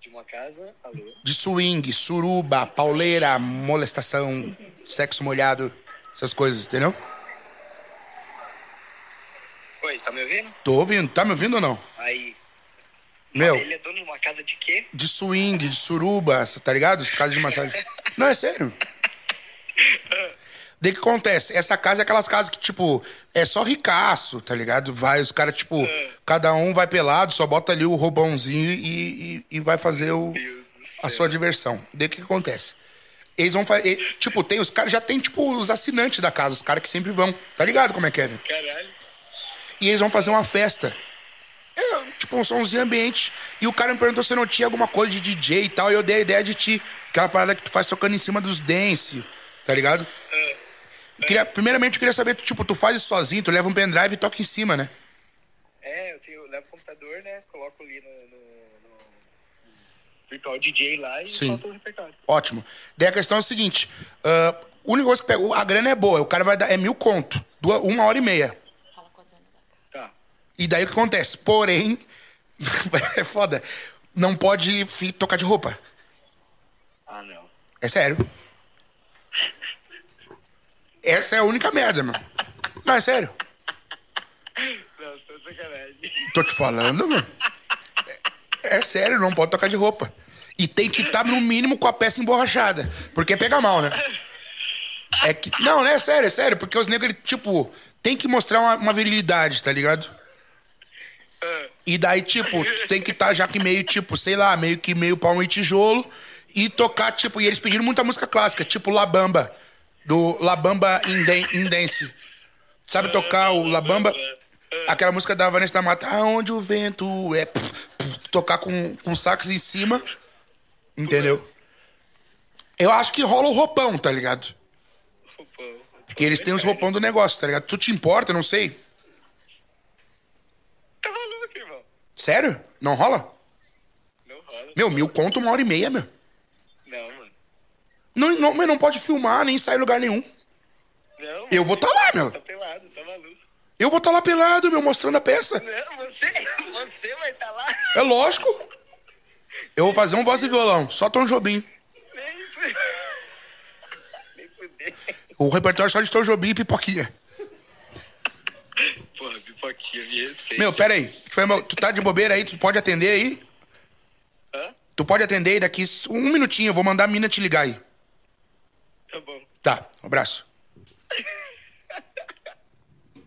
[SPEAKER 5] De uma casa? Alô?
[SPEAKER 3] De swing, suruba, pauleira, molestação, sexo molhado, essas coisas, entendeu?
[SPEAKER 5] Oi, tá me ouvindo?
[SPEAKER 3] Tô ouvindo, tá me ouvindo ou não?
[SPEAKER 5] Aí.
[SPEAKER 3] Meu,
[SPEAKER 5] Ele é dono de uma casa de quê?
[SPEAKER 3] de swing, de suruba, cê tá ligado? Essa casa de massagem. Não, é sério. Daí o que acontece? Essa casa é aquelas casas que, tipo, é só ricaço, tá ligado? Vai, os caras, tipo, cada um vai pelado, só bota ali o roubãozinho e, e, e vai fazer o, a sua diversão. Daí o que acontece? Eles vão fazer. Tipo, tem os caras, já tem, tipo, os assinantes da casa, os caras que sempre vão. Tá ligado como é que é, né?
[SPEAKER 5] Caralho.
[SPEAKER 3] e eles vão fazer uma festa. É, tipo, um somzinho ambiente. E o cara me perguntou se eu não tinha alguma coisa de DJ e tal. E eu dei a ideia de ti. Aquela parada que tu faz tocando em cima dos dance, tá ligado? Eu queria- primeiramente, eu queria saber, tu, tipo, tu faz isso sozinho, tu leva um pendrive e toca em cima, né?
[SPEAKER 5] É, eu, tenho, eu levo o computador, né? Coloco ali no, no- no virtual DJ lá e
[SPEAKER 3] Sim.
[SPEAKER 5] solto o repertório.
[SPEAKER 3] Ótimo. Daí a questão é o seguinte: ah, o negócio que pega, a grana é boa, o cara vai dar. É mil conto, duas, uma hora e meia.
[SPEAKER 5] Tá.
[SPEAKER 3] E daí o que acontece? Porém, é foda, não pode fi- tocar de roupa.
[SPEAKER 5] Ah, não.
[SPEAKER 3] É sério. Essa é a única merda, mano. Não, é sério.
[SPEAKER 5] Não, você tá sacanagem.
[SPEAKER 3] Tô te falando, mano. É, é sério, não pode tocar de roupa. E tem que estar, no mínimo, com a peça emborrachada. Porque pega mal, né? É que. Não, né? É sério, é sério. Porque os negros, eles, tipo, tem que mostrar uma, uma virilidade, tá ligado? E daí, tipo, tu tem que estar já que meio, tipo, sei lá, meio que meio pau e tijolo. E tocar, tipo, e eles pediram muita música clássica, tipo Labamba. Do Labamba Inden- Indense. Sabe tocar o Labamba? Aquela música da Vanessa da Mata, aonde o vento é. pf, pf, tocar com, com sax em cima. Entendeu? Eu acho que rola o roupão, tá ligado?
[SPEAKER 5] Roupão.
[SPEAKER 3] Porque eles têm os roupão do negócio, tá ligado? Tu te importa, não sei.
[SPEAKER 5] Tá maluco, irmão.
[SPEAKER 3] Sério? Não rola?
[SPEAKER 5] Não rola.
[SPEAKER 3] Meu, mil conto uma hora e meia, meu.
[SPEAKER 5] Não, mano.
[SPEAKER 3] Não, não, mas não pode filmar, nem sair em lugar nenhum.
[SPEAKER 5] Não,
[SPEAKER 3] Eu vou tá lá, meu.
[SPEAKER 5] Tá pelado, tá maluco.
[SPEAKER 3] Eu vou estar lá pelado, meu, mostrando a peça.
[SPEAKER 5] Não, você, você vai tá lá.
[SPEAKER 3] É lógico. Eu vou fazer um voz e violão, só Tom Jobim.
[SPEAKER 5] Nem fudeu. Nem fudeu.
[SPEAKER 3] O repertório só de Tom Jobim e pipoquinha.
[SPEAKER 5] Porra, pipoquinha, me respeita.
[SPEAKER 3] Meu, pera aí. Tu, foi, meu, tu tá de bobeira aí? Tu pode atender aí?
[SPEAKER 5] Hã?
[SPEAKER 3] Tu pode atender aí daqui um minutinho. Eu vou mandar a mina te ligar aí.
[SPEAKER 5] Tá bom.
[SPEAKER 3] Tá, um abraço.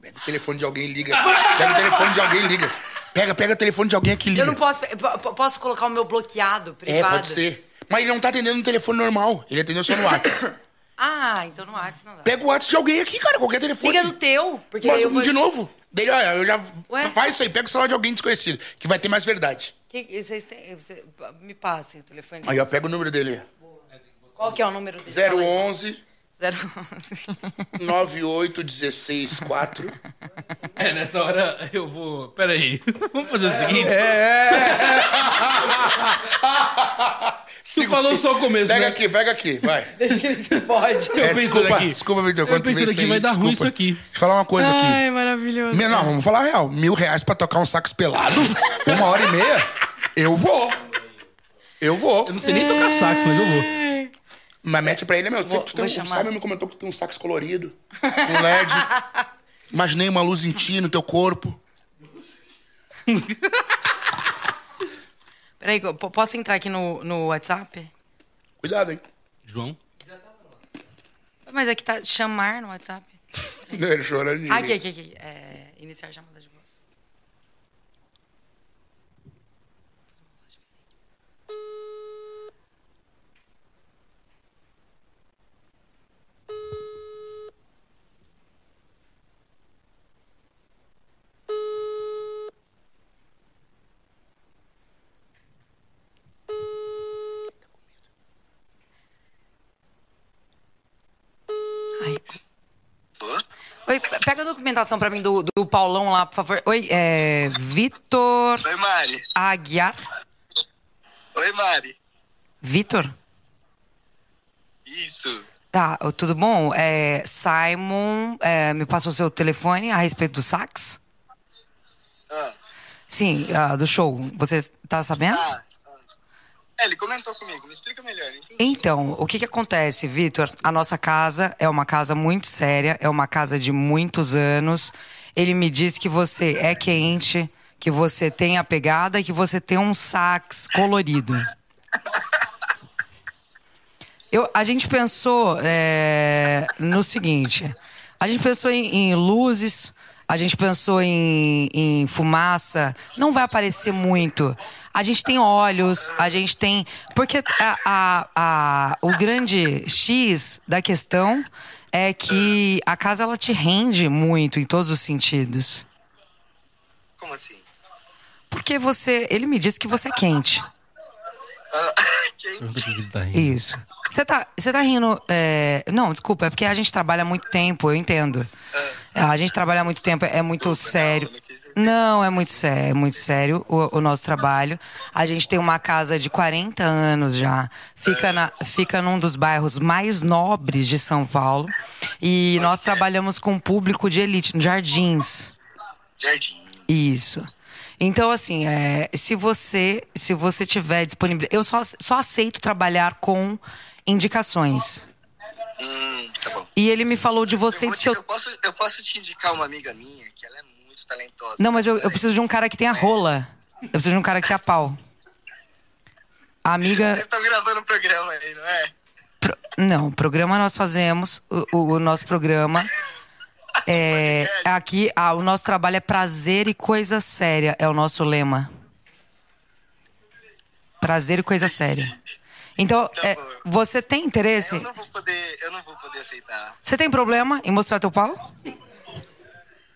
[SPEAKER 3] Pega o telefone de alguém e liga. Pega o telefone de alguém e liga. Pega, pega o telefone de alguém aqui e liga.
[SPEAKER 1] Eu não posso. eu po- Posso colocar o meu bloqueado
[SPEAKER 3] É,
[SPEAKER 1] privado?
[SPEAKER 3] pode ser. Mas ele não tá atendendo no telefone normal. Ele atendeu só no WhatsApp.
[SPEAKER 1] Ah, então no WhatsApp não dá.
[SPEAKER 3] Pega o WhatsApp de alguém aqui, cara, qualquer telefone.
[SPEAKER 1] Liga no teu, porque
[SPEAKER 3] Mas,
[SPEAKER 1] aí eu vou.
[SPEAKER 3] De novo. Dele, olha, eu já.
[SPEAKER 1] Ué?
[SPEAKER 3] Faz isso aí, pega o celular de alguém desconhecido, que vai ter mais verdade.
[SPEAKER 1] Que- vocês têm- você- me passem o telefone.
[SPEAKER 3] Aí, ó, pega o número
[SPEAKER 1] Tá
[SPEAKER 3] dele.
[SPEAKER 1] Qual que é o número dele? Fala aí.
[SPEAKER 3] 011
[SPEAKER 1] 011.
[SPEAKER 3] 98164.
[SPEAKER 2] É, nessa hora eu vou. Pera aí. Vamos fazer o
[SPEAKER 3] É,
[SPEAKER 2] seguinte. Tu falou só o começo,
[SPEAKER 3] Pega
[SPEAKER 2] né?
[SPEAKER 3] aqui, pega aqui, vai.
[SPEAKER 1] Deixa que ele se fode.
[SPEAKER 2] Eu
[SPEAKER 3] É,
[SPEAKER 2] pensei
[SPEAKER 3] desculpa,
[SPEAKER 2] daqui.
[SPEAKER 3] desculpa, Vitor.
[SPEAKER 2] Eu
[SPEAKER 3] quando tu
[SPEAKER 2] pensei
[SPEAKER 3] vê
[SPEAKER 2] daqui,
[SPEAKER 3] aí,
[SPEAKER 2] vai dar ruim
[SPEAKER 3] desculpa.
[SPEAKER 2] isso aqui.
[SPEAKER 3] Deixa eu falar uma coisa aqui.
[SPEAKER 1] Ai, maravilhoso.
[SPEAKER 3] Meu, Não, vamos falar a real. Mil reais pra tocar um sax pelado? Uma hora e meia? Eu vou. Eu vou.
[SPEAKER 2] Eu não sei nem tocar
[SPEAKER 1] É.
[SPEAKER 2] sax, mas eu vou.
[SPEAKER 3] Mas mete pra ele, meu. Você tu tem
[SPEAKER 1] vou
[SPEAKER 3] um,
[SPEAKER 1] chamar.
[SPEAKER 3] Sabe, me comentou que tu tem um sax colorido, um LED. Imaginei uma luz em ti, no teu corpo.
[SPEAKER 1] Peraí, eu po- posso entrar aqui no, no WhatsApp?
[SPEAKER 3] Cuidado, hein?
[SPEAKER 2] João.
[SPEAKER 1] Mas aqui tá chamar no WhatsApp.
[SPEAKER 3] Não, ele chorando.
[SPEAKER 1] Ah, aqui, aqui, aqui. É, iniciar a chamada de voz. Ai, Oi, pe- pega a documentação pra mim do, do Paulão lá, por favor. Oi, é. Vitor
[SPEAKER 5] Oi, Mari.
[SPEAKER 1] Aguiar?
[SPEAKER 5] Oi, Mari.
[SPEAKER 1] Vitor?
[SPEAKER 5] Isso.
[SPEAKER 1] Tá, ô, tudo bom? É, Simon é, me passou seu telefone a respeito do sax?
[SPEAKER 5] Ah,
[SPEAKER 1] Sim, ah, do show. Você tá sabendo?
[SPEAKER 5] ah, ah. É, ele comentou comigo. Me explica melhor, hein?
[SPEAKER 1] Então, o que que acontece, Vitor? A nossa casa é uma casa muito séria, é uma casa de muitos anos. Ele me disse que você é quente, que você tem a pegada e que você tem um sax colorido. Eu, a gente pensou é, no seguinte: a gente pensou em, em luzes, a gente pensou em, em fumaça. Não vai aparecer muito. A gente tem óleos, a gente tem. Porque a- a- a- o grande X da questão é que a casa ela te rende muito em todos os sentidos.
[SPEAKER 5] Como assim?
[SPEAKER 1] Porque você. Ele me disse que você é quente. é
[SPEAKER 2] Eu
[SPEAKER 5] Hum.
[SPEAKER 2] não sei por que ele tá rindo.
[SPEAKER 1] Isso. Você tá, você tá rindo. é, Não, desculpa, é porque a gente trabalha muito tempo, eu entendo. A gente trabalha muito tempo, é muito sério. Não, é muito sério, é muito sério o, o nosso trabalho. A gente tem uma casa de 40 anos já. Fica, na, fica num dos bairros mais nobres de São Paulo. E nós trabalhamos com público de elite, no jardins.
[SPEAKER 5] Jardim.
[SPEAKER 1] Isso. Então, assim, é, se você se você tiver disponível, eu só, só aceito trabalhar com indicações.
[SPEAKER 5] Hum, tá bom.
[SPEAKER 1] E ele me falou de você
[SPEAKER 5] Eu,
[SPEAKER 1] e
[SPEAKER 5] vou
[SPEAKER 1] do
[SPEAKER 5] te,
[SPEAKER 1] seu.
[SPEAKER 5] eu, posso, eu posso te indicar uma amiga minha, que ela é muito talentosa.
[SPEAKER 1] Não, mas eu, eu preciso de um cara que tenha rola. Eu preciso de um cara que tenha pau. A amiga.
[SPEAKER 5] Vocês estão gravando o programa aí, não é?
[SPEAKER 1] pro- Não, programa nós fazemos, o- o, o nosso programa. É, aqui, ah, o nosso trabalho é prazer e coisa séria, é o nosso lema. Prazer e coisa séria. Então, é, você tem interesse?
[SPEAKER 5] Tá Eu não vou poder, eu não vou poder aceitar.
[SPEAKER 1] Você tem problema em mostrar teu pau?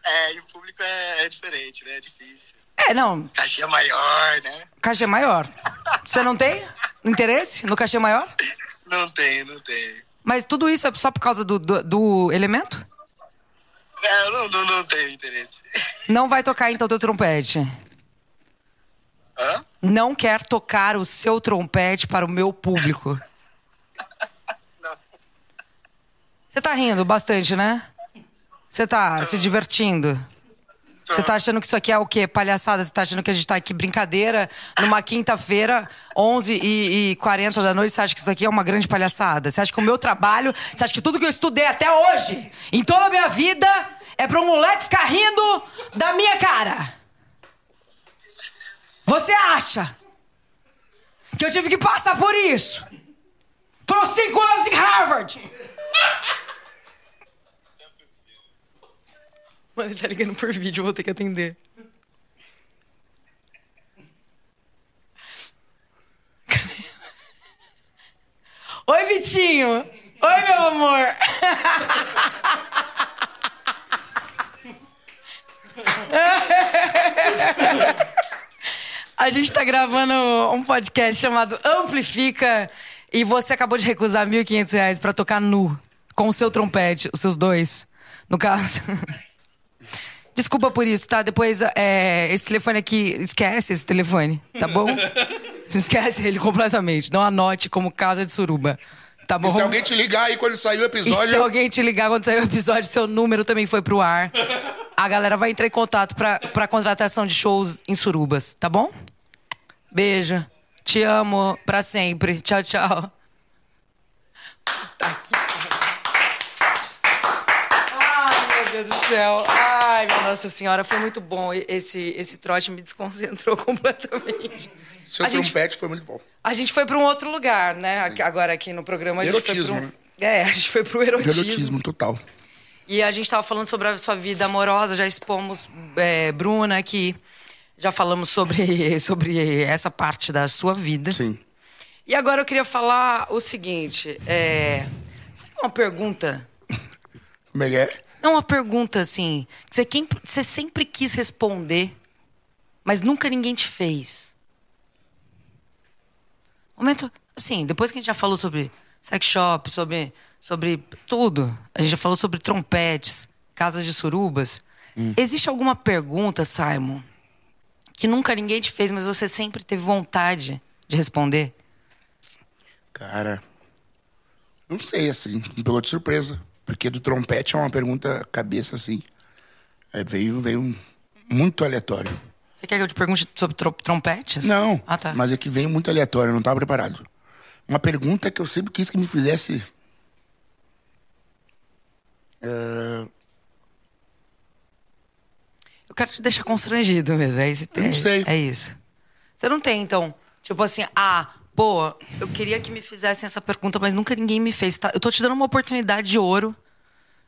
[SPEAKER 5] É, e o público é, é diferente, né? É difícil.
[SPEAKER 1] É, não,
[SPEAKER 5] Cachê é maior, né?
[SPEAKER 1] cachê maior. Você não tem interesse no cachê maior?
[SPEAKER 5] Não tem, não tem.
[SPEAKER 1] Mas tudo isso é só por causa do- do, do elemento?
[SPEAKER 5] É, eu não, não, não tenho interesse.
[SPEAKER 1] Não vai tocar então teu trompete.
[SPEAKER 5] Hã?
[SPEAKER 1] Não quer tocar o seu trompete para o meu público. Você tá rindo bastante, né? Você tá se divertindo? Você tá achando que isso aqui é o quê? Palhaçada? Você tá achando que a gente tá aqui brincadeira numa quinta-feira, 11 e, e 40 da noite? Você acha que isso aqui é uma grande palhaçada? Você acha que o meu trabalho, você acha que tudo que eu estudei até hoje, em toda a minha vida, é pra um moleque ficar rindo da minha cara? Você acha que eu tive que passar por isso? Foram cinco anos em Harvard! Mano, ele tá ligando por vídeo, eu vou ter que atender. Cadê? Oi, Vitinho! Oi, meu amor! A gente tá gravando um podcast chamado Amplifica e você acabou de recusar 1.500 reais pra tocar nu com o seu trompete, os seus dois, no caso. Desculpa por isso, tá? Depois, é, esse telefone aqui, esquece esse telefone, tá bom? Esquece ele completamente. Não anote como casa de suruba, tá bom?
[SPEAKER 3] E se alguém te ligar aí quando sair o
[SPEAKER 1] E
[SPEAKER 3] episódio.
[SPEAKER 1] se alguém te ligar quando sair o episódio, seu número também foi pro ar. A galera vai entrar em contato pra, pra contratação de shows em surubas, tá bom? Beijo. Te amo pra sempre. Tchau, tchau. Puta que pariu. Ai, meu Deus do céu. Ai, minha Nossa Senhora, foi muito bom. E- Esse, esse trote me desconcentrou completamente.
[SPEAKER 3] Seu
[SPEAKER 1] a gente-
[SPEAKER 3] trompete foi muito bom.
[SPEAKER 1] A gente foi pra um outro lugar, né? Aqui- Agora aqui no programa a gente
[SPEAKER 3] Erotismo, né?
[SPEAKER 1] foi pra um... É, a gente foi pro erotismo.
[SPEAKER 3] Erotismo total.
[SPEAKER 1] E a gente tava falando sobre a sua vida amorosa, já expomos é, Bruna aqui, já falamos sobre, sobre essa parte da sua vida.
[SPEAKER 3] Sim.
[SPEAKER 1] E agora eu queria falar o seguinte: é, sabe uma pergunta?
[SPEAKER 3] Como é que é?
[SPEAKER 1] Não, uma pergunta assim, que você, quem- você sempre quis responder, mas nunca ninguém te fez. Momento, assim, depois que a gente já falou sobre sex shop, sobre, sobre tudo, a gente já falou sobre trompetes, casas de surubas. Existe alguma pergunta, Simon, que nunca ninguém te fez, mas você sempre teve vontade de responder?
[SPEAKER 3] Cara, não sei, assim, me pegou de surpresa. Porque do trompete é uma pergunta cabeça, assim. É, veio, veio muito aleatório.
[SPEAKER 1] Você quer que eu te pergunte sobre tro- trompetes?
[SPEAKER 3] Não,
[SPEAKER 1] Ah, tá.
[SPEAKER 3] mas é que veio muito aleatório, eu não tava preparado. Uma pergunta que eu sempre quis que me fizesse... É,
[SPEAKER 1] Eu quero te deixar constrangido mesmo. É, esse,
[SPEAKER 3] Eu não
[SPEAKER 1] é-
[SPEAKER 3] sei.
[SPEAKER 1] É isso. Você não tem, então, tipo assim, ah, Pô, eu queria que me fizessem essa pergunta, mas nunca ninguém me fez. tá? Eu tô te dando uma oportunidade de ouro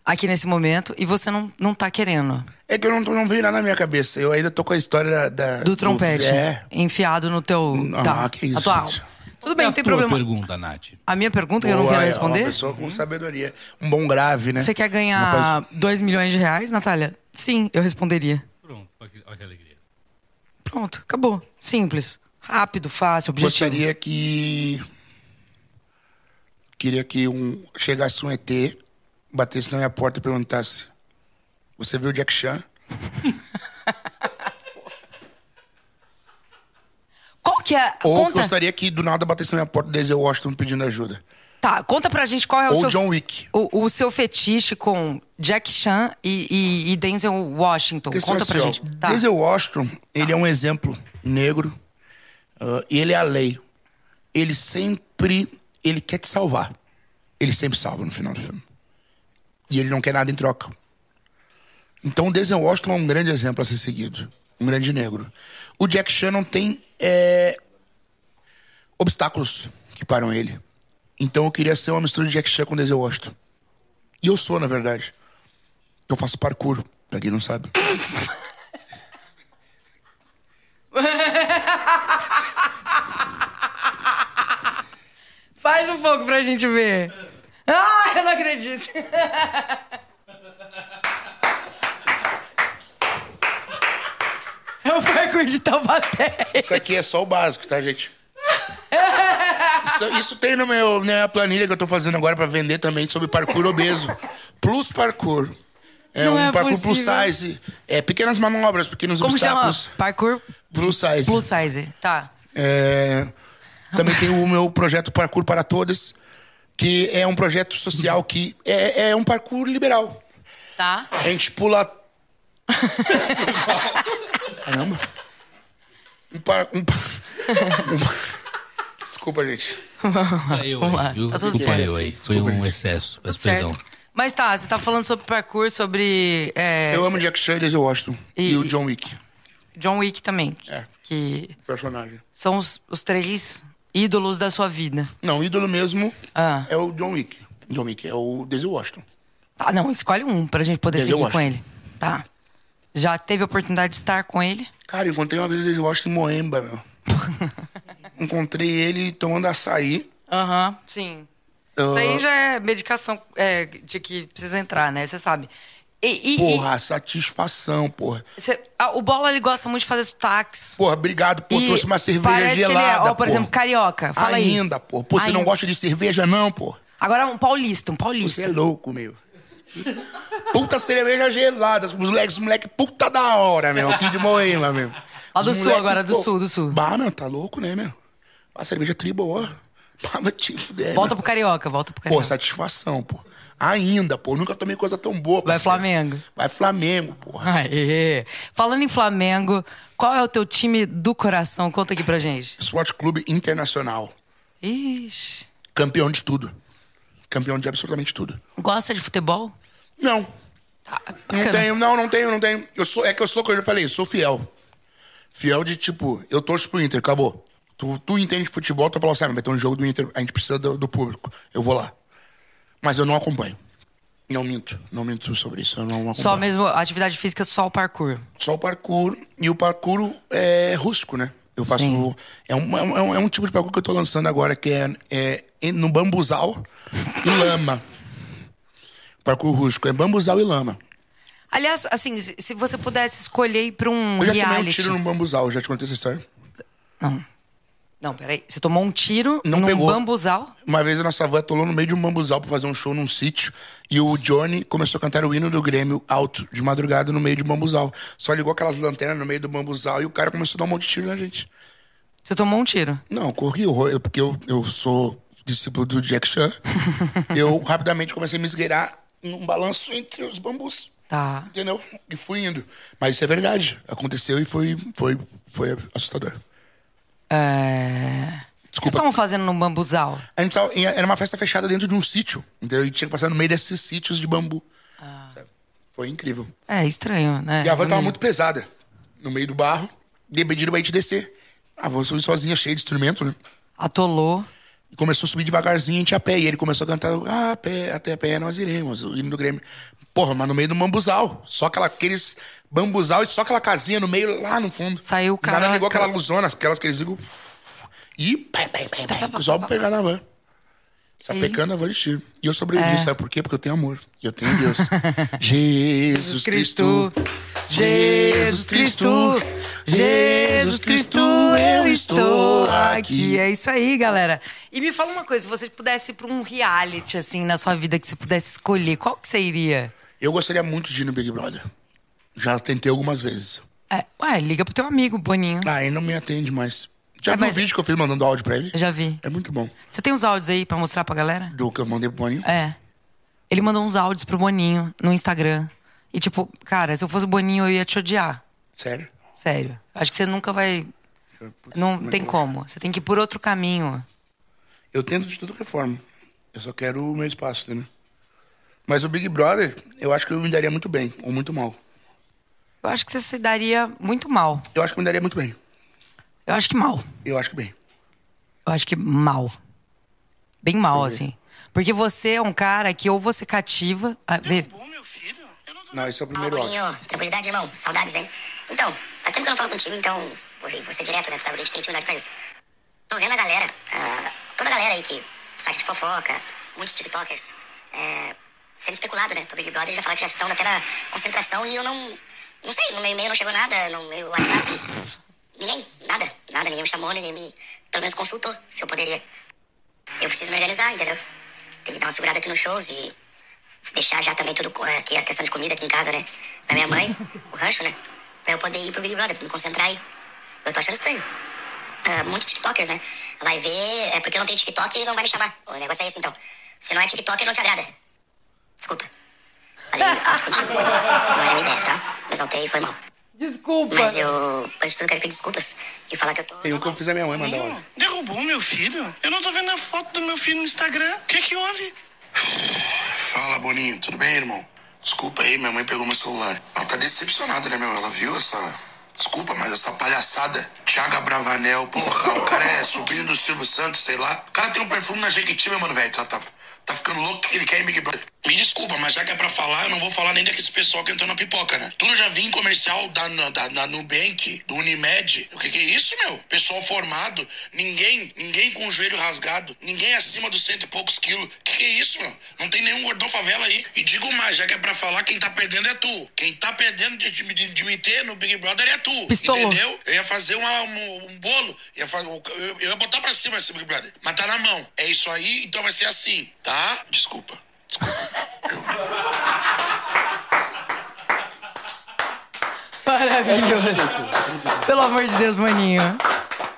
[SPEAKER 1] aqui nesse momento e você não, não tá querendo.
[SPEAKER 3] É que eu não, não veio nada na minha cabeça. Eu ainda tô com a história da. da-
[SPEAKER 1] Do trompete
[SPEAKER 3] É.
[SPEAKER 1] enfiado no teu.
[SPEAKER 3] Ah,
[SPEAKER 1] tá,
[SPEAKER 3] que isso,
[SPEAKER 1] a tua
[SPEAKER 3] gente.
[SPEAKER 1] alma. Tudo bem,
[SPEAKER 2] É
[SPEAKER 1] não
[SPEAKER 2] a
[SPEAKER 1] tem
[SPEAKER 2] tua
[SPEAKER 1] problema.
[SPEAKER 2] pergunta, Nath.
[SPEAKER 1] A minha pergunta que eu não
[SPEAKER 3] Boa,
[SPEAKER 1] quero
[SPEAKER 3] é,
[SPEAKER 1] responder. Uhum.
[SPEAKER 3] Uma pessoa com sabedoria. Um bom grave, né?
[SPEAKER 1] Você quer
[SPEAKER 3] Uma
[SPEAKER 1] ganhar 2 milhões de reais, Natália? Sim, eu responderia.
[SPEAKER 2] Pronto, olha que, olha que alegria.
[SPEAKER 1] Pronto, acabou. Simples. Rápido, fácil, objetivo.
[SPEAKER 3] Gostaria que. Queria que um... chegasse um ET, batesse na minha porta e perguntasse: Você viu o Jack Chan?
[SPEAKER 1] Qual que é?
[SPEAKER 3] Ou
[SPEAKER 1] conta...
[SPEAKER 3] gostaria que do nada batesse na minha porta o Daisy Washington pedindo ajuda.
[SPEAKER 1] Tá, conta pra gente qual é o
[SPEAKER 3] Ou
[SPEAKER 1] seu...
[SPEAKER 3] John Wick.
[SPEAKER 1] O, o seu fetiche com Jack Chan e, e- e Denzel Washington.
[SPEAKER 3] Questão
[SPEAKER 1] Conta pra
[SPEAKER 3] assim, ó,
[SPEAKER 1] gente. Tá.
[SPEAKER 3] Denzel Washington, ele é um exemplo negro. ah, e ele é a lei. Ele sempre... Ele quer te salvar. Ele sempre salva no final do filme. E ele não quer nada em troca. Então o Denzel Washington é um grande exemplo a ser seguido. Um grande negro. O Jack Chan não tem eh, obstáculos que param ele. Então eu queria ser uma mistura de Jack Chan com Denzel Washington. E eu sou, na verdade. Eu faço parkour, pra quem não sabe.
[SPEAKER 1] Faz um pouco pra gente ver. Ah, eu não acredito. Eu fui É de Taubaté.
[SPEAKER 3] Isso aqui é só o básico, tá, gente? Isso, isso tem no meu, na minha planilha que eu tô fazendo agora pra vender também sobre parkour obeso. Plus parkour. É
[SPEAKER 1] Não
[SPEAKER 3] um
[SPEAKER 1] é
[SPEAKER 3] parkour
[SPEAKER 1] possível.
[SPEAKER 3] plus size. É pequenas manobras, pequenos
[SPEAKER 1] Como chama?
[SPEAKER 3] obstáculos.
[SPEAKER 1] Parkour
[SPEAKER 3] Plus size.
[SPEAKER 1] plus size. Tá.
[SPEAKER 3] É, também tem o meu projeto Parkour para Todas, que é um projeto social que é, é um parkour liberal.
[SPEAKER 1] Tá.
[SPEAKER 3] A gente pula. Caramba! Um par. Um par... um par- Desculpa, gente.
[SPEAKER 2] eu
[SPEAKER 1] vamos
[SPEAKER 2] aí,
[SPEAKER 1] lá.
[SPEAKER 2] viu?
[SPEAKER 1] Tá tudo
[SPEAKER 2] Desculpa,
[SPEAKER 1] certo. Tá
[SPEAKER 2] eu aí. Foi um excesso. Peço perdão.
[SPEAKER 1] Certo. Mas tá, você tá falando sobre parkour, sobre. é,
[SPEAKER 3] Eu amo Jack Chan e Denzel Washington. E,
[SPEAKER 1] E-
[SPEAKER 3] o John Wick,
[SPEAKER 1] John Wick também.
[SPEAKER 3] É.
[SPEAKER 1] Que
[SPEAKER 3] personagem.
[SPEAKER 1] são os, os três ídolos da sua vida.
[SPEAKER 3] Não, o ídolo mesmo
[SPEAKER 1] Ah.
[SPEAKER 3] é o John Wick. John Wick é o Denzel Washington.
[SPEAKER 1] Tá, não, escolhe um pra gente poder
[SPEAKER 3] Eu
[SPEAKER 1] seguir
[SPEAKER 3] gosto.
[SPEAKER 1] com ele. Tá. Já teve a oportunidade de estar com ele?
[SPEAKER 3] Cara, eu encontrei uma vez o Denzel Washington em Moemba, meu. encontrei ele tomando açaí. Ah,
[SPEAKER 1] Aham, sim. Isso aí já é medicação é, de que precisa entrar, né? Você sabe. E, e- e-
[SPEAKER 3] Porra, satisfação, porra.
[SPEAKER 1] cê- ah, o Bola, ele gosta muito de fazer sotaques.
[SPEAKER 3] Porra, obrigado, pô,
[SPEAKER 1] E
[SPEAKER 3] trouxe uma cerveja
[SPEAKER 1] parece que ele é,
[SPEAKER 3] gelada.
[SPEAKER 1] ó, por
[SPEAKER 3] porra.
[SPEAKER 1] exemplo, carioca. Fala aí.
[SPEAKER 3] Ainda, pô. Pô, você não
[SPEAKER 1] Ainda.
[SPEAKER 3] gosta de cerveja, não, pô.
[SPEAKER 1] Agora um paulista, um
[SPEAKER 3] Você
[SPEAKER 1] paulista.
[SPEAKER 3] é louco, meu. Puta cerveja gelada. Os moleques, os moleque, puta da hora, meu. Aqui de Moema, meu.
[SPEAKER 1] Lá do
[SPEAKER 3] Os
[SPEAKER 1] sul
[SPEAKER 3] moleque,
[SPEAKER 1] agora, do
[SPEAKER 3] pô,
[SPEAKER 1] sul, do sul.
[SPEAKER 3] Bah, meu, tá louco, né, meu? A cerveja triboa. Bah, vai te fuder.
[SPEAKER 1] Volta
[SPEAKER 3] meu.
[SPEAKER 1] pro carioca, volta pro
[SPEAKER 3] Pô,
[SPEAKER 1] carioca.
[SPEAKER 3] satisfação, pô. Ainda, pô. Nunca tomei coisa tão boa.
[SPEAKER 1] Vai
[SPEAKER 3] parceiro.
[SPEAKER 1] Flamengo.
[SPEAKER 3] Vai Flamengo, porra.
[SPEAKER 1] Aê. Falando em Flamengo, qual é o teu time do coração? Conta aqui pra gente.
[SPEAKER 3] Esporte Clube Internacional.
[SPEAKER 1] Ixi.
[SPEAKER 3] Campeão de tudo. Campeão de absolutamente tudo.
[SPEAKER 1] Gosta de futebol?
[SPEAKER 3] Não,
[SPEAKER 1] Tá,
[SPEAKER 3] Não
[SPEAKER 1] bacana.
[SPEAKER 3] tenho, não, não tenho, não tenho. Eu sou, é que eu sou, como eu já falei, eu sou fiel. Fiel de tipo, eu torço pro Inter, acabou. Tu, tu entende de futebol, tu fala assim, ah, vai ter um jogo do Inter, a gente precisa do, do público. Eu vou lá. Mas eu não acompanho. Não minto, não minto sobre isso, eu não acompanho.
[SPEAKER 1] Só mesmo atividade física, só o parkour.
[SPEAKER 3] Só o parkour. E o parkour é rústico, né? Eu faço.
[SPEAKER 1] Sim.
[SPEAKER 3] É um, é, um, é um tipo de parkour que eu tô lançando agora, que é, é em- no bambuzal e lama. Parkour rústico. É bambuzal e lama.
[SPEAKER 1] Aliás, assim, se se você pudesse escolher ir pra um
[SPEAKER 3] Eu já tomei um
[SPEAKER 1] reality.
[SPEAKER 3] tiro num bambuzal, eu já te contei essa história.
[SPEAKER 1] Não. Não, peraí. Você tomou um tiro
[SPEAKER 3] Não
[SPEAKER 1] num
[SPEAKER 3] pegou.
[SPEAKER 1] bambuzal.
[SPEAKER 3] Uma vez a nossa van atolou no meio de um bambuzal pra fazer um show num sítio e o Johnny começou a cantar o hino do Grêmio alto, de madrugada, no meio de um bambuzal. Só ligou aquelas lanternas no meio do bambuzal e o cara começou a dar um monte de tiro na gente.
[SPEAKER 1] Você tomou um tiro.
[SPEAKER 3] Não, eu corri, eu- eu- porque eu, eu sou discípulo do Jack Chan. eu rapidamente comecei a me esgueirar num balanço entre os bambus.
[SPEAKER 1] Tá.
[SPEAKER 3] Entendeu? E fui indo. Mas isso é verdade. Aconteceu e foi, foi, foi assustador.
[SPEAKER 1] É... O que
[SPEAKER 3] Desculpa.
[SPEAKER 1] estavam fazendo num bambuzal?
[SPEAKER 3] A gente tava- era uma festa fechada dentro de um sítio. Então a gente tinha que passar no meio desses sítios de bambu. Sabe? Foi incrível.
[SPEAKER 1] É estranho, né?
[SPEAKER 3] E a van tava muito pesada. No meio do barro, e a gente descer. A van subiu sozinha, cheia de instrumento, né?
[SPEAKER 1] Atolou.
[SPEAKER 3] E começou a subir devagarzinho, a gente a pé. E ele começou a cantar, ah, a pé, até a pé nós iremos, o hino do Grêmio. Porra, mas no meio do bambuzal. Só aquela, aqueles bambuzal e só aquela casinha no meio, lá no fundo.
[SPEAKER 1] Saiu o
[SPEAKER 3] E nada
[SPEAKER 1] cara-
[SPEAKER 3] ligou aquela luzona, aquelas que eles ligam. E pé, pé, pé, pé, os ovos pegar na van. Só pecando a van de tiro. E eu sobrevivi,
[SPEAKER 1] É.
[SPEAKER 3] sabe por quê? Porque eu tenho amor. E eu tenho Deus. Jesus Cristo.
[SPEAKER 1] Jesus Cristo, Jesus Cristo, eu estou aqui. É isso aí, galera. E me fala uma coisa, se você pudesse ir pra um reality, assim, na sua vida, que você pudesse escolher, qual que você iria?
[SPEAKER 3] Eu gostaria muito de ir no Big Brother. Já tentei algumas vezes.
[SPEAKER 1] É, ué, liga pro teu amigo, Boninho.
[SPEAKER 3] Ah, ele não me atende mais. Já
[SPEAKER 1] É,
[SPEAKER 3] viu o
[SPEAKER 1] mas-
[SPEAKER 3] vídeo que eu fiz mandando áudio pra ele?
[SPEAKER 1] Eu Já vi.
[SPEAKER 3] É muito bom.
[SPEAKER 1] Você tem uns áudios aí pra mostrar pra galera?
[SPEAKER 3] Do que eu mandei pro Boninho.
[SPEAKER 1] É. Ele mandou uns áudios pro Boninho no Instagram. E tipo, cara, se eu fosse o Boninho, eu ia te odiar.
[SPEAKER 3] Sério.
[SPEAKER 1] Sério. Acho que você nunca vai.
[SPEAKER 3] Putz,
[SPEAKER 1] Não
[SPEAKER 3] é
[SPEAKER 1] tem
[SPEAKER 3] que eu-
[SPEAKER 1] como. Você tem que ir por outro caminho.
[SPEAKER 3] Eu tento de tudo que é forma. Eu só quero o meu espaço, entendeu? Mas o Big Brother, eu acho que eu me daria muito bem, ou muito mal.
[SPEAKER 1] Eu acho que você se daria muito mal.
[SPEAKER 3] Eu acho que eu me daria muito bem.
[SPEAKER 1] Eu acho que mal.
[SPEAKER 3] Eu acho que bem.
[SPEAKER 1] Eu acho que mal. Bem mal, assim. Porque você é um cara que ou você cativa. Ah, vê.
[SPEAKER 3] Não, esse é o
[SPEAKER 6] Fala,
[SPEAKER 3] primeiro áudio.
[SPEAKER 6] Ah, Boninho. Tranquilidade, irmão. Saudades, hein? Então, faz tempo que eu não falo contigo, então vou ver você direto, né? Tu sabe que a gente tem intimidade pra isso. Tô vendo a galera, ah, toda a galera aí que site de fofoca, muitos tiktokers, é, sendo especulado, né? Pro Big Brother já falaram que já estão até na concentração e eu não... Não sei, no meu e-mail não chegou nada, no meu WhatsApp... Ninguém, nada, nada, ninguém me chamou, ninguém me... Pelo menos consultou, se eu poderia. Eu preciso me organizar, entendeu? Tem que dar uma segurada aqui nos shows e deixar já também tudo, eh, aqui a questão de comida aqui em casa, né? Pra minha mãe, o rancho, né? Pra eu poder ir pro Big Brother, pra me concentrar aí. Eu tô achando estranho. Ah, muitos tiktokers, né? Vai ver, é porque eu não tenho tiktok e não vai me chamar. O negócio é esse, então. Se não é tiktok, não te agrada. Desculpa. Falei alto contigo. Não era minha ideia, tá? Me exaltei e foi mal.
[SPEAKER 1] Desculpa.
[SPEAKER 6] Mas eu, antes de tudo, quero pedir desculpas e falar que eu tô...
[SPEAKER 3] Tem um que eu fiz a minha mãe mandar áudio.
[SPEAKER 7] Derrubou meu filho? Eu não tô vendo a foto do meu filho no Instagram. O que que houve?
[SPEAKER 8] Fala, Boninho. Tudo bem, irmão? Desculpa aí, minha mãe pegou meu celular. Ela tá decepcionada, né, meu? Ela viu essa... Desculpa, mas essa palhaçada. Tiago Bravanel, porra, o cara é sobrinho do Silvio Santos, sei lá. O cara tem um perfume na Jequitinha, mano, velho. Tá, tá, tá ficando louco que ele quer ir Big Brother. Me desculpa, mas já que é pra falar, eu não vou falar nem daquele pessoal que entrou na pipoca, né? Tudo já vi em comercial da, na- da, na Nubank, do Unimed. O que que é isso, meu? Pessoal formado, ninguém, ninguém com o joelho rasgado, ninguém acima dos cento e poucos quilos. O que que é isso, meu? Não tem nenhum gordão favela aí. E digo mais, já que é pra falar, quem tá perdendo é tu. Quem tá perdendo de, de, de me ter no Big Brother é tu.
[SPEAKER 1] Pistolou.
[SPEAKER 8] Entendeu? Eu ia fazer uma- um, um bolo, ia fazer, eu, eu ia botar pra cima esse Big Brother. Mas tá na mão. É isso aí, então vai ser assim, tá? Desculpa.
[SPEAKER 1] Maravilhoso. Pelo amor de Deus, maninho.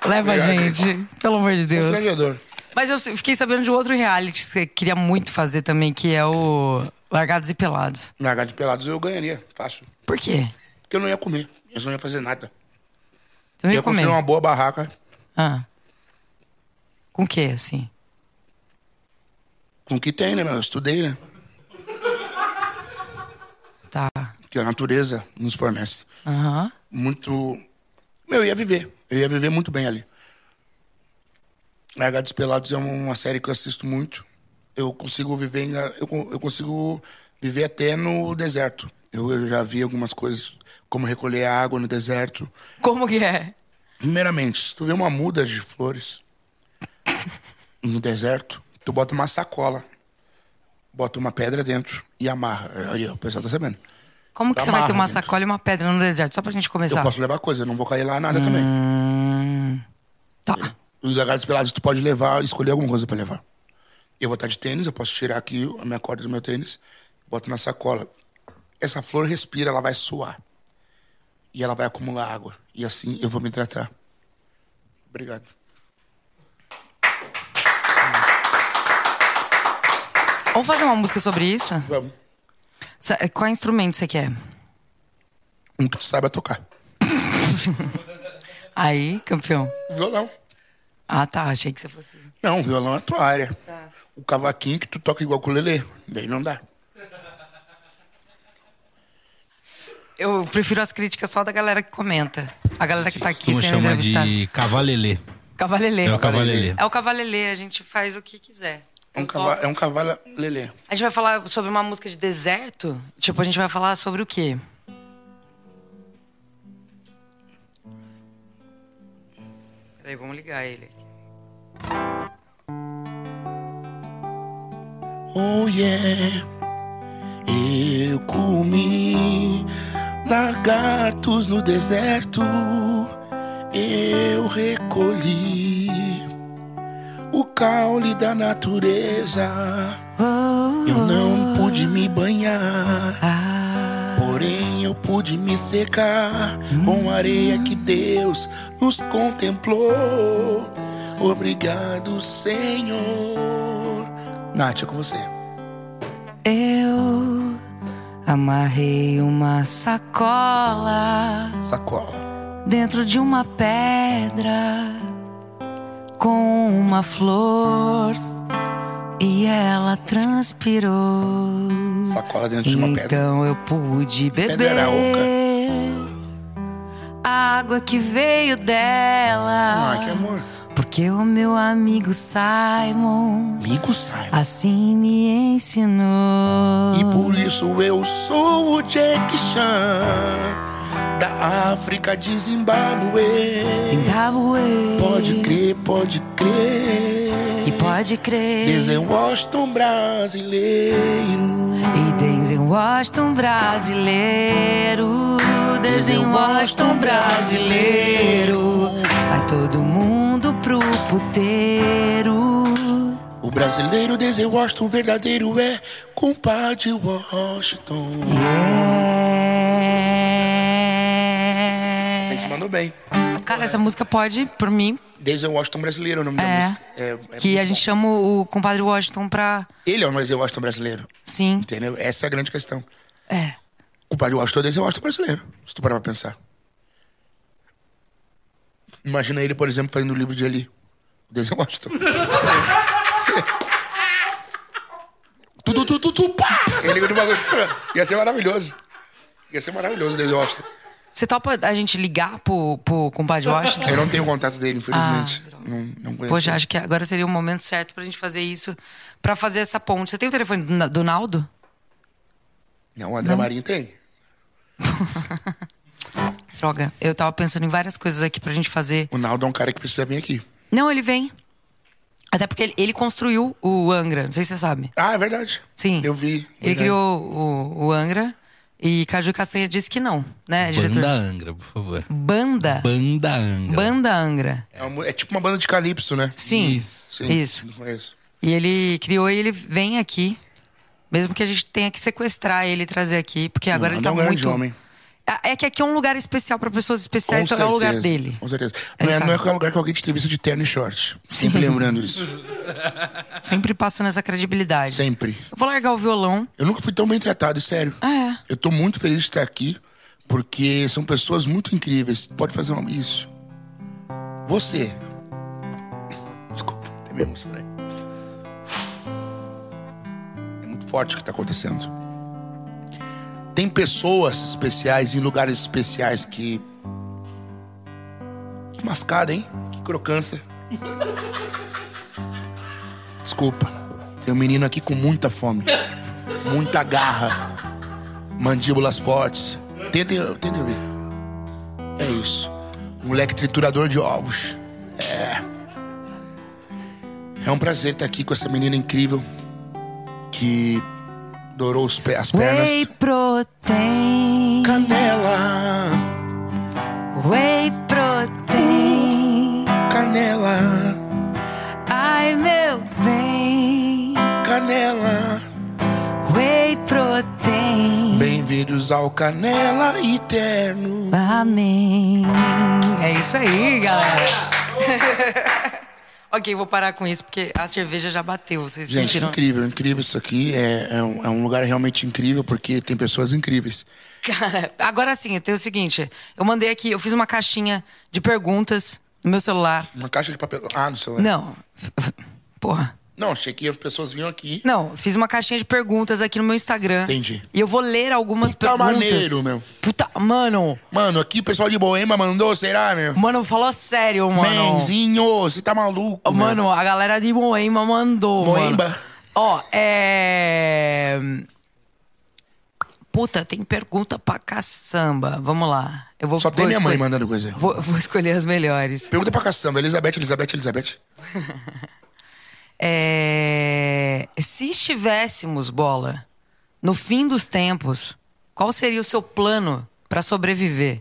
[SPEAKER 1] Leva a
[SPEAKER 3] Obrigado,
[SPEAKER 1] gente. Pelo amor de Deus.
[SPEAKER 3] Constrangedor.
[SPEAKER 1] Mas eu fiquei sabendo de um outro reality que você queria muito fazer também, que é o Largados e Pelados.
[SPEAKER 3] Na H de Pelados eu ganharia, fácil.
[SPEAKER 1] Por quê?
[SPEAKER 3] Porque eu não ia comer, eu não ia fazer nada.
[SPEAKER 1] Você não
[SPEAKER 3] Eu
[SPEAKER 1] ia
[SPEAKER 3] ia
[SPEAKER 1] comer.
[SPEAKER 3] construir uma boa barraca
[SPEAKER 1] Ah. Com o quê, assim?
[SPEAKER 3] com o que tem, né, meu? Eu estudei, né?
[SPEAKER 1] Tá.
[SPEAKER 3] Que a natureza nos fornece.
[SPEAKER 1] Aham.
[SPEAKER 3] muito. Meu, eu ia viver. Eu ia viver muito bem ali. Largados e Pelados é uma série que eu assisto muito. Eu consigo viver em, eu, con- eu consigo viver até no deserto. Eu, eu já vi algumas coisas, como recolher água no deserto.
[SPEAKER 1] Como que é?
[SPEAKER 3] Primeiramente, se tu vê uma muda de flores no deserto, tu bota uma sacola, bota uma pedra dentro e amarra. Aí, ó, o pessoal tá sabendo.
[SPEAKER 1] Como que
[SPEAKER 3] Tá
[SPEAKER 1] você vai ter uma
[SPEAKER 3] amarra, gente.
[SPEAKER 1] sacola e uma pedra no deserto? Só pra gente
[SPEAKER 3] Eu
[SPEAKER 1] começar.
[SPEAKER 3] posso levar coisa, eu não vou cair lá nada também.
[SPEAKER 1] Hum. Tá.
[SPEAKER 3] Os lagartos pelados, tu pode levar, escolher alguma coisa pra levar. Eu vou estar de tênis, eu posso tirar aqui a minha corda do meu tênis, boto na sacola. Essa flor respira, ela vai suar. E ela vai acumular água. E assim eu vou me tratar. Obrigado.
[SPEAKER 1] Vamos fazer uma música sobre isso?
[SPEAKER 3] Vamos.
[SPEAKER 1] Sa- Qual instrumento você quer?
[SPEAKER 3] Um que tu saiba tocar.
[SPEAKER 1] Aí, campeão.
[SPEAKER 3] Violão.
[SPEAKER 1] Ah, tá. Achei que você fosse.
[SPEAKER 3] Não, violão é a tua área.
[SPEAKER 1] Tá.
[SPEAKER 3] O cavaquinho que tu toca igual com o Lelê. Daí não dá.
[SPEAKER 1] Eu prefiro as críticas só da galera que comenta. A galera que tá aqui
[SPEAKER 2] Costuma
[SPEAKER 1] sendo
[SPEAKER 2] chamar
[SPEAKER 1] entrevistada.
[SPEAKER 2] de cavalelê.
[SPEAKER 1] Cavalelê.
[SPEAKER 2] É o cavalelê.
[SPEAKER 1] É o cavalelê, a gente faz o que quiser.
[SPEAKER 3] É um,
[SPEAKER 1] Eu
[SPEAKER 3] cavalo,
[SPEAKER 1] toco.
[SPEAKER 3] é um cavalo lelê.
[SPEAKER 1] A gente vai falar sobre uma música de deserto? Tipo, a gente vai falar sobre o quê? Peraí, vamos ligar ele.
[SPEAKER 3] Oh yeah, eu comi lagartos no deserto. Eu recolhi o caule da natureza. Eu não pude me banhar.
[SPEAKER 2] Ah,
[SPEAKER 3] Porém eu pude me secar com a areia que Deus nos contemplou. Obrigado, Senhor. Nath, é com você.
[SPEAKER 1] Eu amarrei uma sacola
[SPEAKER 3] Sacola.
[SPEAKER 1] dentro de uma pedra com uma flor e ela transpirou.
[SPEAKER 3] Sacola dentro de uma pedra.
[SPEAKER 1] Então eu pude beber
[SPEAKER 3] era oca.
[SPEAKER 1] a água que veio dela.
[SPEAKER 3] Ah, que amor.
[SPEAKER 1] Porque o meu amigo Simon
[SPEAKER 3] Amigo Simon.
[SPEAKER 1] assim me ensinou.
[SPEAKER 3] E por isso eu sou o Jack Chan da África de Zimbábue.
[SPEAKER 1] Zimbabue.
[SPEAKER 3] Pode crer, pode crer.
[SPEAKER 1] E pode crer.
[SPEAKER 3] Desde Washington brasileiro.
[SPEAKER 1] E Denzel Washington brasileiro.
[SPEAKER 3] é
[SPEAKER 1] Denzel é
[SPEAKER 3] um
[SPEAKER 1] um Washington brasileiro. Vai todo mundo pro puteiro.
[SPEAKER 3] O brasileiro desde Washington verdadeiro é compadre Washington. Você que
[SPEAKER 1] Yeah.
[SPEAKER 3] mandou bem.
[SPEAKER 1] É. Cara, essa música pode, por mim,
[SPEAKER 3] Desde Washington brasileiro é o nome da
[SPEAKER 1] É.
[SPEAKER 3] música. É- é
[SPEAKER 1] que
[SPEAKER 3] muito
[SPEAKER 1] a gente
[SPEAKER 3] bom.
[SPEAKER 1] chama o compadre Washington pra.
[SPEAKER 3] Ele é o Denzel Washington brasileiro,
[SPEAKER 1] Sim.
[SPEAKER 3] entendeu? Essa é a grande questão.
[SPEAKER 1] É.
[SPEAKER 3] O compadre Washington é o Denzel Washington brasileiro, se tu parar pra pensar. Imagina ele, por exemplo, fazendo o livro de Eli. O Denzel Washington. tu, tu, tu, tu, tu, pá! Ele ganhou o bagulho. Ia ser maravilhoso. Ia ser maravilhoso o Denzel Washington.
[SPEAKER 1] Você topa a gente ligar pro, pro compadre Washington?
[SPEAKER 3] Eu não tenho contato dele, infelizmente.
[SPEAKER 1] Ah.
[SPEAKER 3] não, não conheço.
[SPEAKER 1] Poxa, acho que agora seria o momento certo pra gente fazer isso, pra fazer essa ponte. Você tem o telefone do Na- do Naldo?
[SPEAKER 3] Não, o André Marinho tem.
[SPEAKER 1] Droga, eu tava pensando em várias coisas aqui pra gente fazer.
[SPEAKER 3] O Naldo é um cara que precisa vir aqui.
[SPEAKER 1] Não, ele vem. Até porque ele, ele construiu o Angra, não sei se você sabe.
[SPEAKER 3] Ah, é verdade.
[SPEAKER 1] Sim.
[SPEAKER 3] Eu vi.
[SPEAKER 1] Ele
[SPEAKER 3] Verdade.
[SPEAKER 1] criou o, o Angra e Caju Castanha disse que não, né, diretor?
[SPEAKER 2] Banda Angra, por favor.
[SPEAKER 1] Banda.
[SPEAKER 2] Banda Angra.
[SPEAKER 1] Banda Angra.
[SPEAKER 3] É, uma- é tipo uma banda de calypso, né?
[SPEAKER 1] Sim.
[SPEAKER 2] Isso.
[SPEAKER 3] Sim.
[SPEAKER 1] Isso.
[SPEAKER 3] Não é conheço.
[SPEAKER 1] E ele criou e ele vem aqui. Mesmo que a gente tenha que sequestrar ele e trazer aqui, porque agora
[SPEAKER 3] Não,
[SPEAKER 1] ele
[SPEAKER 3] ele é
[SPEAKER 1] tá
[SPEAKER 3] um grande
[SPEAKER 1] muito.
[SPEAKER 3] homem.
[SPEAKER 1] Ah, É que aqui é um lugar especial pra pessoas
[SPEAKER 3] Com
[SPEAKER 1] especiais, então é o lugar
[SPEAKER 3] certeza,
[SPEAKER 1] dele.
[SPEAKER 3] Com certeza.
[SPEAKER 1] Ele
[SPEAKER 3] Não é,
[SPEAKER 1] sabe.
[SPEAKER 3] não é qualquer lugar que alguém te entrevista de terno e short. Sempre lembrando isso.
[SPEAKER 1] Sempre passando essa credibilidade.
[SPEAKER 3] Sempre.
[SPEAKER 1] Eu vou largar o violão.
[SPEAKER 3] Eu nunca fui tão bem tratado, sério.
[SPEAKER 1] É.
[SPEAKER 3] Eu tô muito feliz de estar aqui, porque são pessoas muito incríveis. Pode fazer uma... isso. Você. Desculpa, até me emocionei. É muito forte o que tá acontecendo. Tem pessoas especiais em lugares especiais que. Que mascada, hein? Que crocância. Desculpa. Tem um menino aqui com muita fome. Muita garra mandíbulas fortes. Tentem, tentem ver. É isso. Moleque triturador de ovos. É. É um prazer estar aqui com essa menina incrível que dourou os pé, as pernas.
[SPEAKER 1] Whey protein.
[SPEAKER 3] Canela,
[SPEAKER 1] Whey protein.
[SPEAKER 3] canela,
[SPEAKER 1] Ai, meu bem.
[SPEAKER 3] canela.
[SPEAKER 1] Whey protein.
[SPEAKER 3] Bem-vindos ao Canela Eterno.
[SPEAKER 1] Amém. É isso aí, galera. ok, vou parar com isso porque a cerveja já bateu. Vocês
[SPEAKER 3] Gente,
[SPEAKER 1] sentiram?
[SPEAKER 3] incrível, incrível isso aqui. É, é um, é um lugar realmente incrível porque tem pessoas incríveis.
[SPEAKER 1] Cara, agora sim, tem o seguinte: eu mandei aqui, eu fiz uma caixinha de perguntas no meu celular.
[SPEAKER 3] Uma caixa de papel. Ah, no celular.
[SPEAKER 1] Não. Porra.
[SPEAKER 3] Não, achei que as pessoas vinham aqui.
[SPEAKER 1] Não, fiz uma caixinha de perguntas aqui no meu Instagram.
[SPEAKER 3] Entendi.
[SPEAKER 1] E eu vou ler algumas
[SPEAKER 3] Puta
[SPEAKER 1] perguntas.
[SPEAKER 3] maneiro, meu.
[SPEAKER 1] Puta, mano,
[SPEAKER 3] Mano, aqui o pessoal de Boema mandou, será, meu?
[SPEAKER 1] mano, fala sério, mano.
[SPEAKER 3] Menzinho, você tá maluco,
[SPEAKER 1] Ô,
[SPEAKER 3] meu?
[SPEAKER 1] Mano, a galera de Moema mandou.
[SPEAKER 3] Moemba.
[SPEAKER 1] mano. Ó, é. Puta, tem pergunta pra caçamba. Vamos lá. Eu vou
[SPEAKER 3] Só tem
[SPEAKER 1] vou
[SPEAKER 3] minha mãe
[SPEAKER 1] escolher-
[SPEAKER 3] mandando coisa.
[SPEAKER 1] Vou, vou escolher as melhores.
[SPEAKER 3] Pergunta pra caçamba, Elizabeth, Elizabeth, Elizabeth.
[SPEAKER 1] É... Se estivéssemos, bola, no fim dos tempos, qual seria o seu plano pra sobreviver?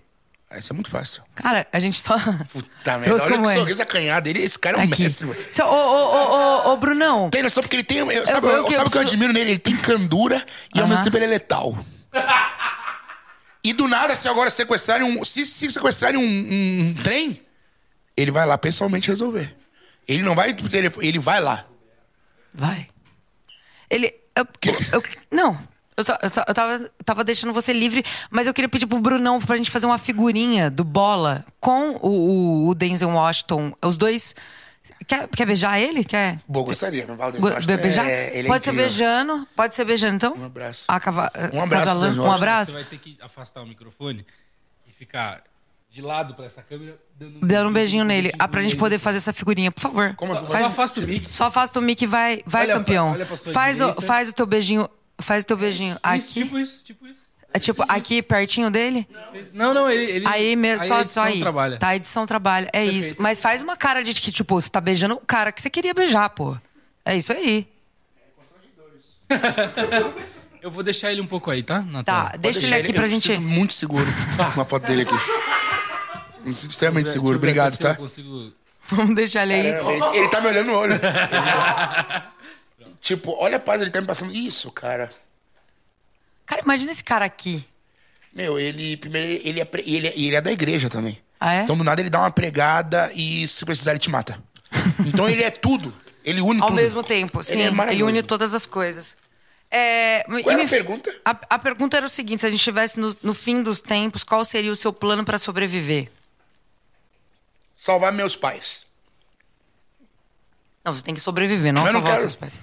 [SPEAKER 3] Ah, Isso é muito fácil.
[SPEAKER 1] Cara, a gente só.
[SPEAKER 3] Puta merda,
[SPEAKER 1] Trouxe
[SPEAKER 3] olha
[SPEAKER 1] como
[SPEAKER 3] que
[SPEAKER 1] é.
[SPEAKER 3] sorriso acanhado. Ele, esse cara é um
[SPEAKER 1] Aqui.
[SPEAKER 3] mestre, velho.
[SPEAKER 1] Ô, ô, ô, ô, ô, Brunão.
[SPEAKER 3] Tem noção, porque ele tem. eu- sabe
[SPEAKER 1] eu-
[SPEAKER 3] eu-
[SPEAKER 1] que
[SPEAKER 3] sabe
[SPEAKER 1] eu
[SPEAKER 3] o que
[SPEAKER 1] sou-
[SPEAKER 3] eu admiro nele? Ele tem candura e ao
[SPEAKER 1] Aham.
[SPEAKER 3] mesmo tempo ele é letal. E do nada, se agora sequestrarem um. Se, se sequestrarem um, um- um trem, ele vai lá pessoalmente resolver. Ele não vai pro telefone, ele vai lá.
[SPEAKER 1] Vai. Ele. Eu, eu- não. Eu, só- eu, só- eu tava, eu tava deixando você livre, mas eu queria pedir pro Brunão pra gente fazer uma figurinha do bola com o, o- o Denzel Washington. Os dois. Quer, quer beijar ele? Quer?
[SPEAKER 3] Boa, gostaria, não vale.
[SPEAKER 1] Go-
[SPEAKER 3] Eu acho
[SPEAKER 1] be-
[SPEAKER 3] que
[SPEAKER 1] beijar?
[SPEAKER 3] é- ele é
[SPEAKER 1] pode ser
[SPEAKER 3] incrível.
[SPEAKER 1] beijando, pode ser beijando, então? Um
[SPEAKER 3] abraço.
[SPEAKER 1] um
[SPEAKER 3] Um abraço, Denzel
[SPEAKER 1] um
[SPEAKER 3] Washington.
[SPEAKER 2] Você
[SPEAKER 1] abraço.
[SPEAKER 2] vai ter que afastar o microfone e ficar de lado pra essa câmera, dando um
[SPEAKER 1] Dando um beijinho nele. Ah, pra
[SPEAKER 2] no
[SPEAKER 1] gente
[SPEAKER 2] Denzel.
[SPEAKER 1] poder fazer essa figurinha, por favor.
[SPEAKER 3] Como eu-
[SPEAKER 2] Só afasta o mic.
[SPEAKER 1] Só afasta o Mickey, vai, vai
[SPEAKER 2] Olha pra-
[SPEAKER 1] campeão.
[SPEAKER 2] olha pra sua
[SPEAKER 1] faz, o,
[SPEAKER 2] direita.
[SPEAKER 1] faz o teu beijinho. Faz o teu beijinho
[SPEAKER 2] Isso,
[SPEAKER 1] aqui.
[SPEAKER 2] tipo isso, tipo isso.
[SPEAKER 1] É tipo, aqui pertinho dele?
[SPEAKER 2] Não, não, ele. ele
[SPEAKER 1] Aí mesmo,
[SPEAKER 2] aí
[SPEAKER 1] só,
[SPEAKER 2] a
[SPEAKER 1] só
[SPEAKER 2] edição
[SPEAKER 1] aí.
[SPEAKER 2] trabalha.
[SPEAKER 1] Tá, a edição trabalha. É isso. Mas faz uma cara de que, tipo, você tá beijando o cara que você queria beijar, pô. É isso aí.
[SPEAKER 2] Eu vou deixar ele um pouco aí, tá? Na
[SPEAKER 1] Tá,
[SPEAKER 2] tela.
[SPEAKER 1] deixa ele aqui pra
[SPEAKER 3] eu
[SPEAKER 1] gente.
[SPEAKER 3] Me sinto muito seguro com a foto dele aqui. Me sinto extremamente
[SPEAKER 2] Deixa eu
[SPEAKER 3] seguro,
[SPEAKER 2] ver aqui
[SPEAKER 3] obrigado,
[SPEAKER 2] se eu
[SPEAKER 3] tá?
[SPEAKER 2] consigo-
[SPEAKER 1] Vamos deixar ele
[SPEAKER 2] É.
[SPEAKER 1] aí.
[SPEAKER 3] Ele, ele tá me olhando no olho. tipo, olha a paz, ele tá me passando. Isso, cara.
[SPEAKER 1] Cara, imagina esse cara aqui.
[SPEAKER 3] Meu, ele primeiro ele é, pre- e ele, é- e ele é da igreja também.
[SPEAKER 1] Ah, é?
[SPEAKER 3] Então do nada ele dá uma pregada e se precisar ele te mata. Então ele é tudo. Ele une
[SPEAKER 1] Ao
[SPEAKER 3] tudo.
[SPEAKER 1] mesmo tempo, sim.
[SPEAKER 3] é
[SPEAKER 1] Ele,
[SPEAKER 3] maravilhoso.
[SPEAKER 1] une todas as coisas. É, e
[SPEAKER 3] era a
[SPEAKER 1] me-
[SPEAKER 3] pergunta?
[SPEAKER 1] A, a pergunta era o seguinte: se a gente estivesse no, no fim dos tempos, qual seria o seu plano pra sobreviver?
[SPEAKER 3] Salvar meus pais.
[SPEAKER 1] Não, você tem que sobreviver, não
[SPEAKER 3] Mas eu não
[SPEAKER 1] salvar os
[SPEAKER 3] quero.
[SPEAKER 1] seus pais.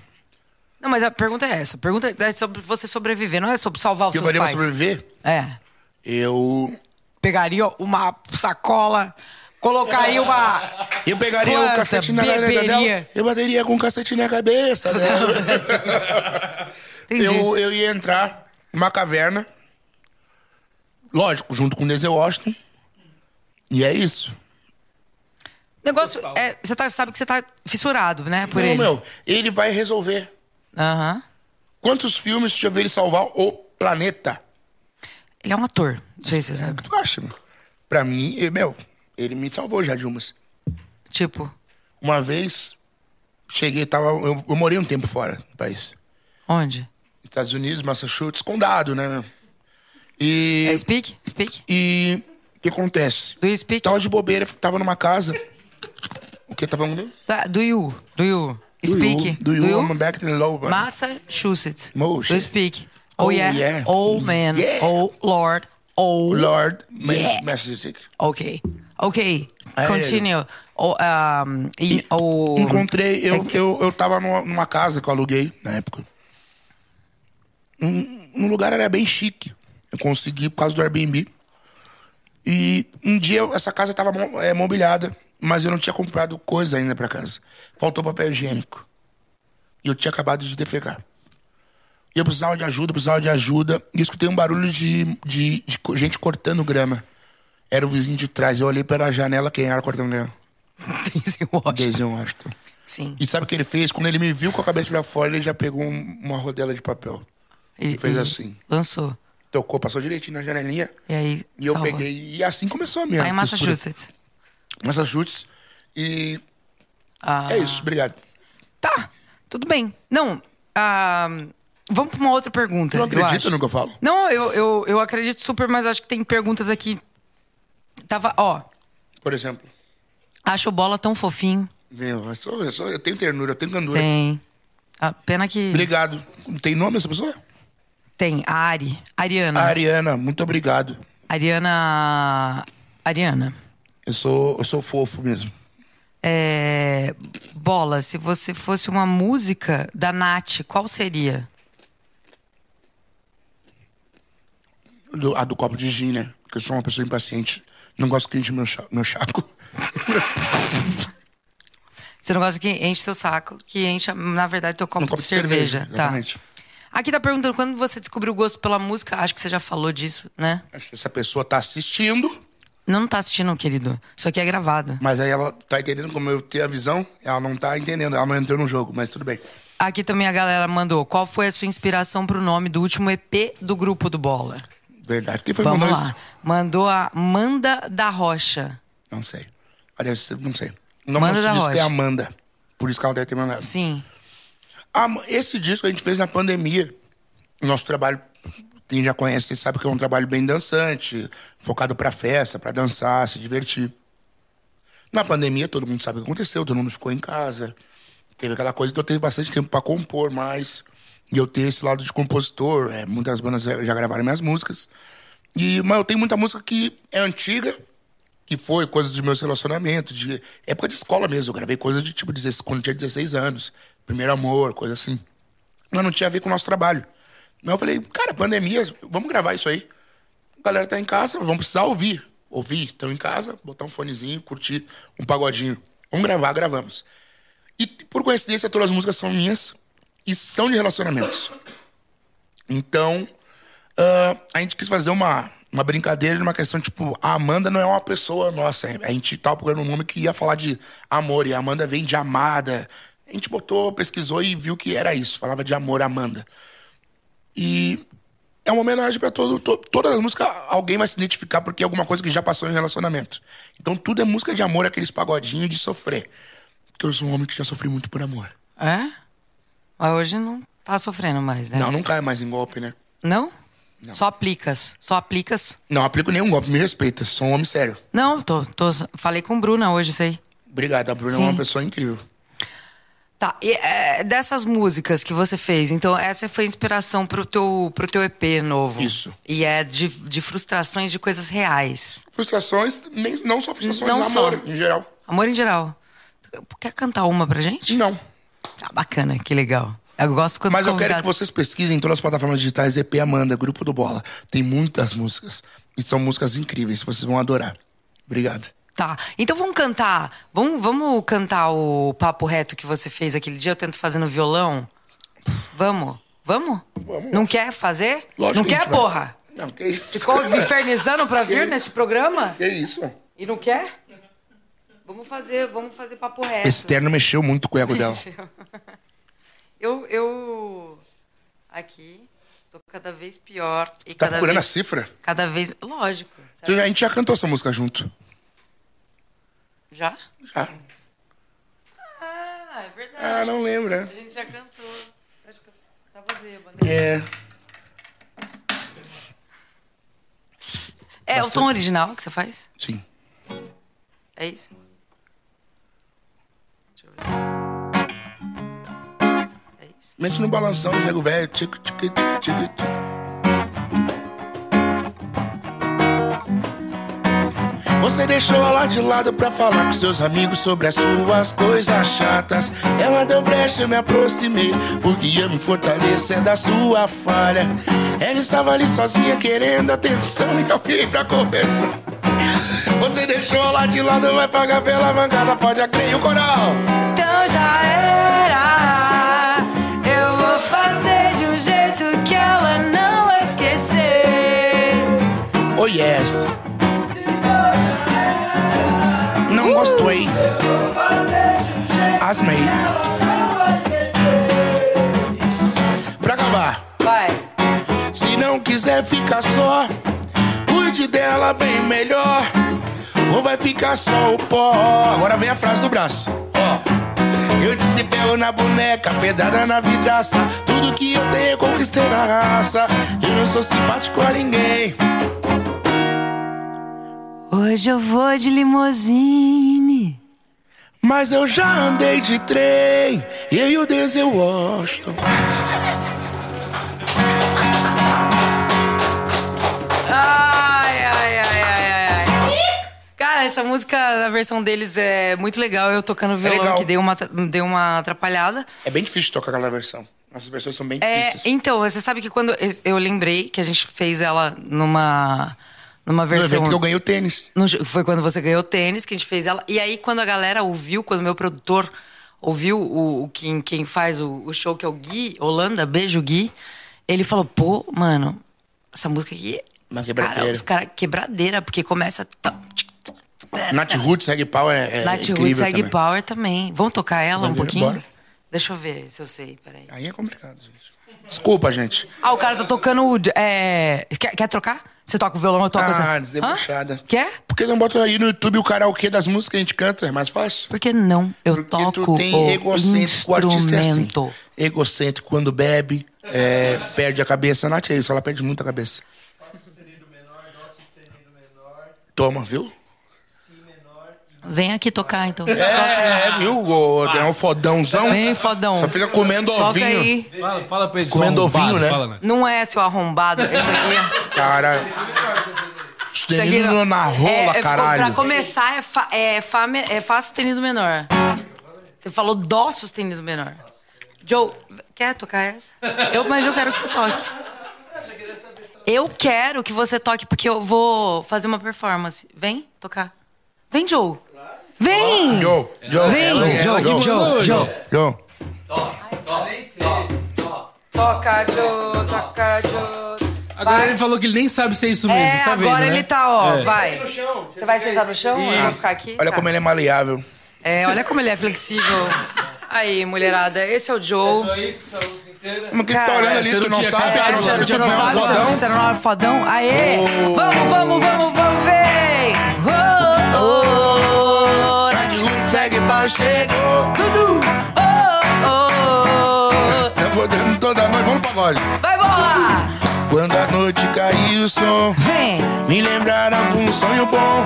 [SPEAKER 1] Não, mas a pergunta é essa. A pergunta é sobre você sobreviver, não é sobre salvar os
[SPEAKER 3] Que eu
[SPEAKER 1] seus
[SPEAKER 3] faria pra
[SPEAKER 1] pais.
[SPEAKER 3] sobreviver?
[SPEAKER 1] É.
[SPEAKER 3] Eu.
[SPEAKER 1] pegaria uma sacola, colocaria uma.
[SPEAKER 3] Eu pegaria
[SPEAKER 1] Planta,
[SPEAKER 3] o cacete na garganta
[SPEAKER 1] beberia.
[SPEAKER 3] dela. Eu bateria com o cacete na cabeça. dela.
[SPEAKER 1] tá Entendi.
[SPEAKER 3] Eu, eu ia entrar numa caverna. Lógico, junto com o Denzel Washington. E é isso.
[SPEAKER 1] Negócio. é, você tá- sabe que você tá fissurado, né? Por
[SPEAKER 3] Não,
[SPEAKER 1] ele.
[SPEAKER 3] meu, ele vai resolver.
[SPEAKER 1] Aham.
[SPEAKER 3] Quantos filmes deixa eu ver ele salvar o planeta?
[SPEAKER 1] Ele é um ator. Não sei se você
[SPEAKER 3] O
[SPEAKER 1] sabe.
[SPEAKER 3] que tu acha, meu? Pra mim, eh, meu, ele me salvou já de umas.
[SPEAKER 1] Tipo,
[SPEAKER 3] Uma vez, cheguei, tava. Eu, eu morei um tempo fora do país.
[SPEAKER 1] onde?
[SPEAKER 3] Estados Unidos, Massachusetts, condado, né, meu? E.
[SPEAKER 1] É speak? Speak?
[SPEAKER 3] E o que acontece?
[SPEAKER 1] Do you speak?
[SPEAKER 3] Tava de bobeira, tava numa casa. O que tava falando?
[SPEAKER 1] Da- do you? Do you? Speak?
[SPEAKER 3] Do you, é do you, I'm back in low.
[SPEAKER 1] Massachusetts.
[SPEAKER 3] Mo,
[SPEAKER 1] Do you
[SPEAKER 3] shit.
[SPEAKER 1] speak?
[SPEAKER 3] Oh,
[SPEAKER 1] Oh, yeah.
[SPEAKER 3] yeah.
[SPEAKER 1] Oh man.
[SPEAKER 3] Yeah.
[SPEAKER 1] Oh lord. Oh.
[SPEAKER 3] Lord,
[SPEAKER 1] Yeah.
[SPEAKER 3] Massachusetts.
[SPEAKER 1] Ok.
[SPEAKER 3] É
[SPEAKER 1] Ok.
[SPEAKER 3] Aí.
[SPEAKER 1] Continue. Oh, um, in- oh,
[SPEAKER 3] Encontrei, eu,
[SPEAKER 1] É que-
[SPEAKER 3] eu, eu tava numa, numa casa que eu aluguei na época. Um, um lugar era bem chique. Eu consegui por causa do Airbnb. E um dia eu- essa casa tava mo- é, mobiliada, mas eu não tinha comprado coisa ainda pra casa. Faltou papel higiênico. E eu tinha acabado de defecar. E eu precisava de ajuda, precisava de ajuda. E eu escutei um barulho de, de, de co- gente cortando grama. Era o vizinho de trás. Eu olhei pela janela, quem era cortando grama?
[SPEAKER 1] Denzel Washington.
[SPEAKER 3] Desenho Washington.
[SPEAKER 1] Sim.
[SPEAKER 3] E sabe o que ele fez? Quando ele me viu com a cabeça pra fora, ele já pegou um- uma rodela de papel.
[SPEAKER 1] E,
[SPEAKER 3] fez
[SPEAKER 1] e
[SPEAKER 3] assim.
[SPEAKER 1] Lançou.
[SPEAKER 3] Tocou, passou direitinho na janelinha.
[SPEAKER 1] E aí.
[SPEAKER 3] E eu
[SPEAKER 1] salvou.
[SPEAKER 3] peguei. E assim começou a minha.
[SPEAKER 1] Lá em
[SPEAKER 3] fissura.
[SPEAKER 1] Massachusetts.
[SPEAKER 3] Massachusetts. E
[SPEAKER 1] Ah,
[SPEAKER 3] é isso, obrigado.
[SPEAKER 1] Tá, tudo bem. Não, ah, vamos pra uma outra pergunta.
[SPEAKER 3] Tu não
[SPEAKER 1] eu
[SPEAKER 3] acredita
[SPEAKER 1] acho.
[SPEAKER 3] no que eu falo?
[SPEAKER 1] Não, eu, eu, eu acredito super, mas acho que tem perguntas aqui. Tava, ó.
[SPEAKER 3] Por exemplo.
[SPEAKER 1] Acho o bola tão fofinho.
[SPEAKER 3] Meu, eu, sou, eu, sou, eu tenho ternura, eu tenho candura.
[SPEAKER 1] Tem. Ah, pena que.
[SPEAKER 3] Obrigado. Tem nome essa pessoa?
[SPEAKER 1] Tem. A Ari. Ariana.
[SPEAKER 3] Ariana, muito obrigado.
[SPEAKER 1] Ariana. Ariana.
[SPEAKER 3] Eu sou, eu sou fofo mesmo.
[SPEAKER 1] É, bola, se você fosse uma música da Nath, qual seria?
[SPEAKER 3] Do- a do copo de gin, né? Porque eu sou uma pessoa impaciente. Não gosto que enche meu, cha- meu chaco.
[SPEAKER 1] Você não gosta que enche seu saco, que enche, na verdade, teu copo,
[SPEAKER 3] Um copo
[SPEAKER 1] de cerveja.
[SPEAKER 3] Exatamente.
[SPEAKER 1] tá. Aqui tá perguntando quando você descobriu o gosto pela música. Acho que você já falou disso, né?
[SPEAKER 3] Acho que essa pessoa tá assistindo,
[SPEAKER 1] Não tá assistindo, querido. Isso aqui é gravado.
[SPEAKER 3] mas aí ela tá entendendo como eu tenho a visão. Ela não tá entendendo. Ela não entrou no jogo, mas tudo bem.
[SPEAKER 1] Aqui também a galera mandou. Qual foi a sua inspiração pro nome do último EP do grupo do Bola?
[SPEAKER 3] Verdade. Quem foi que
[SPEAKER 1] Vamos
[SPEAKER 3] mandou
[SPEAKER 1] lá.
[SPEAKER 3] isso?
[SPEAKER 1] Mandou a Manda da Rocha.
[SPEAKER 3] Não sei. Aliás, não sei. O nome
[SPEAKER 1] Amanda
[SPEAKER 3] desse
[SPEAKER 1] da
[SPEAKER 3] disco é
[SPEAKER 1] Rocha.
[SPEAKER 3] Amanda. Por isso que ela tá deve ter mandado.
[SPEAKER 1] Sim.
[SPEAKER 3] Ah, esse disco a gente fez na pandemia. Nosso trabalho, quem já conhece, sabe que é um trabalho bem dançante, focado pra festa, pra dançar, se divertir. Na pandemia, todo mundo sabe o que aconteceu, todo mundo ficou em casa. Teve aquela coisa, então eu teve bastante tempo pra compor mais. E eu tenho esse lado de compositor, é, muitas bandas já já gravaram minhas músicas. E, mas eu tenho muita música que é antiga, que foi coisas dos meus relacionamentos, de época de escola mesmo. Eu gravei coisas de tipo 16 quando eu tinha 16 anos, primeiro amor, coisa assim. Mas não tinha a ver com o nosso trabalho. Mas eu falei, cara, pandemia, vamos gravar isso aí. A galera tá em casa, vamos precisar ouvir. Ouvir, estão em casa, botar um fonezinho, curtir um pagodinho. Vamos gravar, gravamos. E por coincidência, todas as músicas são minhas e são de relacionamentos. Então, ah, a gente quis fazer uma, uma brincadeira numa questão, tipo, a Amanda não é uma pessoa nossa. A gente tava procurando um nome que ia falar de amor, e a Amanda vem de amada. A gente botou, pesquisou e viu que era isso. Falava de amor, Amanda. E é uma homenagem pra todo, to, todas as músicas. Alguém vai se identificar porque é alguma coisa que já passou em relacionamento. Então tudo é música de amor, aqueles pagodinhos de sofrer. Porque eu sou um homem que já sofri muito por amor.
[SPEAKER 1] É? Mas hoje não tá sofrendo mais, né?
[SPEAKER 3] Não, não cai mais em golpe, né?
[SPEAKER 1] Não? Só aplicas. Só aplicas.
[SPEAKER 3] Não aplico nenhum golpe, me respeita, sou um homem sério.
[SPEAKER 1] Não, tô, tô. Falei com Bruna hoje, sei.
[SPEAKER 3] Obrigado, a Bruna
[SPEAKER 1] Sim.
[SPEAKER 3] é uma pessoa incrível.
[SPEAKER 1] Tá, e é, dessas músicas que você fez, então essa foi a inspiração pro teu, pro teu EP novo.
[SPEAKER 3] Isso.
[SPEAKER 1] E é de, de frustrações de coisas reais.
[SPEAKER 3] Frustrações, nem, não só frustrações,
[SPEAKER 1] Não só.
[SPEAKER 3] amor, em geral.
[SPEAKER 1] Amor em geral. Quer cantar uma pra gente?
[SPEAKER 3] Não.
[SPEAKER 1] Tá bacana, que legal. Eu gosto quando
[SPEAKER 3] Mas eu quero
[SPEAKER 1] convidado-
[SPEAKER 3] que vocês pesquisem em todas as plataformas digitais EP Amanda, Grupo do Bola. Tem muitas músicas. E são músicas incríveis, vocês vão adorar. Obrigado.
[SPEAKER 1] Tá. Então vamos cantar. Vamos, vamos cantar o papo reto que você fez aquele dia, eu tento fazer no violão. Vamos? Vamos? Não quer fazer?
[SPEAKER 3] Lógico
[SPEAKER 1] não
[SPEAKER 3] que a
[SPEAKER 1] quer,
[SPEAKER 3] gente vai.
[SPEAKER 1] porra?
[SPEAKER 3] Não, que isso.
[SPEAKER 1] Ficou me infernizando pra vir nesse programa?
[SPEAKER 3] Que isso, mano.
[SPEAKER 1] E não quer? Vamos fazer, vamos fazer papo reto.
[SPEAKER 3] Esse terno mexeu muito com o ego dela.
[SPEAKER 1] Eu, eu. Aqui. Tô cada vez pior. E
[SPEAKER 3] Tá
[SPEAKER 1] cada
[SPEAKER 3] procurando
[SPEAKER 1] vez.
[SPEAKER 3] a cifra?
[SPEAKER 1] Cada vez. Lógico. sabe?
[SPEAKER 3] A gente já cantou essa música junto.
[SPEAKER 1] Já?
[SPEAKER 3] Já.
[SPEAKER 1] Ah, é verdade.
[SPEAKER 3] Ah, não lembra.
[SPEAKER 1] A gente já cantou. Acho que eu tava bêbada.
[SPEAKER 3] É.
[SPEAKER 1] É, o tom original que você faz?
[SPEAKER 3] Sim.
[SPEAKER 1] É isso? É isso?
[SPEAKER 3] Mente no balanção, nego velho. Tico, tico, tico, tico, tico. Você deixou ela de lado pra falar com seus amigos sobre as suas coisas chatas. Ela deu brecha, eu me aproximei, porque ia me fortalecer da sua falha. Ela estava ali sozinha, querendo atenção e alguém pra conversar. Você deixou ela de lado, vai pagar pela bancada, pode acreir o coral.
[SPEAKER 1] Então já era. Eu vou fazer de um jeito que ela não vai esquecer.
[SPEAKER 3] Oh yes. Não gostei. Asmei. Pra acabar,
[SPEAKER 1] Vai.
[SPEAKER 3] se não quiser ficar só, cuide dela bem melhor. Ou vai ficar só o pó. Agora vem a frase do braço. Ó. Eu disse ferro na boneca, pedrada na vidraça. Tudo que eu tenho eu conquistei na raça. Eu não sou simpático a ninguém.
[SPEAKER 1] Hoje eu vou de limousine.
[SPEAKER 3] Mas eu já andei de trem, eu e o Denzel Washington.
[SPEAKER 1] Ai, ai, ai, ai, ai. ai. Cara, essa música, na versão deles, é muito legal. Eu tocando violão,
[SPEAKER 3] É legal.
[SPEAKER 1] que deu uma, deu uma atrapalhada.
[SPEAKER 3] É bem difícil tocar aquela versão. Nossas versões são bem
[SPEAKER 1] É,
[SPEAKER 3] difíceis.
[SPEAKER 1] então, você sabe que quando eu- eu lembrei que a gente fez ela numa numa
[SPEAKER 3] No
[SPEAKER 1] versão
[SPEAKER 3] um evento que eu ganhei o tênis.
[SPEAKER 1] no jo- foi quando você ganhou o tênis que a gente fez ela. E aí quando a galera ouviu, quando meu produtor ouviu o, o quem, quem faz o, o show que é o Gui Holanda, beijo Gui, ele falou: "Pô, mano, essa música aqui,
[SPEAKER 3] Uma quebradeira.
[SPEAKER 1] Cara, os cara quebradeira, porque começa tam, tic, tum, tum, pera,
[SPEAKER 3] Nath Roots, Reg Power é, é
[SPEAKER 1] Nath
[SPEAKER 3] incrível
[SPEAKER 1] É Roots, Egg
[SPEAKER 3] também.
[SPEAKER 1] Power também. Vamos tocar ela um
[SPEAKER 3] Bandeira,
[SPEAKER 1] pouquinho?
[SPEAKER 3] bora.
[SPEAKER 1] Deixa eu ver se eu sei, peraí.
[SPEAKER 3] Aí é complicado, gente. Desculpa, gente.
[SPEAKER 1] Ah, o cara tá tocando. o- É... Quer, quer trocar? Você toca o violão, eu toco
[SPEAKER 3] Ah,
[SPEAKER 1] essa.
[SPEAKER 3] desdebochada.
[SPEAKER 1] Hã? Quer?
[SPEAKER 3] Por que não bota aí no YouTube o karaokê das músicas que a gente canta? É mais fácil.
[SPEAKER 1] Por que não? Eu
[SPEAKER 3] Porque
[SPEAKER 1] toco
[SPEAKER 3] tu tem
[SPEAKER 1] o
[SPEAKER 3] egocêntrico, o artista é assim.
[SPEAKER 1] instrumento.
[SPEAKER 3] Egocêntrico quando bebe, é, perde a cabeça. Nath, é isso, ela perde muito a cabeça. Toma, viu?
[SPEAKER 1] Vem aqui tocar, então.
[SPEAKER 3] É, viu? O, é um fodãozão.
[SPEAKER 1] Vem, fodão.
[SPEAKER 3] Só fica comendo
[SPEAKER 1] Toca
[SPEAKER 3] ovinho.
[SPEAKER 1] aí.
[SPEAKER 2] Fala, fala pra eles.
[SPEAKER 3] Comendo
[SPEAKER 2] arrombado,
[SPEAKER 3] ovinho, né?
[SPEAKER 2] Fala, né?
[SPEAKER 1] Não é seu arrombado. Isso aqui,
[SPEAKER 3] Cara.
[SPEAKER 1] isso aqui
[SPEAKER 3] Tenido na
[SPEAKER 1] É, é,
[SPEAKER 3] rola,
[SPEAKER 1] ficou- Pra
[SPEAKER 3] caralho.
[SPEAKER 1] começar, é, fa, é, fa, me- é Fá sustenido menor. Você falou Dó sustenido menor. Joe, quer tocar essa? Eu, mas eu quero que você toque. Eu quero que você toque, porque eu vou fazer uma performance. Vem tocar. Vem, Joe. Vem!
[SPEAKER 3] Joe, Joe,
[SPEAKER 1] Vem,
[SPEAKER 3] Joe, Joe,
[SPEAKER 1] Joe, Joe.
[SPEAKER 3] Joe.
[SPEAKER 1] Toca, Joe, toca, Joe.
[SPEAKER 2] Agora ele falou que ele nem sabe se é isso mesmo,
[SPEAKER 1] É,
[SPEAKER 2] tá vendo?
[SPEAKER 1] agora
[SPEAKER 2] né?
[SPEAKER 1] ele tá, ó,
[SPEAKER 2] É.
[SPEAKER 1] vai. Você vai sentar no chão? Eu vou ficar aqui?
[SPEAKER 3] Olha
[SPEAKER 1] Tá.
[SPEAKER 3] como ele é maleável.
[SPEAKER 1] É, olha como ele é flexível. Aí, mulherada, esse é o Joe.
[SPEAKER 3] Mas quem tá
[SPEAKER 1] Cara,
[SPEAKER 3] olhando ali,
[SPEAKER 2] é, você
[SPEAKER 3] tu
[SPEAKER 2] não
[SPEAKER 3] não
[SPEAKER 2] tinha
[SPEAKER 3] sabe,
[SPEAKER 2] cara,
[SPEAKER 3] tu não
[SPEAKER 2] você
[SPEAKER 3] sabe,
[SPEAKER 2] não
[SPEAKER 3] tu
[SPEAKER 2] tinha
[SPEAKER 3] não é um
[SPEAKER 2] cara.
[SPEAKER 3] fodão.
[SPEAKER 1] Você não é fodão? Aê!
[SPEAKER 3] Oh.
[SPEAKER 1] Vamos, vamos, vamos, vamos, vem! Oh, oh,
[SPEAKER 3] Pra
[SPEAKER 1] oh,
[SPEAKER 3] nenhum segue pra chegou.
[SPEAKER 1] Dudu! Oh,
[SPEAKER 3] Eu vou dando toda noite, vamos pro pagode.
[SPEAKER 1] oh, vai bola!
[SPEAKER 3] Quando a noite cair o som,
[SPEAKER 1] Vem!
[SPEAKER 3] me lembrar algum sonho bom.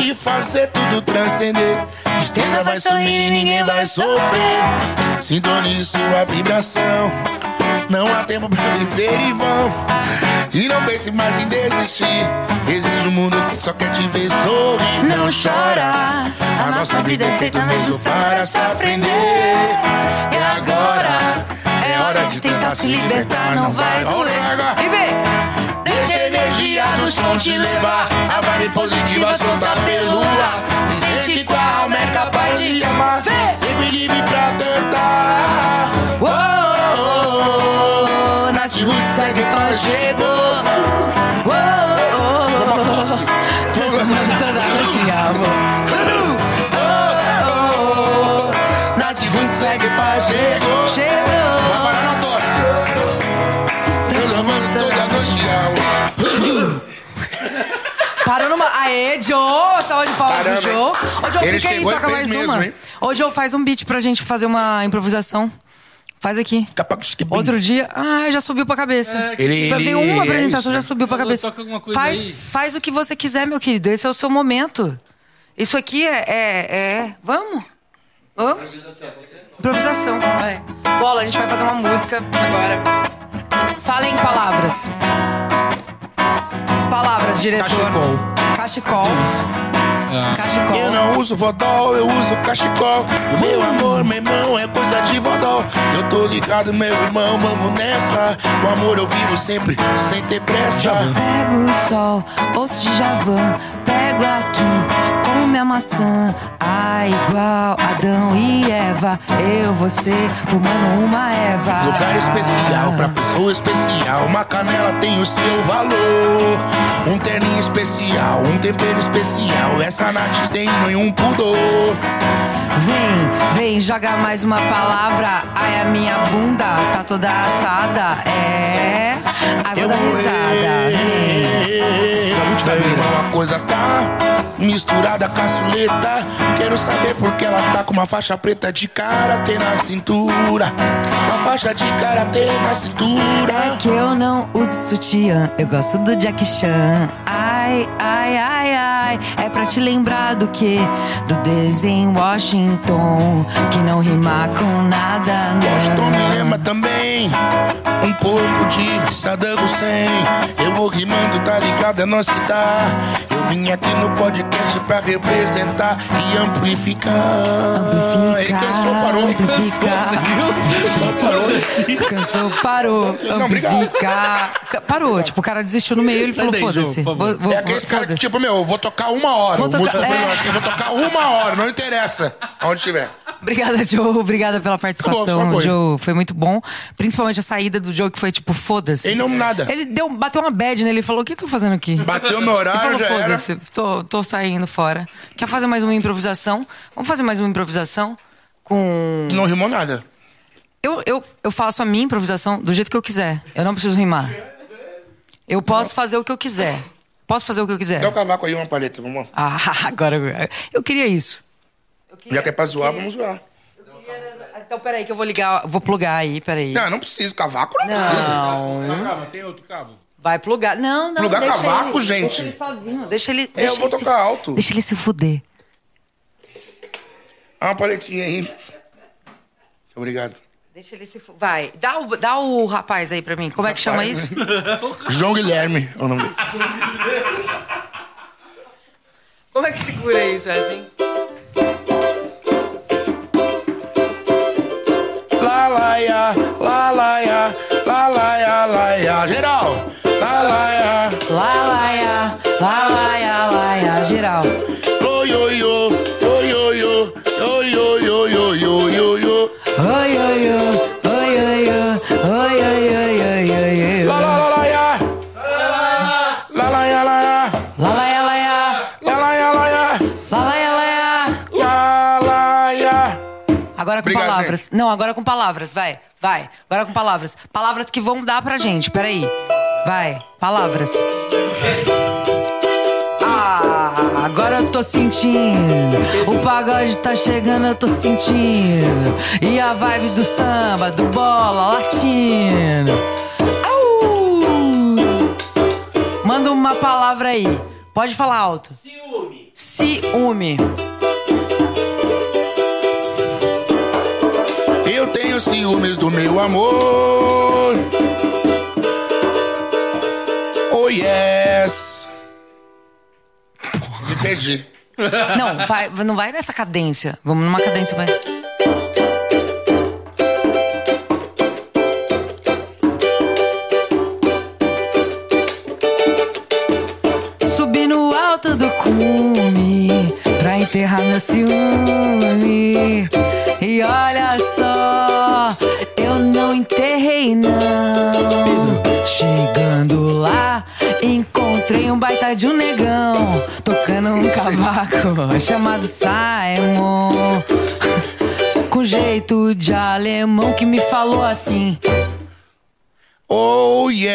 [SPEAKER 3] E fazer tudo transcender. Tristeza vai sumir e ninguém vai sofrer. Sintonize sua vibração. Não há tempo pra viver em vão. E não pense mais em desistir. Existe um mundo que só quer te ver sorrir. Não chora. A nossa vida é feita mesmo para se aprender. E agora é hora de tentar se libertar. Não vai doer.
[SPEAKER 1] E vem!
[SPEAKER 3] Deixa a energia no som te levar. A vibe positiva solta pelo ar. Me sente com a alma é capaz de amar.
[SPEAKER 1] Vem!
[SPEAKER 3] Sempre livre pra cantar.
[SPEAKER 1] Oh, oh, oh,
[SPEAKER 3] Nath Ruth segue pra chegou.
[SPEAKER 1] oh, oh, oh.
[SPEAKER 3] Nath Ruth segue pra chegou. Vai
[SPEAKER 1] Chegou!
[SPEAKER 3] parar na tosse. Transformando toda noite é em alma.
[SPEAKER 1] Parou numa. Aê, Joe! Salve de palmas
[SPEAKER 3] Caramba,
[SPEAKER 1] pro Joe. Ô, Joe,
[SPEAKER 3] Ele
[SPEAKER 1] fica aí,
[SPEAKER 3] chegou e
[SPEAKER 1] toca
[SPEAKER 3] fez
[SPEAKER 1] mais
[SPEAKER 3] mesmo,
[SPEAKER 1] uma.
[SPEAKER 3] hein?
[SPEAKER 1] Ô, Joe, faz um beat pra gente fazer uma improvisação. Faz aqui.
[SPEAKER 3] Capaz que bem.
[SPEAKER 1] Outro dia. Ah, já subiu pra cabeça.
[SPEAKER 2] É,
[SPEAKER 3] Ele-
[SPEAKER 1] já veio uma
[SPEAKER 3] ele-
[SPEAKER 1] apresentação,
[SPEAKER 3] é
[SPEAKER 1] já
[SPEAKER 3] isso,
[SPEAKER 1] subiu pra
[SPEAKER 2] Falou,
[SPEAKER 1] cabeça.
[SPEAKER 2] toca alguma coisa
[SPEAKER 1] faz,
[SPEAKER 2] aí.
[SPEAKER 1] faz o que você quiser, meu querido. Esse é o seu momento. Isso aqui é. é, é- Vamos? Vamos? Improvisação. Vai. Bola, a gente vai fazer uma música agora. Fala em palavras. Palavras, diretor.
[SPEAKER 2] Cachecol.
[SPEAKER 1] Cachecol. Cachecol.
[SPEAKER 3] Eu não uso vodol, eu uso cachecol. Meu amor, meu irmão, é coisa de vodol. Eu tô ligado, meu irmão, vamos nessa. O amor eu vivo sempre, sem ter pressa.
[SPEAKER 1] Pego o sol, ouço de javan, pego aqui com minha maçã. Ah, igual Adão e Eva, eu, você, fumando uma erva.
[SPEAKER 3] Lugar especial pra pessoa especial. Uma canela tem o seu valor. Um terninho especial, um tempero especial. Essa Nath tem nenhum pudor.
[SPEAKER 1] Vem, vem, joga mais uma palavra. Ai, a minha bunda tá toda assada. É, ai, vou
[SPEAKER 3] Eu
[SPEAKER 1] dar
[SPEAKER 3] vou
[SPEAKER 1] risada. Vem.
[SPEAKER 3] Meu irmão, a coisa tá misturada com a suleta. Quero saber por que ela tá com uma faixa preta de karatê na cintura. Uma faixa de karatê na
[SPEAKER 1] É
[SPEAKER 3] cintura.
[SPEAKER 1] que eu não uso sutiã, eu gosto do Jack Chan. Ai, ai, ai, ai, é pra te lembrar do que? Do desenho Washington, que não rima com nada, né?
[SPEAKER 3] Washington me
[SPEAKER 1] não.
[SPEAKER 3] lembra também um pouco de Saddam Hussein. Eu vou rimando, tá ligado? É nós que tá. Eu vim aqui no podcast pra representar e amplificar. Ele cansou, parou. Cansou, parou.
[SPEAKER 1] assim. Cansou, parou.
[SPEAKER 3] Não, obrigado.
[SPEAKER 1] amplificar. Ca- Parou, tipo, o cara desistiu no meio, ele falou,
[SPEAKER 2] daí, Ju,
[SPEAKER 1] foda-se.
[SPEAKER 2] por favor.
[SPEAKER 1] Vou- vou-
[SPEAKER 3] É aqueles caras que,
[SPEAKER 1] foda-se.
[SPEAKER 3] tipo, meu, eu vou tocar uma hora.
[SPEAKER 1] Vou
[SPEAKER 3] o
[SPEAKER 1] tocar-
[SPEAKER 3] músico
[SPEAKER 1] é.
[SPEAKER 3] falou assim, eu vou tocar uma hora, não interessa aonde estiver.
[SPEAKER 1] Obrigada, Joe. Obrigada pela
[SPEAKER 3] Tá
[SPEAKER 1] participação,
[SPEAKER 3] bom, só foi.
[SPEAKER 1] Joe. Foi muito bom. Principalmente a saída do Joe, que foi tipo, foda-se.
[SPEAKER 3] Ele não é. nada.
[SPEAKER 1] Ele deu, bateu uma bad nele e falou: o que eu tô fazendo aqui?
[SPEAKER 3] Bateu
[SPEAKER 1] Ele
[SPEAKER 3] meu horário,
[SPEAKER 1] falou,
[SPEAKER 3] Ah, já era.
[SPEAKER 1] foda-se, tô, tô saindo fora. Quer fazer mais uma improvisação? Vamos fazer mais uma improvisação com.
[SPEAKER 3] Não rimou nada.
[SPEAKER 1] Eu, eu, eu faço a minha improvisação do jeito que eu quiser. Eu não preciso rimar. Eu posso fazer o que eu quiser. Posso fazer o que eu quiser.
[SPEAKER 3] Dá o cavaco aí, uma paleta, vamos lá.
[SPEAKER 1] Ah, agora eu- eu queria isso.
[SPEAKER 3] Já que é pra zoar, vamos zoar.
[SPEAKER 1] Então, peraí, que eu vou ligar, vou plugar aí, peraí.
[SPEAKER 3] Não, não precisa, cavaco não, precisa.
[SPEAKER 1] Não.
[SPEAKER 2] Calma, tem outro cabo?
[SPEAKER 1] Vai plugar. Não, não.
[SPEAKER 3] Plugar
[SPEAKER 1] deixa
[SPEAKER 3] cavaco,
[SPEAKER 1] ele,
[SPEAKER 3] gente.
[SPEAKER 1] Deixa ele sozinho. Deixa ele. deixa
[SPEAKER 3] vou
[SPEAKER 1] ele se-
[SPEAKER 3] tocar alto.
[SPEAKER 1] Deixa ele se fuder.
[SPEAKER 3] Ah, uma paletinha aí. Obrigado.
[SPEAKER 1] Deixa ele se fuder. Vai. Dá o, dá o rapaz aí pra mim. Como é que chama
[SPEAKER 3] Rapaz.
[SPEAKER 1] isso?
[SPEAKER 3] João Guilherme é o nome dele.
[SPEAKER 1] Como é que segura isso? É assim?
[SPEAKER 3] Lá, lá, ia, lá, lá, ia, lá, lá, ia, lá, ia. Geral! Lá, lá, ia.
[SPEAKER 1] Lá, lá, ia, lá, lá, ia, lá, ia. Geral.
[SPEAKER 3] Oi, oi, oi, oi, oi, oi, oi, oi, oi, oi, oi, oi, oi.
[SPEAKER 1] Oi, oi, oi. Oi, oi, oi. Oi, oi, oi, oi, oi, oi.
[SPEAKER 3] Lá, lá, lá, lá, ia. Lá, lá, ia, lá, ia.
[SPEAKER 1] Lá, lá, ia, lá, ia.
[SPEAKER 3] Lá, lá, ia, lá, ia.
[SPEAKER 1] Lá, lá, ia, lá, ia.
[SPEAKER 3] Lá, lá, ia.
[SPEAKER 1] Agora com
[SPEAKER 3] Obrigado,
[SPEAKER 1] palavras. Não, agora com palavras. Vai, vai. Agora com palavras. Palavras que vão dar pra gente. Peraí. Vai. Palavras. Ah, agora eu tô sentindo. O pagode tá chegando, eu tô sentindo. E a vibe do samba, do bola latino. Au! Manda uma palavra aí. Pode falar alto. Ciúme. Ciúme.
[SPEAKER 3] Eu tenho ciúmes do meu amor. Oh, yes. Me perdi.
[SPEAKER 1] Não, vai- não vai nessa cadência. Vamos numa cadência mais. Subi no alto do cume pra enterrar meu ciúme. E olha só, eu não enterrei não. Chegando lá, encontrei um baita de um negão tocando um cavaco chamado Simon. Com jeito de alemão que me falou assim.
[SPEAKER 3] Oh yes,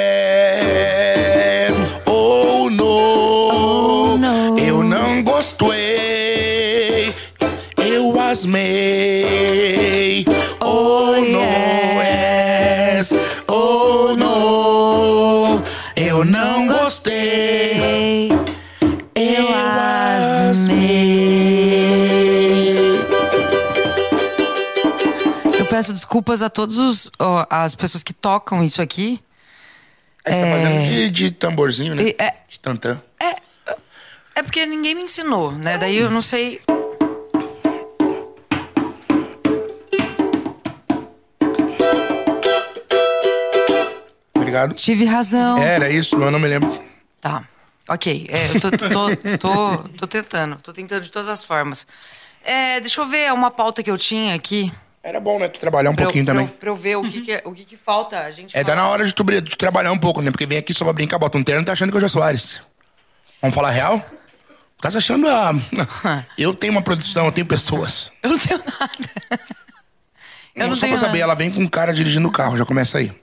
[SPEAKER 3] oh no. Oh,
[SPEAKER 1] no.
[SPEAKER 3] Eu não gostei, eu asmei. Oh,
[SPEAKER 1] Oh,
[SPEAKER 3] no yes, oh no. Eu não gostei,
[SPEAKER 1] Ei,
[SPEAKER 3] eu
[SPEAKER 1] eu
[SPEAKER 3] asmei.
[SPEAKER 1] Eu peço desculpas a todos os, ó, as pessoas que tocam isso aqui.
[SPEAKER 3] A gente tá fazendo de, de tamborzinho, né?
[SPEAKER 1] E é,
[SPEAKER 3] De tantã.
[SPEAKER 1] é porque ninguém me ensinou, né? Daí eu não sei.
[SPEAKER 3] Obrigado.
[SPEAKER 1] Tive razão.
[SPEAKER 3] Era isso, mas eu não me lembro.
[SPEAKER 1] Tá. Ok. É, eu tô, tô, tô, tô- tô tentando. Tô tentando de todas as formas. É, deixa eu ver uma pauta que eu tinha aqui.
[SPEAKER 3] Era bom, né? Trabalhar um
[SPEAKER 1] Pra eu-
[SPEAKER 3] pouquinho
[SPEAKER 1] pra eu,
[SPEAKER 3] também.
[SPEAKER 1] Pra eu ver o que, que, é- o que, que falta. A gente
[SPEAKER 3] É, tá
[SPEAKER 1] fala-
[SPEAKER 3] na hora de tu, bri- de tu trabalhar um pouco, né? Porque vem aqui só pra brincar, bota um terno e tá achando que eu já Soares. Vamos falar a real? Tá se achando a. Eu tenho uma produção, eu tenho pessoas.
[SPEAKER 1] Eu não tenho nada. Eu não
[SPEAKER 3] só
[SPEAKER 1] tenho
[SPEAKER 3] pra saber,
[SPEAKER 1] nada.
[SPEAKER 3] ela vem com um cara dirigindo o carro, já começa aí.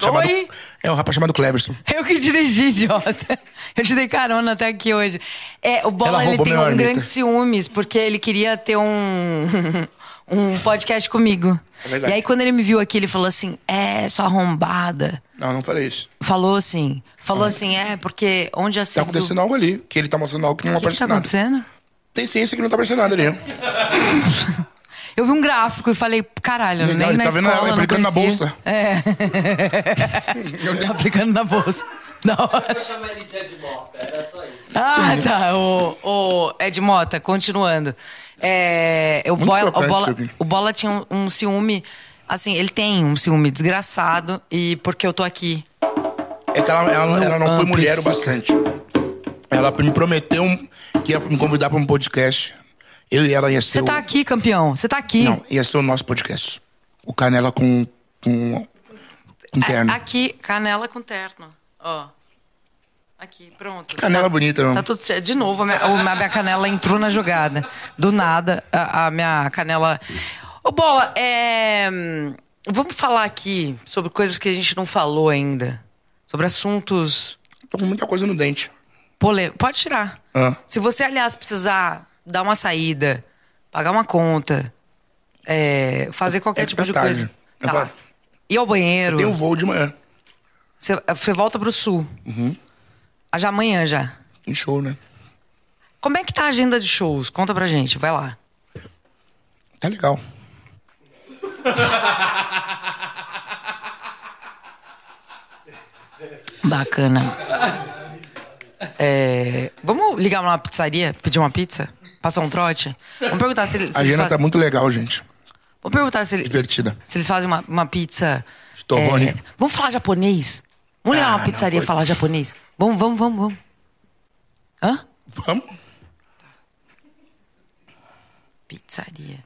[SPEAKER 3] Chamado-
[SPEAKER 1] Oi?
[SPEAKER 3] É um rapaz chamado Cleverson.
[SPEAKER 1] Eu que dirigi, idiota. Eu te dei carona até aqui hoje. É, o
[SPEAKER 3] Ela
[SPEAKER 1] Bola ele
[SPEAKER 3] roubou
[SPEAKER 1] tem
[SPEAKER 3] minha
[SPEAKER 1] um
[SPEAKER 3] marmita.
[SPEAKER 1] grande ciúmes, porque ele queria ter um, um podcast comigo.
[SPEAKER 3] É verdade.
[SPEAKER 1] e aí, quando ele me viu aqui, ele falou assim: é, sua arrombada.
[SPEAKER 3] Não, não falei isso.
[SPEAKER 1] Falou assim. Falou assim, é, porque onde a
[SPEAKER 3] Tá
[SPEAKER 1] Silvio...
[SPEAKER 3] acontecendo algo ali, que ele tá mostrando algo que não
[SPEAKER 1] O que, que
[SPEAKER 3] aparece
[SPEAKER 1] tá
[SPEAKER 3] nada.
[SPEAKER 1] acontecendo?
[SPEAKER 3] Tem ciência que não tá aparecendo nada ali. né?
[SPEAKER 1] Eu vi um gráfico e falei, caralho,
[SPEAKER 3] Legal,
[SPEAKER 1] nem
[SPEAKER 3] ele
[SPEAKER 1] na
[SPEAKER 3] tá vendo
[SPEAKER 1] escola
[SPEAKER 3] ela
[SPEAKER 1] não
[SPEAKER 3] aplicando na
[SPEAKER 1] conhecia.
[SPEAKER 3] bolsa.
[SPEAKER 1] É. Aplicando na bolsa. Da hora.
[SPEAKER 9] Eu chamei ele de Ed Morta, era só isso.
[SPEAKER 1] Ah, tá. O, o Ed Mota, continuando. É, o,
[SPEAKER 3] Muito
[SPEAKER 1] Bola, o,
[SPEAKER 3] crocante isso
[SPEAKER 1] Bola,
[SPEAKER 3] aqui.
[SPEAKER 1] o Bola tinha um, um ciúme. Assim, ele tem um ciúme desgraçado. E porque eu tô aqui.
[SPEAKER 3] É que ela, ela- ela não foi mulher o bastante. Ela me prometeu um- que ia me convidar pra um podcast. Eu e ela ia ser
[SPEAKER 1] Você tá
[SPEAKER 3] o...
[SPEAKER 1] aqui, campeão. Você tá aqui.
[SPEAKER 3] Não, ia ser o nosso podcast. O Canela com... com... com terno.
[SPEAKER 1] A- Aqui, canela com terno. Ó. Aqui, pronto.
[SPEAKER 3] Canela
[SPEAKER 1] Tá-
[SPEAKER 3] bonita, não.
[SPEAKER 1] Tá tudo certo. De novo, a minha, a minha- minha canela entrou na jogada. Do nada, a, a minha canela. Ô, Bola, é, hum, vamos falar aqui sobre coisas que a gente não falou ainda. Sobre assuntos.
[SPEAKER 3] Tô com muita coisa no dente.
[SPEAKER 1] Pole... Pode tirar.
[SPEAKER 3] Ah.
[SPEAKER 1] Se você, aliás, precisar dar uma saída, pagar uma conta, é, fazer qualquer
[SPEAKER 3] É-
[SPEAKER 1] tipo
[SPEAKER 3] é
[SPEAKER 1] de
[SPEAKER 3] tarde.
[SPEAKER 1] coisa.
[SPEAKER 3] Eu
[SPEAKER 1] Tá.
[SPEAKER 3] falo-
[SPEAKER 1] Ir ao banheiro.
[SPEAKER 3] Tem um voo de manhã.
[SPEAKER 1] Você, você volta pro sul.
[SPEAKER 3] Uhum.
[SPEAKER 1] Ah, Já amanhã já.
[SPEAKER 3] Tem show, né?
[SPEAKER 1] Como é que tá a agenda de shows? Conta pra gente, vai lá.
[SPEAKER 3] Tá legal.
[SPEAKER 1] Bacana. É, vamos ligar uma pizzaria, pedir uma pizza? Passar um trote? Vamos perguntar se, ele- se
[SPEAKER 3] A
[SPEAKER 1] eles
[SPEAKER 3] agenda tá
[SPEAKER 1] fazem.
[SPEAKER 3] muito legal, gente.
[SPEAKER 1] Vamos perguntar se eles.
[SPEAKER 3] Divertida.
[SPEAKER 1] Se eles fazem uma, uma pizza. é,
[SPEAKER 3] De torrone.
[SPEAKER 1] vamos falar japonês? Vamos ligar
[SPEAKER 3] Ah,
[SPEAKER 1] uma
[SPEAKER 3] não,
[SPEAKER 1] pizzaria e
[SPEAKER 3] pode.
[SPEAKER 1] falar japonês? Vamos, vamos, vamos, vamos. Hã?
[SPEAKER 3] Vamos?
[SPEAKER 1] Pizzaria.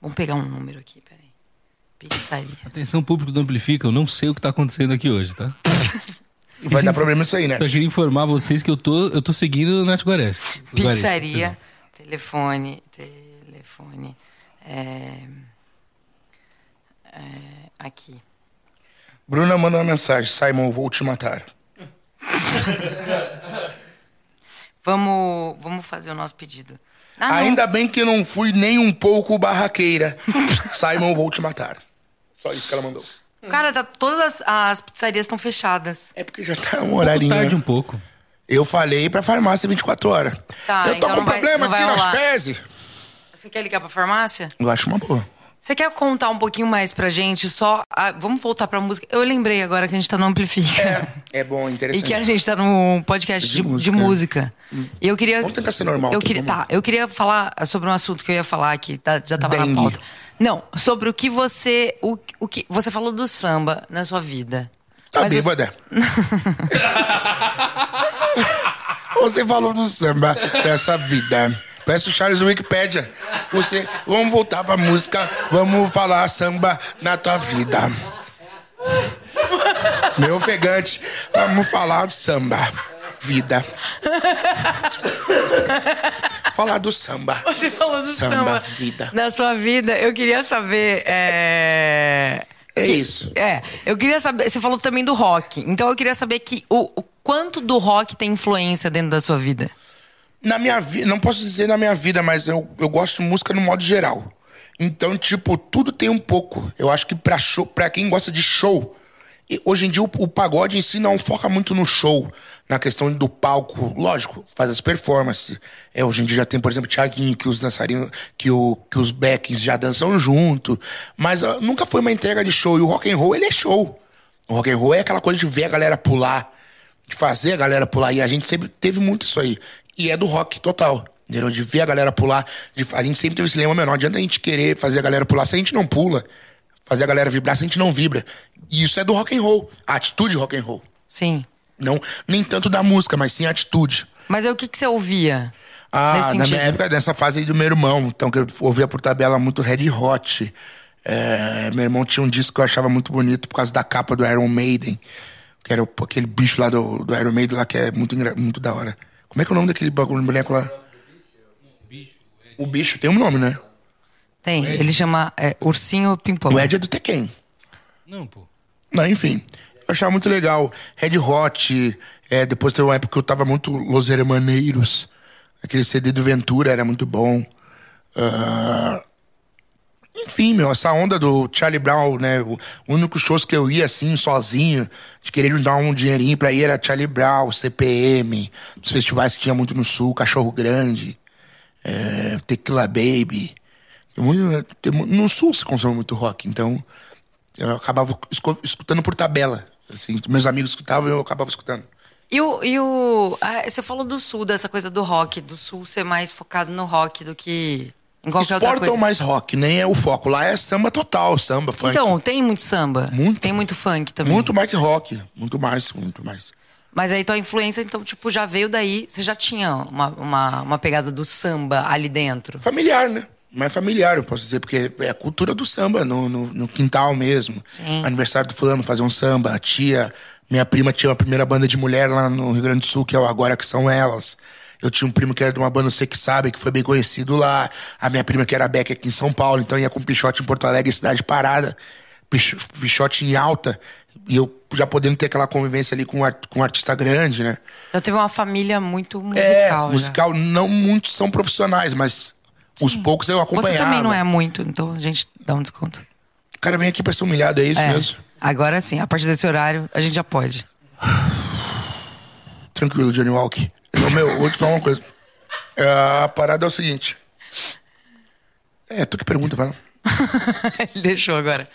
[SPEAKER 1] Vamos pegar um número aqui, peraí. Pizzaria.
[SPEAKER 2] Atenção, público do Amplifica, eu não sei o que tá acontecendo aqui hoje, tá?
[SPEAKER 3] Vai dar problema isso aí, né?
[SPEAKER 2] Só queria informar vocês que eu tô, eu tô seguindo o Nath Guares.
[SPEAKER 1] Pizzaria, Um telefone, telefone. é, é, aqui.
[SPEAKER 3] Bruna manda uma mensagem. Simon, eu vou te matar.
[SPEAKER 1] Vamos, vamos fazer o nosso pedido. Ah, não.
[SPEAKER 3] Ainda bem que não fui nem um pouco barraqueira. Simon, eu vou te matar. Só isso que ela mandou.
[SPEAKER 1] Cara, tá- todas as, as pizzarias estão fechadas.
[SPEAKER 3] É porque já tá um
[SPEAKER 2] Pouco
[SPEAKER 3] horarinho.
[SPEAKER 2] tarde
[SPEAKER 3] né?
[SPEAKER 2] um pouco.
[SPEAKER 3] Eu falei pra farmácia 24 horas.
[SPEAKER 1] Tá,
[SPEAKER 3] eu tô
[SPEAKER 1] então
[SPEAKER 3] com
[SPEAKER 1] não vai-
[SPEAKER 3] problema
[SPEAKER 1] não vai
[SPEAKER 3] aqui nas
[SPEAKER 1] rolar.
[SPEAKER 3] fezes.
[SPEAKER 1] Você quer ligar pra farmácia?
[SPEAKER 3] Eu acho uma boa.
[SPEAKER 1] Você quer contar um pouquinho mais pra gente? Só. a- vamos voltar pra música. Eu lembrei agora que a gente tá no Amplifica.
[SPEAKER 3] É, é bom,
[SPEAKER 1] E
[SPEAKER 3] interessante.
[SPEAKER 1] que a gente tá num podcast de,
[SPEAKER 3] De
[SPEAKER 1] de música.
[SPEAKER 3] música. Hum.
[SPEAKER 1] E eu queria.
[SPEAKER 3] Vamos tentar ser normal
[SPEAKER 1] Eu
[SPEAKER 3] aqui,
[SPEAKER 1] queria,
[SPEAKER 3] vamos.
[SPEAKER 1] tá, eu queria falar sobre um assunto que eu ia falar que tá- já tava
[SPEAKER 3] Dengue.
[SPEAKER 1] na pauta. Não, sobre o que você. O, o que, você falou do samba na sua vida.
[SPEAKER 3] Tá
[SPEAKER 1] Mas você-
[SPEAKER 3] bêbada. Você falou do samba dessa vida. Peço Charles Wikipedia. Você, vamos voltar pra música. Vamos falar samba na tua vida. Meu ofegante, vamos falar do samba. Vida. falar do samba.
[SPEAKER 1] Você falou do samba,
[SPEAKER 3] Samba, vida.
[SPEAKER 1] na sua vida. Eu queria saber. É...
[SPEAKER 3] É isso.
[SPEAKER 1] É, eu queria saber. Você falou também do rock. Então eu queria saber que o, o quanto do rock tem influência dentro da sua vida.
[SPEAKER 3] Na minha vida, não posso dizer na minha vida, mas eu, eu gosto de música no modo geral. Então, tipo, tudo tem um pouco. Eu acho que pra, show, pra quem gosta de show, e hoje em dia o, o pagode em si não foca muito no show, na questão do palco. Lógico, faz as performances. É, hoje em dia já tem, por exemplo, Thiaguinho, que os dançarinos, que, o, que os backings já dançam junto. Mas ah, nunca foi uma entrega de show. E o rock and roll, ele é show. O rock and roll é aquela coisa de ver a galera pular de fazer a galera pular. E a gente sempre teve muito isso aí. E é do rock total. Entendeu? De ver a galera pular. de- a gente sempre teve esse lema menor. Não adianta a gente querer fazer a galera pular se a gente não pula. Fazer a galera vibrar se a gente não vibra. E isso é do rock and roll. A atitude rock and roll.
[SPEAKER 1] Sim.
[SPEAKER 3] Não, nem tanto da música, mas sim a atitude.
[SPEAKER 1] Mas aí o que, que você ouvia?
[SPEAKER 3] Ah,
[SPEAKER 1] Nesse
[SPEAKER 3] na
[SPEAKER 1] sentido.
[SPEAKER 3] minha época, nessa fase aí do meu irmão. Então, que eu ouvia por tabela muito Red Hot. É, meu irmão tinha um disco que eu achava muito bonito por causa da capa do Iron Maiden. Que era o- aquele bicho lá do, do Iron Maiden lá que é muito, engra- muito da hora. Como é que é o nome daquele bagulho boneco lá? O é um bicho tem um nome, né?
[SPEAKER 1] Tem, ele chama é, Ursinho Pimpão.
[SPEAKER 3] O Ed é do Tekken.
[SPEAKER 2] Não, pô.
[SPEAKER 3] Não, enfim. Eu achava muito legal. Red Hot. é, depois teve uma época que eu tava muito Los Hermaneiros. Aquele CD do Ventura era muito bom. Ah, enfim, meu, essa onda do Charlie Brown, né? O único shows que eu ia assim, sozinho, de querer me dar um dinheirinho pra ir era Charlie Brown, CPM, os festivais que tinha muito no sul, Cachorro Grande, é, Tequila Baby. Tem muito- tem mu- no sul se consome muito rock, então eu acabava esco- escutando por tabela Assim, meus amigos escutavam e eu acabava escutando.
[SPEAKER 1] E o. E o ah, você falou do sul, dessa coisa do rock, do sul ser mais focado no rock do que em qualquer outra
[SPEAKER 3] Exportam
[SPEAKER 1] coisa.
[SPEAKER 3] mais rock, nem é o foco. Lá é samba total, samba, funk.
[SPEAKER 1] Então, tem muito samba.
[SPEAKER 3] Muito.
[SPEAKER 1] Tem muito funk também.
[SPEAKER 3] muito mais que rock. Muito mais, muito mais.
[SPEAKER 1] Mas aí tua influência, então, tipo, já veio daí. Você já tinha uma, uma, uma pegada do samba ali dentro.
[SPEAKER 3] Familiar, né? Mais familiar, eu posso dizer, porque é a cultura do samba, no, no, no quintal mesmo.
[SPEAKER 1] Sim.
[SPEAKER 3] Aniversário do fulano, fazer um samba. A tia, minha prima tinha uma primeira banda de mulher lá no Rio Grande do Sul, que é o Agora Que São Elas. Eu tinha um primo que era de uma banda, você que sabe, que foi bem conhecido lá. A minha prima que era Beck aqui em São Paulo, então ia com Pichote em Porto Alegre, cidade parada. Pich- Pichote em alta. E eu já podendo ter aquela convivência ali com um, ar- com um artista grande, né?
[SPEAKER 1] Já teve uma família muito
[SPEAKER 3] É,
[SPEAKER 1] musical. já.
[SPEAKER 3] musical não muitos são profissionais, mas os poucos eu acompanhava.
[SPEAKER 1] Você também não é muito, então a gente dá um desconto.
[SPEAKER 3] O cara vem aqui pra ser humilhado, é isso
[SPEAKER 1] É.
[SPEAKER 3] mesmo?
[SPEAKER 1] Agora sim, a partir desse horário, a gente já pode.
[SPEAKER 3] Tranquilo, Johnny Walk. Não, meu, vou te falar uma coisa. Ah, A parada é o seguinte. É, tu que pergunta, vai lá.
[SPEAKER 1] Ele deixou agora.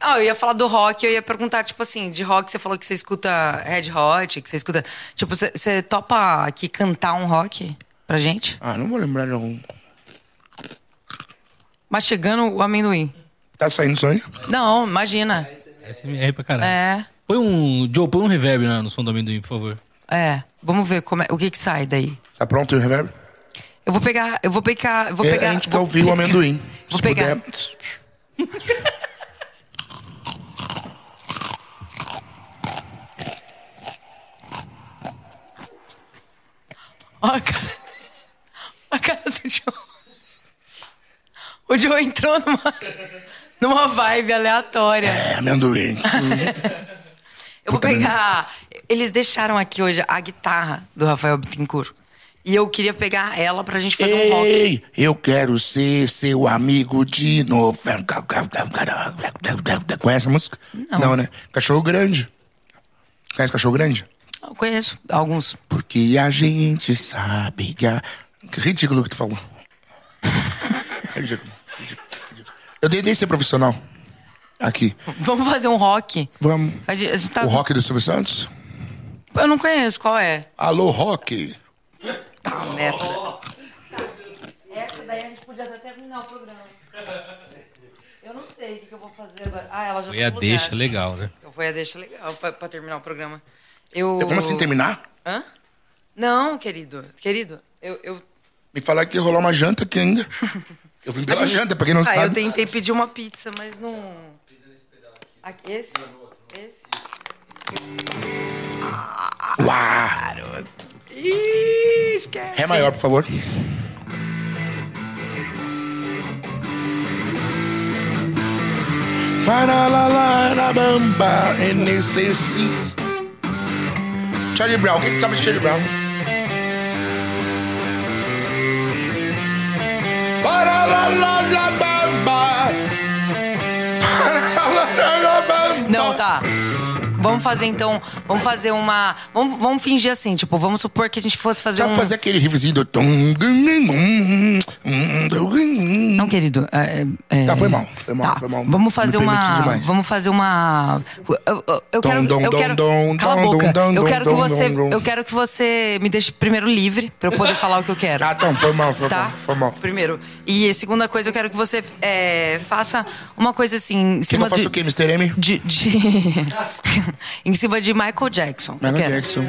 [SPEAKER 1] Ah, eu ia falar do rock, eu ia perguntar, tipo assim, de rock você falou que você escuta Red Hot, que você escuta. Tipo, você- você topa aqui cantar um rock pra gente?
[SPEAKER 3] Ah, não vou lembrar não.
[SPEAKER 1] Mastigando o amendoim.
[SPEAKER 3] Tá saindo isso aí?
[SPEAKER 1] Não, imagina.
[SPEAKER 2] SMR pra caralho.
[SPEAKER 1] É,
[SPEAKER 2] Põe um. Joe, põe um reverb lá no som do amendoim, por favor.
[SPEAKER 1] é. Vamos ver como é- o que que sai daí.
[SPEAKER 3] Tá pronto o reverb?
[SPEAKER 1] Eu vou pegar, eu vou pegar, eu vou
[SPEAKER 3] É,
[SPEAKER 1] pegar.
[SPEAKER 3] a gente quer
[SPEAKER 1] vou
[SPEAKER 3] ouvir o
[SPEAKER 1] pegar-
[SPEAKER 3] amendoim.
[SPEAKER 1] Vou
[SPEAKER 3] Se
[SPEAKER 1] pegar.
[SPEAKER 3] puder.
[SPEAKER 1] Ó a cara. A cara do Joe. O Joe entrou numa, numa vibe aleatória.
[SPEAKER 3] É, amendoim.
[SPEAKER 1] Eu vou
[SPEAKER 3] Puta
[SPEAKER 1] pegar. Eles deixaram aqui hoje a guitarra do Rafael Bittencourt. E eu queria pegar ela pra gente fazer um rock.
[SPEAKER 3] Ei, eu quero ser seu amigo de novo. Conhece a música? Não. né? Cachorro Grande. Conhece Cachorro Grande?
[SPEAKER 1] Eu conheço alguns.
[SPEAKER 3] Porque a gente sabe que a... Que ridículo que tu falou. É ridículo, ridículo, ridículo. Eu tentei ser profissional. Aqui.
[SPEAKER 1] Vamos fazer um rock.
[SPEAKER 3] Vamos.
[SPEAKER 1] A gente, a gente tá-
[SPEAKER 3] O rock do Silvio Santos?
[SPEAKER 1] Eu não conheço qual é.
[SPEAKER 3] Alô, rock.
[SPEAKER 1] Tá, merda. Essa daí a gente podia até terminar o programa. Eu não sei o que, eu vou fazer agora. Ah, ela já
[SPEAKER 2] Foi a deixa, legal, né?
[SPEAKER 1] Foi a deixa legal pra, pra terminar o programa. Eu...
[SPEAKER 3] Como assim terminar?
[SPEAKER 1] Hã? Não, querido. Querido, eu... eu...
[SPEAKER 3] Me falaram que ia rolar uma janta aqui ainda. Eu vim pela janta, pra quem não
[SPEAKER 1] Ah,
[SPEAKER 3] sabe.
[SPEAKER 1] eu tentei pedir uma pizza, mas não... Aqui, esse? Esse?
[SPEAKER 3] Uá!
[SPEAKER 1] Ih, esquece.
[SPEAKER 3] Ré maior, por favor. Para lá, lá, lá, bamba, NCC. Charlie Brown, quem que sabe de Charlie Brown? Para lá, lá, lá, bamba. Para lá, lá, lá, bamba.
[SPEAKER 1] Não, tá. Vamos fazer então, vamos fazer uma. Vamos, vamos fingir assim, tipo, vamos supor que a gente fosse fazer
[SPEAKER 3] Sabe
[SPEAKER 1] um.
[SPEAKER 3] fazer aquele riffzinho do... tum, dum, dum, dum, dum, dum,
[SPEAKER 1] Não, querido. é- é-
[SPEAKER 3] Tá, foi mal, foi mal,
[SPEAKER 1] Tá,
[SPEAKER 3] foi mal.
[SPEAKER 1] Vamos fazer
[SPEAKER 3] Me permiti
[SPEAKER 1] uma.
[SPEAKER 3] demais.
[SPEAKER 1] Vamos fazer uma. Eu- Eu, eu quero.
[SPEAKER 3] dom,
[SPEAKER 1] eu
[SPEAKER 3] dom,
[SPEAKER 1] quero
[SPEAKER 3] dom,
[SPEAKER 1] cala a
[SPEAKER 3] dom,
[SPEAKER 1] boca.
[SPEAKER 3] dom,
[SPEAKER 1] eu
[SPEAKER 3] dom,
[SPEAKER 1] quero que
[SPEAKER 3] dom,
[SPEAKER 1] você.
[SPEAKER 3] dum, dum.
[SPEAKER 1] Eu quero que você me deixe primeiro livre pra eu poder falar o que eu quero.
[SPEAKER 3] Ah, então, foi mal, foi
[SPEAKER 1] Tá?
[SPEAKER 3] mal, foi mal.
[SPEAKER 1] Primeiro. E segunda coisa, eu quero que você é, faça uma coisa assim. Em
[SPEAKER 3] Que
[SPEAKER 1] cima
[SPEAKER 3] eu faço
[SPEAKER 1] de,
[SPEAKER 3] o quê, Mr. M?
[SPEAKER 1] de, de- em cima de Michael Jackson. Eu
[SPEAKER 3] Michael
[SPEAKER 1] quero.
[SPEAKER 3] Jackson.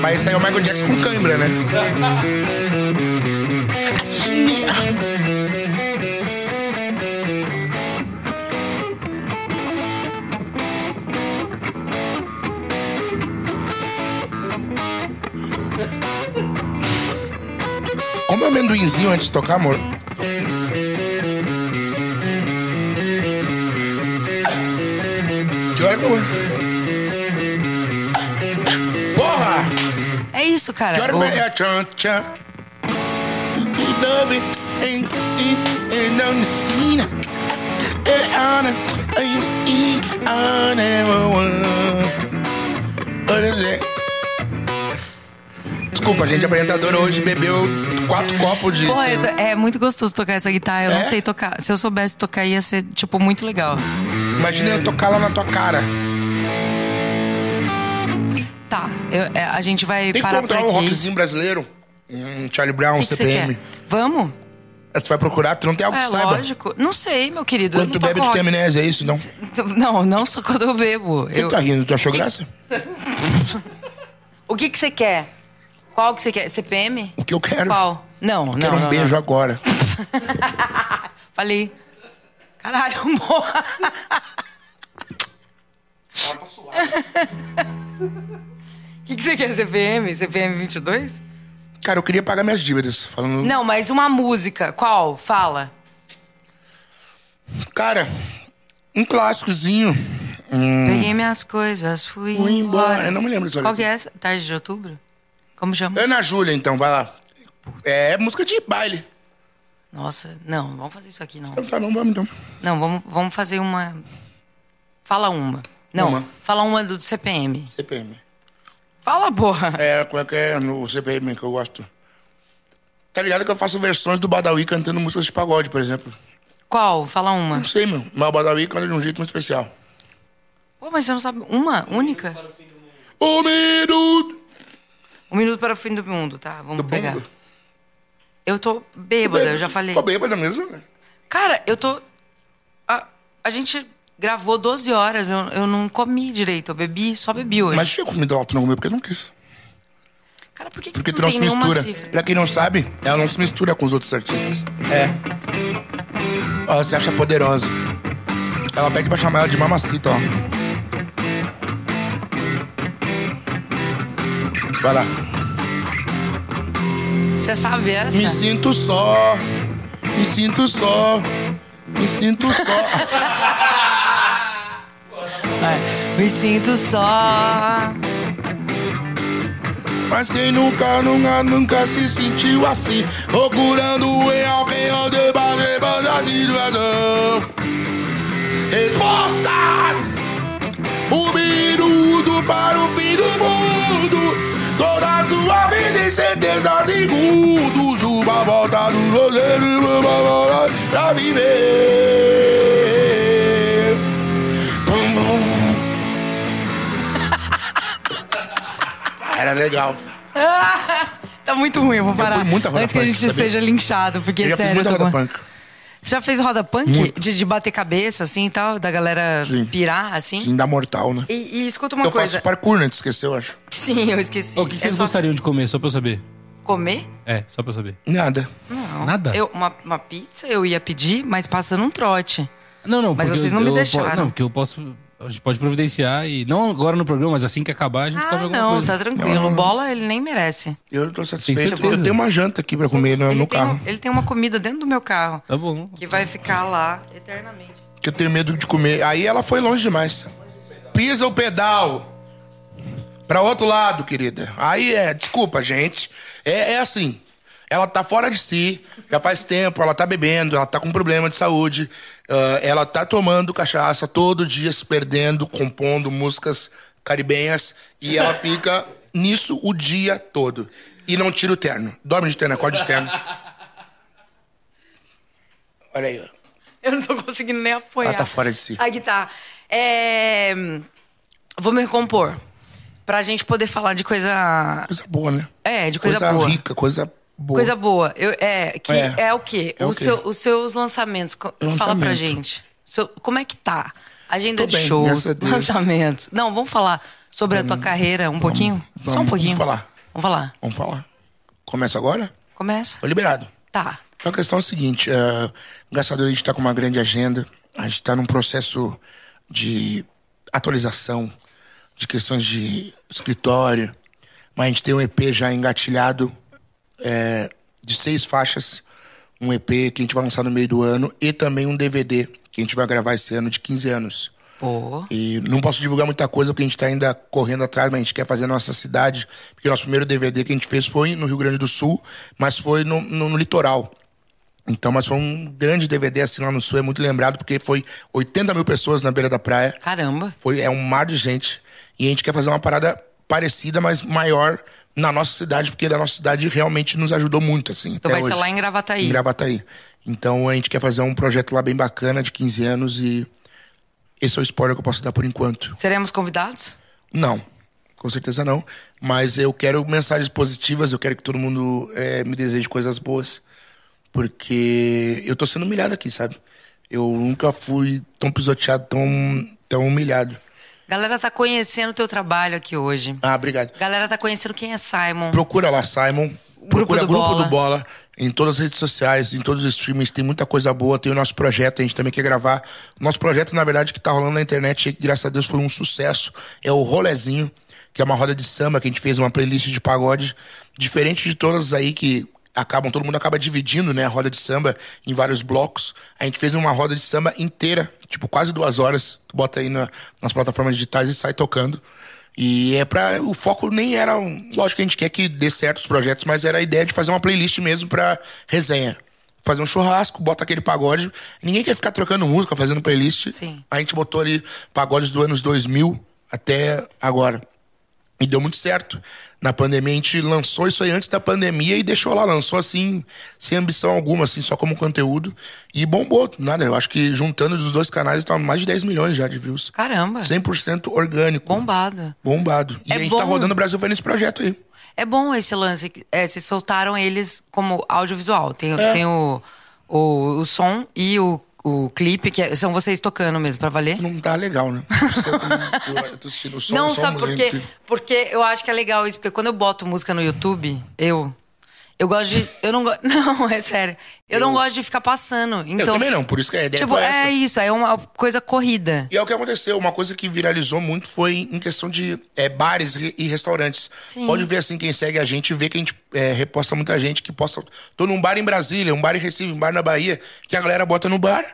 [SPEAKER 3] Mas esse aí é o Michael Jackson com cãibra, né? Come é o amendoinzinho antes de tocar, amor. Que hora que eu... Porra!
[SPEAKER 1] É isso, cara.
[SPEAKER 3] Que hora que
[SPEAKER 1] O-
[SPEAKER 3] vai? É tchan, tchan. Love it, ain't it, ain't no scene. É Ana, ain't it, Ana, é Ana, Ana. Desculpa, gente, apresentador hoje bebeu quatro copos de.
[SPEAKER 1] Porra, eu to- é muito gostoso tocar essa guitarra. Eu
[SPEAKER 3] É?
[SPEAKER 1] não sei tocar. Se eu soubesse tocar, ia ser, tipo, muito legal.
[SPEAKER 3] Imagina eu tocar lá na tua cara.
[SPEAKER 1] Tá, eu- é, a gente vai
[SPEAKER 3] Tem
[SPEAKER 1] parar
[SPEAKER 3] como
[SPEAKER 1] por
[SPEAKER 3] dar um
[SPEAKER 1] aqui.
[SPEAKER 3] rockzinho brasileiro? Um Charlie
[SPEAKER 1] O
[SPEAKER 3] Brown, um
[SPEAKER 1] que que você quer?
[SPEAKER 3] CPM.
[SPEAKER 1] Vamos?
[SPEAKER 3] Tu vai procurar, tu não tem algo
[SPEAKER 1] É,
[SPEAKER 3] que saiba.
[SPEAKER 1] lógico. Não sei, meu querido.
[SPEAKER 3] Quando
[SPEAKER 1] eu
[SPEAKER 3] tu
[SPEAKER 1] não
[SPEAKER 3] bebe,
[SPEAKER 1] toco
[SPEAKER 3] tu tem
[SPEAKER 1] rock.
[SPEAKER 3] amnésia, é isso? Não. Por
[SPEAKER 1] Não, não só quando eu bebo.
[SPEAKER 3] que
[SPEAKER 1] Eu-
[SPEAKER 3] tu tá rindo? Tu achou graça?
[SPEAKER 1] O que que você quer? Qual que você quer? CPM?
[SPEAKER 3] O que eu quero?
[SPEAKER 1] Qual? Não, não,
[SPEAKER 3] Quero
[SPEAKER 1] não,
[SPEAKER 3] um
[SPEAKER 1] não.
[SPEAKER 3] beijo agora.
[SPEAKER 1] Falei. Caralho, amor. O que, que você quer, CPM? CPM 22?
[SPEAKER 3] Cara, eu queria pagar minhas dívidas. Falando.
[SPEAKER 1] Não, mas uma música. Qual? Fala.
[SPEAKER 3] Cara, um clássicozinho. Hum,
[SPEAKER 1] Peguei minhas coisas, fui,
[SPEAKER 3] Fui embora.
[SPEAKER 1] embora.
[SPEAKER 3] Eu não me lembro dessa
[SPEAKER 1] Qual é?
[SPEAKER 3] letra.
[SPEAKER 1] que é essa? Tarde de outubro? Como chama?
[SPEAKER 3] Ana Júlia, então, vai lá. É música de baile.
[SPEAKER 1] Nossa, não, vamos fazer isso aqui, não.
[SPEAKER 3] Então tá, não vamos então.
[SPEAKER 1] Não, vamos, vamos fazer uma... Fala uma. Não,
[SPEAKER 3] Uma.
[SPEAKER 1] fala uma do CPM.
[SPEAKER 3] CPM.
[SPEAKER 1] Fala, porra.
[SPEAKER 3] É, como é que é no CPM que eu gosto? Tá ligado que eu faço versões do Badawi cantando músicas de pagode, por exemplo.
[SPEAKER 1] Qual? Fala uma.
[SPEAKER 3] Não sei, meu. Mas o Badawi canta de um jeito muito especial.
[SPEAKER 1] Pô, mas você não sabe uma única?
[SPEAKER 3] O minuto
[SPEAKER 1] Um minuto para o fim do mundo, tá? Vamos
[SPEAKER 3] do
[SPEAKER 1] pegar.
[SPEAKER 3] mundo.
[SPEAKER 1] Eu tô bêbada, eu já falei.
[SPEAKER 3] Ficou bêbada mesmo, né?
[SPEAKER 1] Cara, eu tô. A, a gente gravou 12 horas, eu, eu não comi direito, eu bebi, só bebi hoje.
[SPEAKER 3] Mas tinha comida alto, não comeu porque não quis.
[SPEAKER 1] Cara, por que, que
[SPEAKER 3] Porque tu
[SPEAKER 1] não
[SPEAKER 3] não
[SPEAKER 1] tem
[SPEAKER 3] se
[SPEAKER 1] nenhuma
[SPEAKER 3] mistura.
[SPEAKER 1] cifra?
[SPEAKER 3] Pra quem não sabe, ela não se mistura com os outros artistas. É. Ela se acha poderosa. Ela pede pra chamar ela de mamacita, ó. Vai lá.
[SPEAKER 1] Você sabe essa?
[SPEAKER 3] Me sinto só, me sinto só, me sinto só.
[SPEAKER 1] É. Me sinto só.
[SPEAKER 3] Mas quem nunca, nunca, nunca se sentiu assim? Procurando em alguém onde bater da situação. Respostas! Um minuto para o fim do mundo. Toda sua vida em 70 segundos. Uma volta do roteiro, uma volta pra viver. Pum, pum. Ah, Era legal.
[SPEAKER 1] Tá muito ruim, eu vou parar.
[SPEAKER 3] fui muita roda
[SPEAKER 1] Antes que a
[SPEAKER 3] punk,
[SPEAKER 1] gente
[SPEAKER 3] sabia?
[SPEAKER 1] seja linchado, porque
[SPEAKER 3] Eu já
[SPEAKER 1] É
[SPEAKER 3] fiz
[SPEAKER 1] sério.
[SPEAKER 3] muita
[SPEAKER 1] eu tô
[SPEAKER 3] roda
[SPEAKER 1] com-
[SPEAKER 3] punk.
[SPEAKER 1] Você já fez roda punk?
[SPEAKER 3] Muito.
[SPEAKER 1] De, de bater cabeça, assim e tal, da galera
[SPEAKER 3] Sim.
[SPEAKER 1] pirar, assim?
[SPEAKER 3] Sim, da mortal, né?
[SPEAKER 1] E, e escuta uma
[SPEAKER 3] eu
[SPEAKER 1] coisa.
[SPEAKER 3] faço parkour, né? Tu esqueceu, acho.
[SPEAKER 1] Sim, eu esqueci.
[SPEAKER 2] O que, que
[SPEAKER 1] é
[SPEAKER 2] vocês
[SPEAKER 1] só
[SPEAKER 2] gostariam de comer, só pra eu saber?
[SPEAKER 1] comer?
[SPEAKER 2] É, só pra eu saber.
[SPEAKER 3] Nada.
[SPEAKER 1] Não. É
[SPEAKER 2] Nada?
[SPEAKER 1] Eu- uma, uma pizza eu ia pedir, mas passando um trote.
[SPEAKER 2] Não, não,
[SPEAKER 1] Mas
[SPEAKER 2] porque
[SPEAKER 1] vocês
[SPEAKER 2] eu-
[SPEAKER 1] não me
[SPEAKER 2] eu po-
[SPEAKER 1] deixaram.
[SPEAKER 2] Não, porque eu posso. A gente pode providenciar e. Não agora no programa, mas assim que acabar a gente come
[SPEAKER 1] Ah,
[SPEAKER 2] alguma
[SPEAKER 1] não,
[SPEAKER 2] coisa.
[SPEAKER 1] tá tranquilo. Bola ele nem merece.
[SPEAKER 3] Eu tô
[SPEAKER 2] Tem
[SPEAKER 3] satisfeito.
[SPEAKER 2] certeza?
[SPEAKER 3] Eu tenho uma janta aqui pra comer no,
[SPEAKER 1] ele,
[SPEAKER 3] no
[SPEAKER 1] tem, um
[SPEAKER 3] carro.
[SPEAKER 1] ele tem uma comida dentro do meu carro
[SPEAKER 2] Tá bom.
[SPEAKER 1] que vai ficar lá eternamente.
[SPEAKER 3] que eu tenho medo de comer. Aí ela foi longe demais. Pisa o pedal. Pra outro lado, querida. Aí é, desculpa, gente. É, é assim. Ela tá fora de si, já faz tempo, ela tá bebendo, ela tá com problema de saúde, ah, ela tá tomando cachaça todo dia, se perdendo, compondo músicas caribenhas, e ela fica nisso o dia todo. E não tira o terno. Dorme de terno, acorda de terno. Olha aí, ó.
[SPEAKER 1] Eu não tô conseguindo nem apoiar.
[SPEAKER 3] Ela tá fora de si.
[SPEAKER 1] A guitarra. É, Vou me recompor. Pra gente poder falar de coisa.
[SPEAKER 3] Coisa boa, né?
[SPEAKER 1] É, de coisa, boa.
[SPEAKER 3] rica, coisa boa.
[SPEAKER 1] Coisa boa. Eu- é, que
[SPEAKER 3] É.
[SPEAKER 1] é, o quê?
[SPEAKER 3] É o
[SPEAKER 1] O
[SPEAKER 3] quê?
[SPEAKER 1] seu- os seus lançamentos. Co- Fala pra
[SPEAKER 3] Lançamento.
[SPEAKER 1] gente. Seu- como é que tá? Agenda
[SPEAKER 3] Tô
[SPEAKER 1] de
[SPEAKER 3] bem,
[SPEAKER 1] shows,
[SPEAKER 3] graças a Deus.
[SPEAKER 1] lançamentos. Não, vamos falar sobre a tua carreira um pouquinho? Só um
[SPEAKER 3] vamos
[SPEAKER 1] pouquinho.
[SPEAKER 3] falar.
[SPEAKER 1] Vamos falar.
[SPEAKER 3] Vamos falar. Começa agora?
[SPEAKER 1] Começa.
[SPEAKER 3] Tô liberado.
[SPEAKER 1] Tá.
[SPEAKER 3] Então a questão é a seguinte: é, graças a Deus a gente tá com uma grande agenda, a gente tá num processo de atualização de questões de escritório, mas a gente tem um EP já engatilhado é, de seis faixas, um EP que a gente vai lançar no meio do ano e também um DVD que a gente vai gravar esse ano de 15 anos.
[SPEAKER 1] Pô.
[SPEAKER 3] E não posso divulgar muita coisa porque a gente tá ainda correndo atrás, mas a gente quer fazer na nossa cidade. Porque o nosso primeiro DVD que a gente fez foi no Rio Grande do Sul, mas foi no, no- no litoral. Então, mas foi um grande DVD assim lá no Sul, é muito lembrado, porque foi 80 mil pessoas na beira da praia.
[SPEAKER 1] Caramba.
[SPEAKER 3] Foi, é um mar de gente. E a gente quer fazer uma parada parecida, mas maior, na nossa cidade, porque a nossa cidade realmente nos ajudou muito, assim.
[SPEAKER 1] Então
[SPEAKER 3] até
[SPEAKER 1] vai ser
[SPEAKER 3] hoje.
[SPEAKER 1] lá em Gravataí.
[SPEAKER 3] Em Gravataí. Então a gente quer fazer um projeto lá bem bacana, de 15 anos, e esse é o spoiler que eu posso dar por enquanto.
[SPEAKER 1] Seremos convidados?
[SPEAKER 3] Não, com certeza não. Mas eu quero mensagens positivas, eu quero que todo mundo eh, me deseje coisas boas. Porque eu tô sendo humilhado aqui, sabe? Eu nunca fui tão pisoteado, tão, tão humilhado.
[SPEAKER 1] Galera tá conhecendo o teu trabalho aqui hoje.
[SPEAKER 3] Ah, obrigado.
[SPEAKER 1] Galera tá conhecendo quem é Simon.
[SPEAKER 3] Procura lá, Simon. Procura
[SPEAKER 1] do
[SPEAKER 3] Grupo
[SPEAKER 1] Bola.
[SPEAKER 3] do Bola. Em todas as redes sociais, em todos os streamings, tem muita coisa boa. Tem o nosso projeto, a gente também quer gravar. Nosso projeto, na verdade, que tá rolando na internet, e que, graças a Deus foi um sucesso, é o Rolezinho, que é uma roda de samba que a gente fez uma playlist de pagode, diferente de todas aí que acabam, todo mundo acaba dividindo, né, a roda de samba em vários blocos. A gente fez uma roda de samba inteira, tipo quase duas horas. Tu bota aí na- nas plataformas digitais e sai tocando. E é pra. O foco nem era. um- Lógico que a gente quer que dê certo os projetos, mas era a ideia de fazer uma playlist mesmo pra resenha. Fazer um churrasco, bota aquele pagode. Ninguém quer ficar trocando música, fazendo playlist.
[SPEAKER 1] Sim.
[SPEAKER 3] A gente botou ali pagodes do anos 2000 até agora. E deu muito certo. Na pandemia, a gente lançou isso aí antes da pandemia e deixou lá, lançou assim, sem ambição alguma, assim, só como conteúdo. E bombou, nada. Eu acho que juntando dos dois canais, tá mais de 10 milhões já de views.
[SPEAKER 1] Caramba.
[SPEAKER 3] 100% orgânico.
[SPEAKER 1] Bombada.
[SPEAKER 3] Bombado. E
[SPEAKER 1] É
[SPEAKER 3] a gente
[SPEAKER 1] bom.
[SPEAKER 3] tá rodando o Brasil vendo esse projeto aí.
[SPEAKER 1] É bom esse lance. É, vocês soltaram eles como audiovisual. Tem,
[SPEAKER 3] É.
[SPEAKER 1] tem o, o, o som e o, o clipe, que é- são vocês tocando mesmo, pra valer.
[SPEAKER 3] Não tá legal, né? Você tá- eu tô assistindo o som,
[SPEAKER 1] não,
[SPEAKER 3] só
[SPEAKER 1] sabe
[SPEAKER 3] um
[SPEAKER 1] por quê?
[SPEAKER 3] lento.
[SPEAKER 1] Porque eu acho que é legal isso, porque quando eu boto música no YouTube, eu. Eu gosto de. Eu não gosto. Não, é sério. Eu, não gosto de ficar passando. Então,
[SPEAKER 3] também não, por isso que a ideia
[SPEAKER 1] Tipo,
[SPEAKER 3] foi essa.
[SPEAKER 1] é isso, é uma coisa corrida.
[SPEAKER 3] E é o que aconteceu. Uma coisa que viralizou muito foi em questão de é, bares e- e restaurantes.
[SPEAKER 1] Sim.
[SPEAKER 3] Pode ver assim, quem segue a gente vê que a gente é, reposta muita gente que posta. Tô num bar em Brasília, um bar em Recife, um bar na Bahia, que a galera bota no bar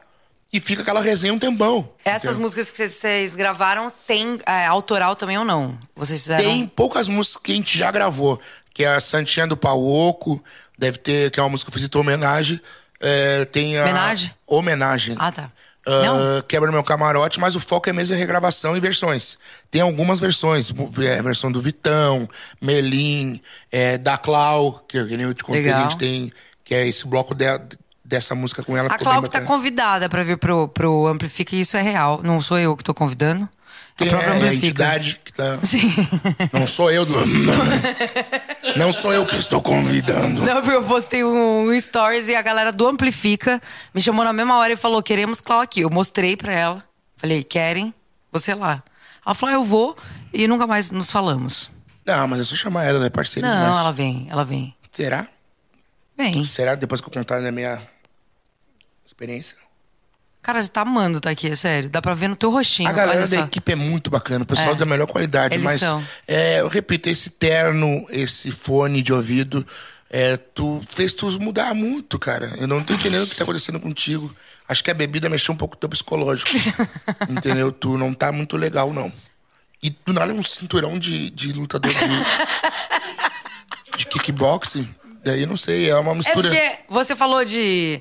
[SPEAKER 3] e fica aquela resenha um tempão.
[SPEAKER 1] Essas músicas que vocês- vocês gravaram tem é, autoral também ou não? Vocês fizeram?
[SPEAKER 3] Tem poucas músicas que a gente já gravou, que é a Santinha do Pauoco, deve ter, que é uma música que eu fiz em tua homenagem. É, tem a.
[SPEAKER 1] Homenagem?
[SPEAKER 3] Homenagem.
[SPEAKER 1] Ah, tá.
[SPEAKER 3] Ah,
[SPEAKER 1] Não?
[SPEAKER 3] Quebra meu camarote, mas o foco é mesmo a regravação e versões. Tem algumas versões, é, versão do Vitão, Melim, é, da Clau, que, eu- que nem eu te contei, que a
[SPEAKER 1] Legal.
[SPEAKER 3] gente tem, que é esse bloco de- dessa música com ela.
[SPEAKER 1] A
[SPEAKER 3] ficou bem
[SPEAKER 1] Cláudia tá
[SPEAKER 3] bacana.
[SPEAKER 1] convidada pra vir pro, pro Amplifica e isso é real. Não sou eu que tô convidando.
[SPEAKER 3] Quem
[SPEAKER 1] a própria
[SPEAKER 3] é, é a
[SPEAKER 1] Amplifica.
[SPEAKER 3] entidade que tá.
[SPEAKER 1] Sim.
[SPEAKER 3] Não sou eu. do- Não sou eu que estou convidando.
[SPEAKER 1] Não, porque eu postei um stories e a galera do Amplifica me chamou na mesma hora e falou: queremos Clau aqui. Eu mostrei pra ela. Falei, querem? Você lá. Ela falou, ah, eu vou e nunca mais nos falamos.
[SPEAKER 3] Não, mas é só chamar ela, ela é parceira
[SPEAKER 1] não,
[SPEAKER 3] demais.
[SPEAKER 1] ela vem, ela vem.
[SPEAKER 3] Será?
[SPEAKER 1] Vem.
[SPEAKER 3] Será depois que eu contar a minha experiência?
[SPEAKER 1] Cara, você tá amando tá aqui, é sério. Dá pra ver no teu roxinho.
[SPEAKER 3] A galera
[SPEAKER 1] olha
[SPEAKER 3] da
[SPEAKER 1] só.
[SPEAKER 3] equipe é muito bacana, o pessoal
[SPEAKER 1] É.
[SPEAKER 3] da melhor qualidade,
[SPEAKER 1] Eles
[SPEAKER 3] mas
[SPEAKER 1] são.
[SPEAKER 3] é, eu repito, esse terno, esse fone de ouvido, é, tu fez tu mudar muito, cara. Eu não tô entendendo o que tá acontecendo contigo. Acho que a bebida mexeu um pouco com o teu psicológico. entendeu? Tu não tá muito legal, não. E do nada um cinturão de, de lutador de, de kickboxing. Daí eu não sei, é uma
[SPEAKER 1] É
[SPEAKER 3] mistura.
[SPEAKER 1] porque você falou de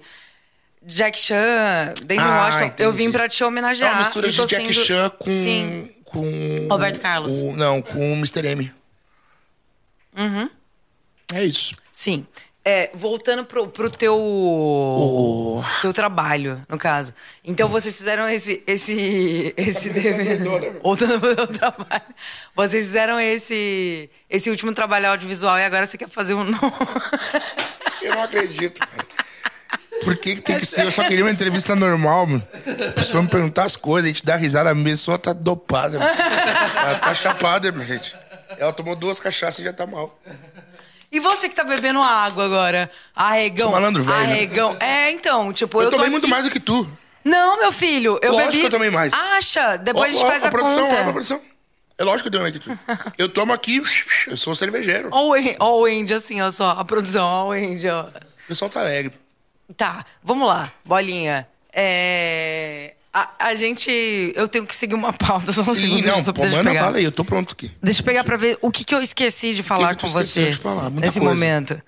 [SPEAKER 1] Jack Chan, Daisy
[SPEAKER 3] Ah,
[SPEAKER 1] Washington. Eu
[SPEAKER 3] entendi.
[SPEAKER 1] vim pra te
[SPEAKER 3] É
[SPEAKER 1] homenagear.
[SPEAKER 3] uma mistura
[SPEAKER 1] e
[SPEAKER 3] de
[SPEAKER 1] tô sendo-
[SPEAKER 3] Jack Chan com.
[SPEAKER 1] Sim.
[SPEAKER 3] com
[SPEAKER 1] Roberto Carlos.
[SPEAKER 3] o- não, com o Mr. M. Uhum.
[SPEAKER 1] Uhum.
[SPEAKER 3] É isso.
[SPEAKER 1] Sim. É, voltando pro, pro teu, teu trabalho, no caso. Então
[SPEAKER 3] Hum.
[SPEAKER 1] vocês fizeram esse. esse,
[SPEAKER 3] É
[SPEAKER 1] esse dever.
[SPEAKER 3] né,
[SPEAKER 1] Voltando pro teu trabalho. Vocês fizeram esse, esse último trabalho audiovisual e agora você quer fazer um novo.
[SPEAKER 3] Eu não acredito, cara. Por que, que tem que ser? Eu só queria uma entrevista normal, mano. A pessoa me perguntar as coisas, a gente dá risada, a pessoa tá dopada, mano. Ela tá chapada, minha gente. Ela tomou duas cachaças e já tá mal.
[SPEAKER 1] E você que tá bebendo água agora? Arregão.
[SPEAKER 3] Sou malandro velho, né?
[SPEAKER 1] Arregão. É, então, tipo, eu,
[SPEAKER 3] Eu,
[SPEAKER 1] tô
[SPEAKER 3] tomei muito
[SPEAKER 1] aqui-
[SPEAKER 3] mais do que tu.
[SPEAKER 1] Não, meu filho, eu
[SPEAKER 3] Lógico
[SPEAKER 1] bebi.
[SPEAKER 3] que eu tomei mais.
[SPEAKER 1] Acha, depois a gente
[SPEAKER 3] Ó, ó,
[SPEAKER 1] faz a,
[SPEAKER 3] produção,
[SPEAKER 1] conta.
[SPEAKER 3] ó, a produção. É lógico que eu tomei mais que tu. Eu tomo aqui, eu sou cervejeiro.
[SPEAKER 1] Ó o Andy- ó o Andy, assim, ó só, a produção, ó o Andy, ó.
[SPEAKER 3] O pessoal tá alegre.
[SPEAKER 1] Tá, vamos lá, bolinha. É... A, a gente... Eu tenho que seguir uma pauta, só um
[SPEAKER 3] Sim,
[SPEAKER 1] segundo.
[SPEAKER 3] não,
[SPEAKER 1] deixa eu-
[SPEAKER 3] pô,
[SPEAKER 1] deixa eu
[SPEAKER 3] manda
[SPEAKER 1] pegar.
[SPEAKER 3] bala aí, eu tô pronto aqui.
[SPEAKER 1] Deixa eu pegar pra ver o que, que eu esqueci de falar
[SPEAKER 3] tu
[SPEAKER 1] com
[SPEAKER 3] esqueceu
[SPEAKER 1] você
[SPEAKER 3] de falar? Muita
[SPEAKER 1] nesse
[SPEAKER 3] coisa.
[SPEAKER 1] momento.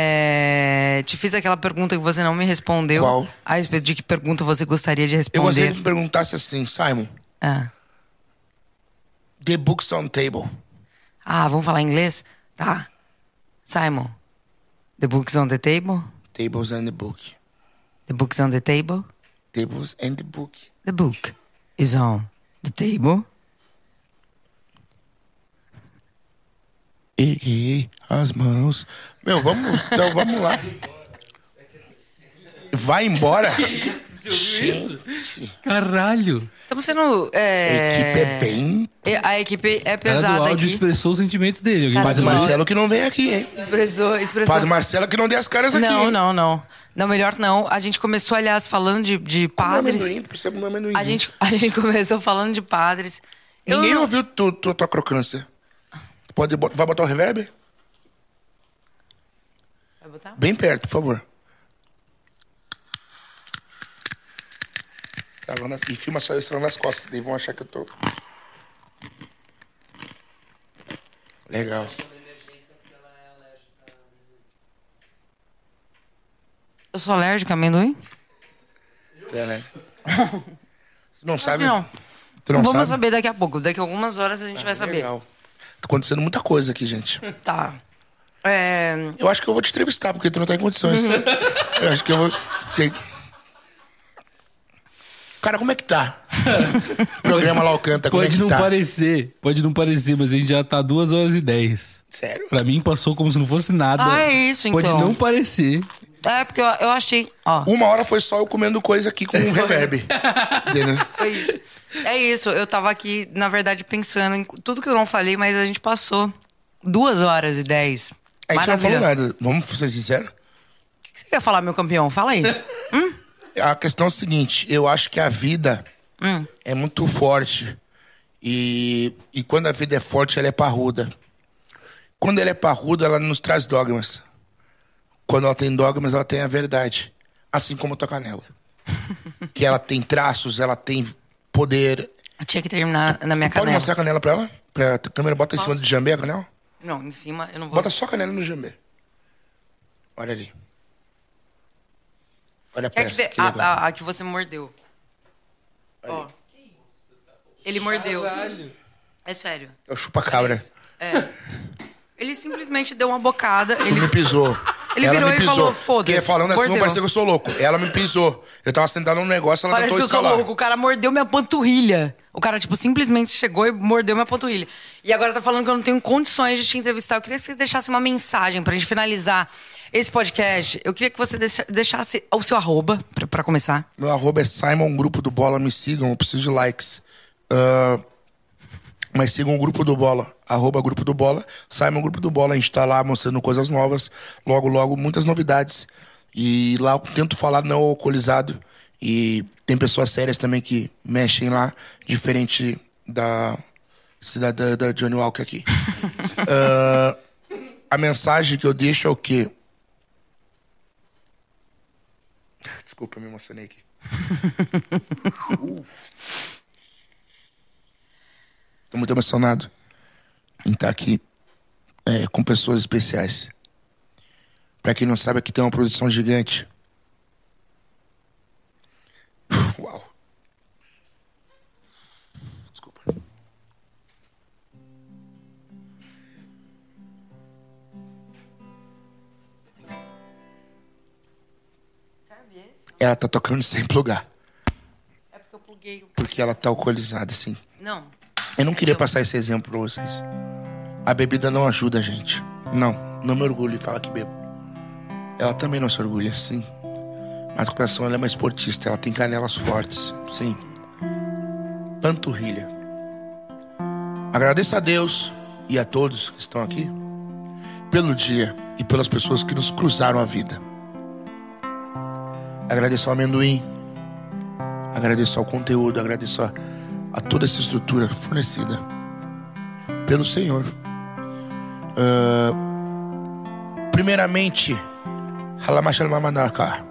[SPEAKER 1] É, Te fiz aquela pergunta que você não me respondeu.
[SPEAKER 3] Qual?
[SPEAKER 1] A respeito de que pergunta você gostaria de
[SPEAKER 3] Eu gostaria
[SPEAKER 1] responder.
[SPEAKER 3] que me perguntasse assim, Simon,
[SPEAKER 1] Ah.
[SPEAKER 3] The Books on Table.
[SPEAKER 1] ah, vamos falar em inglês? Tá. Simon, the book's on the table?
[SPEAKER 3] Tables and the book.
[SPEAKER 1] The book's on the table?
[SPEAKER 3] Tables and the book.
[SPEAKER 1] The book is on the table.
[SPEAKER 3] Erguei as mãos. Meu, vamos, então vamos lá. Vai embora.
[SPEAKER 2] Você ouviu isso? Caralho.
[SPEAKER 1] Estamos sendo.
[SPEAKER 3] A equipe é
[SPEAKER 1] É...
[SPEAKER 3] bem.
[SPEAKER 1] é- A equipe é
[SPEAKER 2] O cara do
[SPEAKER 1] pesada
[SPEAKER 2] áudio
[SPEAKER 1] aqui.
[SPEAKER 2] expressou o sentimento dele. Alguém
[SPEAKER 1] Cara,
[SPEAKER 2] mais
[SPEAKER 3] Padre
[SPEAKER 1] Mas
[SPEAKER 3] Marcelo que não vem aqui, hein?
[SPEAKER 1] Expressou, expressou.
[SPEAKER 3] Padre Marcelo que não dê as caras aqui.
[SPEAKER 1] Não,
[SPEAKER 3] hein?
[SPEAKER 1] não, não. Não, melhor não. A gente começou, aliás, falando de, de
[SPEAKER 3] Tá Padres.
[SPEAKER 1] padres.
[SPEAKER 3] um
[SPEAKER 1] A gente, a gente começou falando de padres. Eu
[SPEAKER 3] Ninguém
[SPEAKER 1] não-
[SPEAKER 3] ouviu tu, tu- tua crocância. Pode, bot- vai botar o reverb?
[SPEAKER 1] Vai botar?
[SPEAKER 3] Bem perto, por favor. Estralando as- Tá, E filma só eu estralando as costas, daí vão achar que eu tô. Legal.
[SPEAKER 1] Eu sou alérgica a amendoim?
[SPEAKER 3] É, né? Tu não sabe?
[SPEAKER 1] Não.
[SPEAKER 3] Tu não
[SPEAKER 1] Vamos
[SPEAKER 3] sabe?
[SPEAKER 1] saber daqui a pouco. Daqui a algumas horas a gente vai saber.
[SPEAKER 3] Legal. Tá acontecendo muita coisa aqui, gente.
[SPEAKER 1] Tá. É,
[SPEAKER 3] Eu acho que eu vou te entrevistar, porque tu não tá em condições. eu acho que eu vou. Sei. Cara, como é que tá? o programa lá Alcanta, como é
[SPEAKER 2] Pode
[SPEAKER 3] que
[SPEAKER 2] não
[SPEAKER 3] tá?
[SPEAKER 2] parecer, pode não parecer, mas a gente já tá 2 horas e 10.
[SPEAKER 3] Sério?
[SPEAKER 2] Pra mim passou como se não fosse nada.
[SPEAKER 1] Ah, é isso, então.
[SPEAKER 2] Pode não parecer.
[SPEAKER 1] é porque eu, eu achei. Ó,
[SPEAKER 3] Uma hora foi só eu comendo coisa aqui com
[SPEAKER 2] É
[SPEAKER 3] um reverb. Entendeu?
[SPEAKER 1] foi isso. É isso. Eu tava aqui, na verdade, pensando em tudo que eu não falei, mas a gente passou duas horas e dez.
[SPEAKER 3] A gente não falou
[SPEAKER 1] Maravilha.
[SPEAKER 3] nada. Vamos ser sinceros?
[SPEAKER 1] O que você quer falar, meu campeão? Fala aí.
[SPEAKER 3] A questão é o seguinte, eu acho que a vida
[SPEAKER 1] Hum.
[SPEAKER 3] é muito forte. E, e quando a vida é forte, ela é parruda. Quando ela é parruda, ela nos traz dogmas. Quando ela tem dogmas, ela tem a verdade. Assim como a tua canela. que ela tem traços, ela tem poder.
[SPEAKER 1] Eu tinha que terminar na minha
[SPEAKER 3] Pode
[SPEAKER 1] É canela.
[SPEAKER 3] mostrar a canela pra ela? Pra a câmera, bota em cima do jambé a canela?
[SPEAKER 1] Não, em cima eu não vou.
[SPEAKER 3] Bota só a canela no jambé. Olha ali. Olha a
[SPEAKER 1] Quer É que
[SPEAKER 3] peça.
[SPEAKER 1] você...
[SPEAKER 3] que
[SPEAKER 1] a,
[SPEAKER 3] legal.
[SPEAKER 1] a- a que você mordeu. Ó. Ele mordeu. É sério.
[SPEAKER 3] É o chupa-cabra.
[SPEAKER 1] Ele simplesmente deu uma bocada.
[SPEAKER 3] Ele
[SPEAKER 1] Ele...
[SPEAKER 3] me pisou.
[SPEAKER 1] Ele
[SPEAKER 3] ela
[SPEAKER 1] virou
[SPEAKER 3] me
[SPEAKER 1] e
[SPEAKER 3] pisou.
[SPEAKER 1] falou, "Foda-se,
[SPEAKER 3] Porque falando assim, não
[SPEAKER 1] mordeu."
[SPEAKER 3] parecia que eu sou louco. Ela me pisou. Eu tava sentado num negócio, ela
[SPEAKER 1] Parece que
[SPEAKER 3] tentou
[SPEAKER 1] eu sou
[SPEAKER 3] escalar.
[SPEAKER 1] louco. O cara mordeu minha panturrilha. O cara, tipo, simplesmente chegou e mordeu minha panturrilha. E agora tá falando que eu não tenho condições de te entrevistar. Eu queria que você deixasse uma mensagem pra gente finalizar esse podcast. Eu queria que você deixa- deixasse o seu arroba, pra, pra começar.
[SPEAKER 3] Meu arroba é Simon Grupo do Bola. Me sigam, eu preciso de likes. Ah, mas sigam o Grupo do Bola. Arroba Grupo do Bola. Simon Grupo do Bola. A gente tá lá mostrando coisas novas. Logo, logo, muitas novidades. E lá eu tento falar não alcoolizado. E tem pessoas sérias também que mexem lá. Diferente da cidadã da Johnny Walker aqui. Ah, a mensagem que eu deixo é o quê? Desculpa, eu me emocionei aqui. Tô muito emocionado em estar aqui é, com pessoas especiais. Pra quem não sabe, aqui tem uma produção gigante. Uau. Desculpa. Ela tá tocando sem plugar,
[SPEAKER 1] É porque eu pluguei o.
[SPEAKER 3] porque ela tá alcoolizada, assim.
[SPEAKER 1] Não.
[SPEAKER 3] Eu não queria passar esse exemplo pra vocês. A bebida não ajuda a gente. Não, não me orgulho de falar que bebo. Ela também não se orgulha, sim. Mas o coração ela é uma esportista, ela tem canelas fortes, sim. Panturrilha. Agradeço a Deus e a todos que estão aqui pelo dia e pelas pessoas que nos cruzaram a vida. Agradeço ao amendoim, agradeço ao conteúdo, agradeço a, a toda essa estrutura fornecida pelo Senhor. Ah, primeiramente, Halamashal Mamanaka.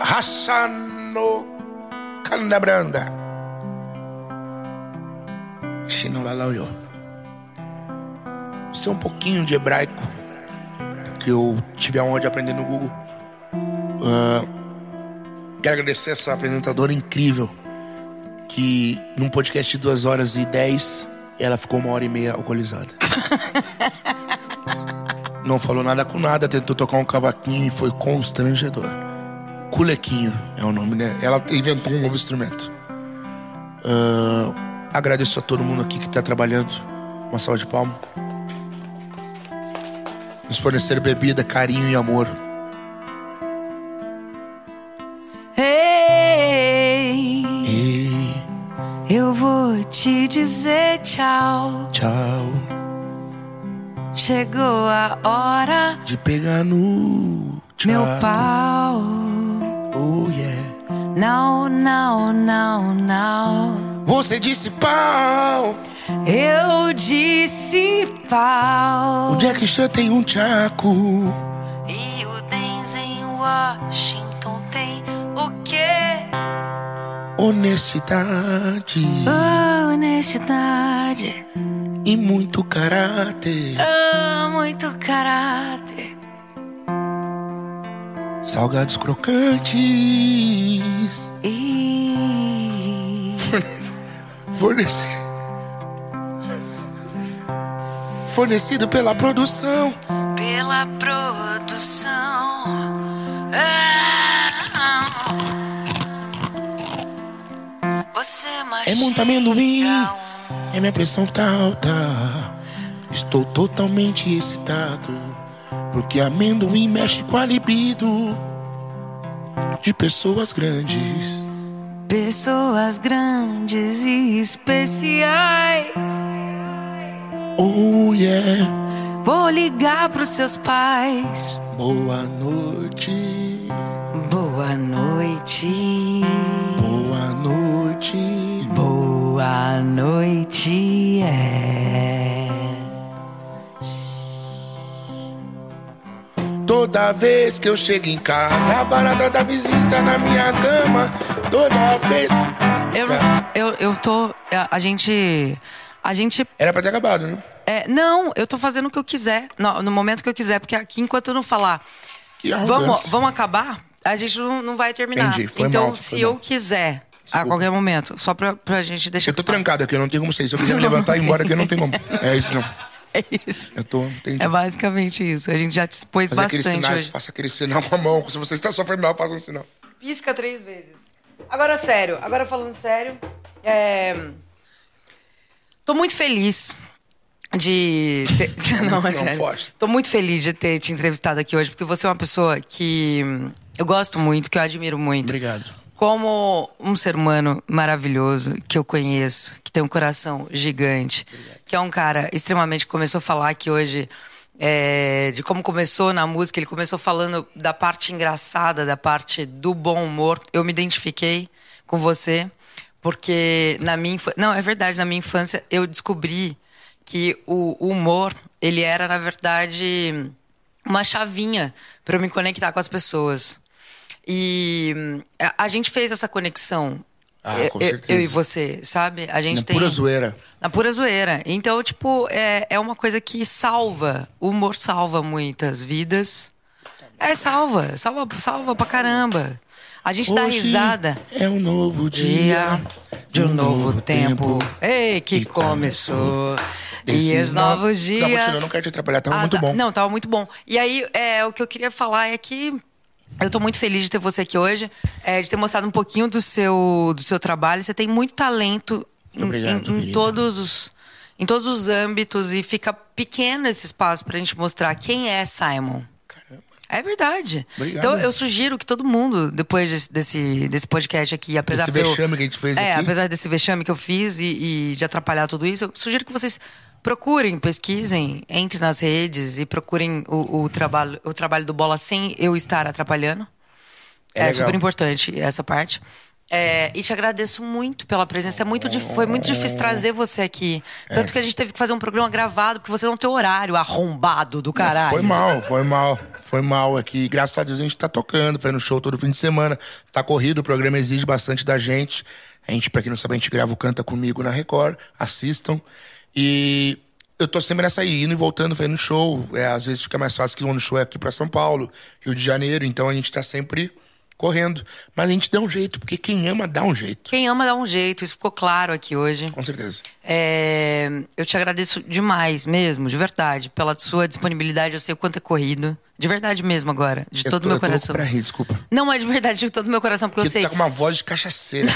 [SPEAKER 3] Hassano Candabranda. Shinovalauyo. Isso é um pouquinho de hebraico que eu tive a honra de aprender no Google. Quero agradecer essa apresentadora incrível que num podcast de 2 horas e 10 Ela ficou uma hora e meia alcoolizada. Não falou nada com nada, tentou tocar um cavaquinho e foi constrangedor. Culequinho é o nome, né? Ela inventou um novo instrumento. Ahn, agradeço a todo mundo aqui que tá trabalhando. Uma salva de palmas. Nos forneceram bebida, carinho e amor.
[SPEAKER 1] Ei,
[SPEAKER 3] E
[SPEAKER 1] eu vou te dizer tchau.
[SPEAKER 3] tchau
[SPEAKER 1] Chegou a hora,
[SPEAKER 3] de pegar no tchau.
[SPEAKER 1] meu pau.
[SPEAKER 3] Oh, yeah.
[SPEAKER 1] Não, não, não, não.
[SPEAKER 3] Você disse pau.
[SPEAKER 1] Eu disse pau.
[SPEAKER 3] O Jackson tem um tchaco.
[SPEAKER 1] E o Denzel em Washington tem o quê?
[SPEAKER 3] Honestidade
[SPEAKER 1] Oh, Honestidade.
[SPEAKER 3] e muito caráter.
[SPEAKER 1] Ah, muito caráter.
[SPEAKER 3] Salgados crocantes.
[SPEAKER 1] E...
[SPEAKER 3] Forneci... Fornecido pela produção.
[SPEAKER 1] Pela produção. É. Ah, Você machuca
[SPEAKER 3] É muito amendoim.
[SPEAKER 1] um
[SPEAKER 3] É minha pressão tá alta. Estou totalmente excitado. Porque amendoim mexe com a libido de pessoas grandes.
[SPEAKER 1] Pessoas grandes e especiais.
[SPEAKER 3] Oh yeah,
[SPEAKER 1] Vou ligar pros seus pais.
[SPEAKER 3] boa noite.
[SPEAKER 1] Boa noite.
[SPEAKER 3] Boa noite.
[SPEAKER 1] Boa noite. É.
[SPEAKER 3] Toda vez que eu chego em casa, a barata da vizinha está na minha cama. Toda vez.
[SPEAKER 1] Eu, eu, eu tô. A, a gente. A gente.
[SPEAKER 3] Era pra ter acabado, né?
[SPEAKER 1] é, não, eu tô fazendo o que eu quiser. No, no momento que eu quiser. Porque aqui, enquanto eu não falar.
[SPEAKER 3] Que arrogância.
[SPEAKER 1] Vamos, vamos acabar? A gente não, não vai terminar.
[SPEAKER 3] Entendi, foi
[SPEAKER 1] então,
[SPEAKER 3] mal,
[SPEAKER 1] se
[SPEAKER 3] foi
[SPEAKER 1] eu
[SPEAKER 3] mal.
[SPEAKER 1] quiser, a qualquer momento, só pra, pra gente deixar.
[SPEAKER 3] Eu tô
[SPEAKER 1] claro.
[SPEAKER 3] trancado aqui, eu não tenho como sair. Se eu quiser me levantar e ir embora aqui, eu não tenho como. É isso não.
[SPEAKER 1] É isso.
[SPEAKER 3] Eu tô. Entendi.
[SPEAKER 1] É basicamente isso. A gente já te expôs
[SPEAKER 3] Fazer aqueles
[SPEAKER 1] bastante
[SPEAKER 3] sinais,
[SPEAKER 1] hoje.
[SPEAKER 3] faça aquele sinal com a mão. Se você está sofrendo mal, faça um sinal.
[SPEAKER 1] Pisca três vezes. Agora, sério, agora falando sério, é... tô muito feliz de ter... não, é
[SPEAKER 3] Não,
[SPEAKER 1] sério.
[SPEAKER 3] forte.
[SPEAKER 1] Tô muito feliz de ter te entrevistado aqui hoje, porque você é uma pessoa que hum, eu gosto muito, que eu admiro muito.
[SPEAKER 3] Obrigado.
[SPEAKER 1] Como um ser humano maravilhoso que eu conheço, que tem um coração gigante, que é um cara extremamente começou a falar que hoje é, de como começou na música, ele começou falando da parte engraçada, da parte do bom humor. Eu me identifiquei com você porque na minha infância, não é verdade, na minha infância eu descobri que o o humor ele era na verdade uma chavinha para eu me conectar com as pessoas. E hum, a, a gente fez essa conexão.
[SPEAKER 3] Ah,
[SPEAKER 1] eu,
[SPEAKER 3] com
[SPEAKER 1] eu-
[SPEAKER 3] certeza.
[SPEAKER 1] eu e você, sabe? A gente
[SPEAKER 3] Na
[SPEAKER 1] tem.
[SPEAKER 3] pura zoeira.
[SPEAKER 1] Na pura zoeira. Então, tipo, é, é uma coisa que salva. O humor salva muitas vidas. É, salva. Salva, salva pra caramba. A gente dá
[SPEAKER 3] Hoje
[SPEAKER 1] risada.
[SPEAKER 3] É um novo dia
[SPEAKER 1] Dia de um novo tempo. Ei, que
[SPEAKER 3] que
[SPEAKER 1] começou. E
[SPEAKER 3] Esses
[SPEAKER 1] os novos
[SPEAKER 3] no- Não, continua,
[SPEAKER 1] dias.
[SPEAKER 3] eu não quero te atrapalhar, tava muito
[SPEAKER 1] Asa-
[SPEAKER 3] bom.
[SPEAKER 1] Não, tava muito bom. E aí, é, o que eu queria falar é que eu tô muito feliz de ter você aqui hoje, é, de ter mostrado um pouquinho do seu, do seu trabalho. Você tem muito talento em,
[SPEAKER 3] Obrigado,
[SPEAKER 1] em- em
[SPEAKER 3] querida.
[SPEAKER 1] todos os, em todos os âmbitos e fica pequeno esse espaço pra gente mostrar quem é Simon. É verdade.
[SPEAKER 3] Obrigado.
[SPEAKER 1] Então eu sugiro que todo mundo, depois desse, desse, desse podcast aqui, apesar de
[SPEAKER 3] Desse
[SPEAKER 1] eu-
[SPEAKER 3] vexame que a gente fez
[SPEAKER 1] é,
[SPEAKER 3] aqui.
[SPEAKER 1] apesar desse vexame que eu fiz e, e de atrapalhar tudo isso, eu sugiro que vocês procurem, pesquisem, entrem nas redes e procurem o, o trabalho, o trabalho do Bola sem eu estar atrapalhando.
[SPEAKER 3] É
[SPEAKER 1] É,
[SPEAKER 3] legal.
[SPEAKER 1] super importante essa parte. É, e te agradeço muito pela presença. É muito dif- Foi muito difícil trazer você aqui.
[SPEAKER 3] É.
[SPEAKER 1] Tanto que a gente teve que fazer um programa gravado, porque você não tem horário arrombado do caralho.
[SPEAKER 3] Foi mal, foi mal. Foi mal aqui. Graças a Deus a gente tá tocando, fazendo show todo fim de semana. Tá corrido, o programa exige bastante da gente. A gente, pra quem não sabe, a gente grava o Canta Comigo na Record. Assistam. E eu tô sempre nessa aí, indo e voltando, fazendo show. É, às vezes fica mais fácil que um show é aqui pra São Paulo, Rio de Janeiro. Então a gente tá sempre correndo. Mas a gente dá um jeito, porque quem ama dá um jeito.
[SPEAKER 1] Quem ama dá um jeito, isso ficou claro aqui hoje.
[SPEAKER 3] Com certeza.
[SPEAKER 1] É, eu te agradeço demais mesmo, de verdade, pela sua disponibilidade. Eu sei o quanto é corrido. De verdade mesmo agora, de
[SPEAKER 3] Eu
[SPEAKER 1] todo
[SPEAKER 3] tô-
[SPEAKER 1] o meu
[SPEAKER 3] eu tô louco
[SPEAKER 1] coração.
[SPEAKER 3] pra rir, desculpa.
[SPEAKER 1] Não, é de verdade, de todo o meu coração, porque
[SPEAKER 3] Porque
[SPEAKER 1] eu sei.
[SPEAKER 3] tu tá com uma voz de cachaceira.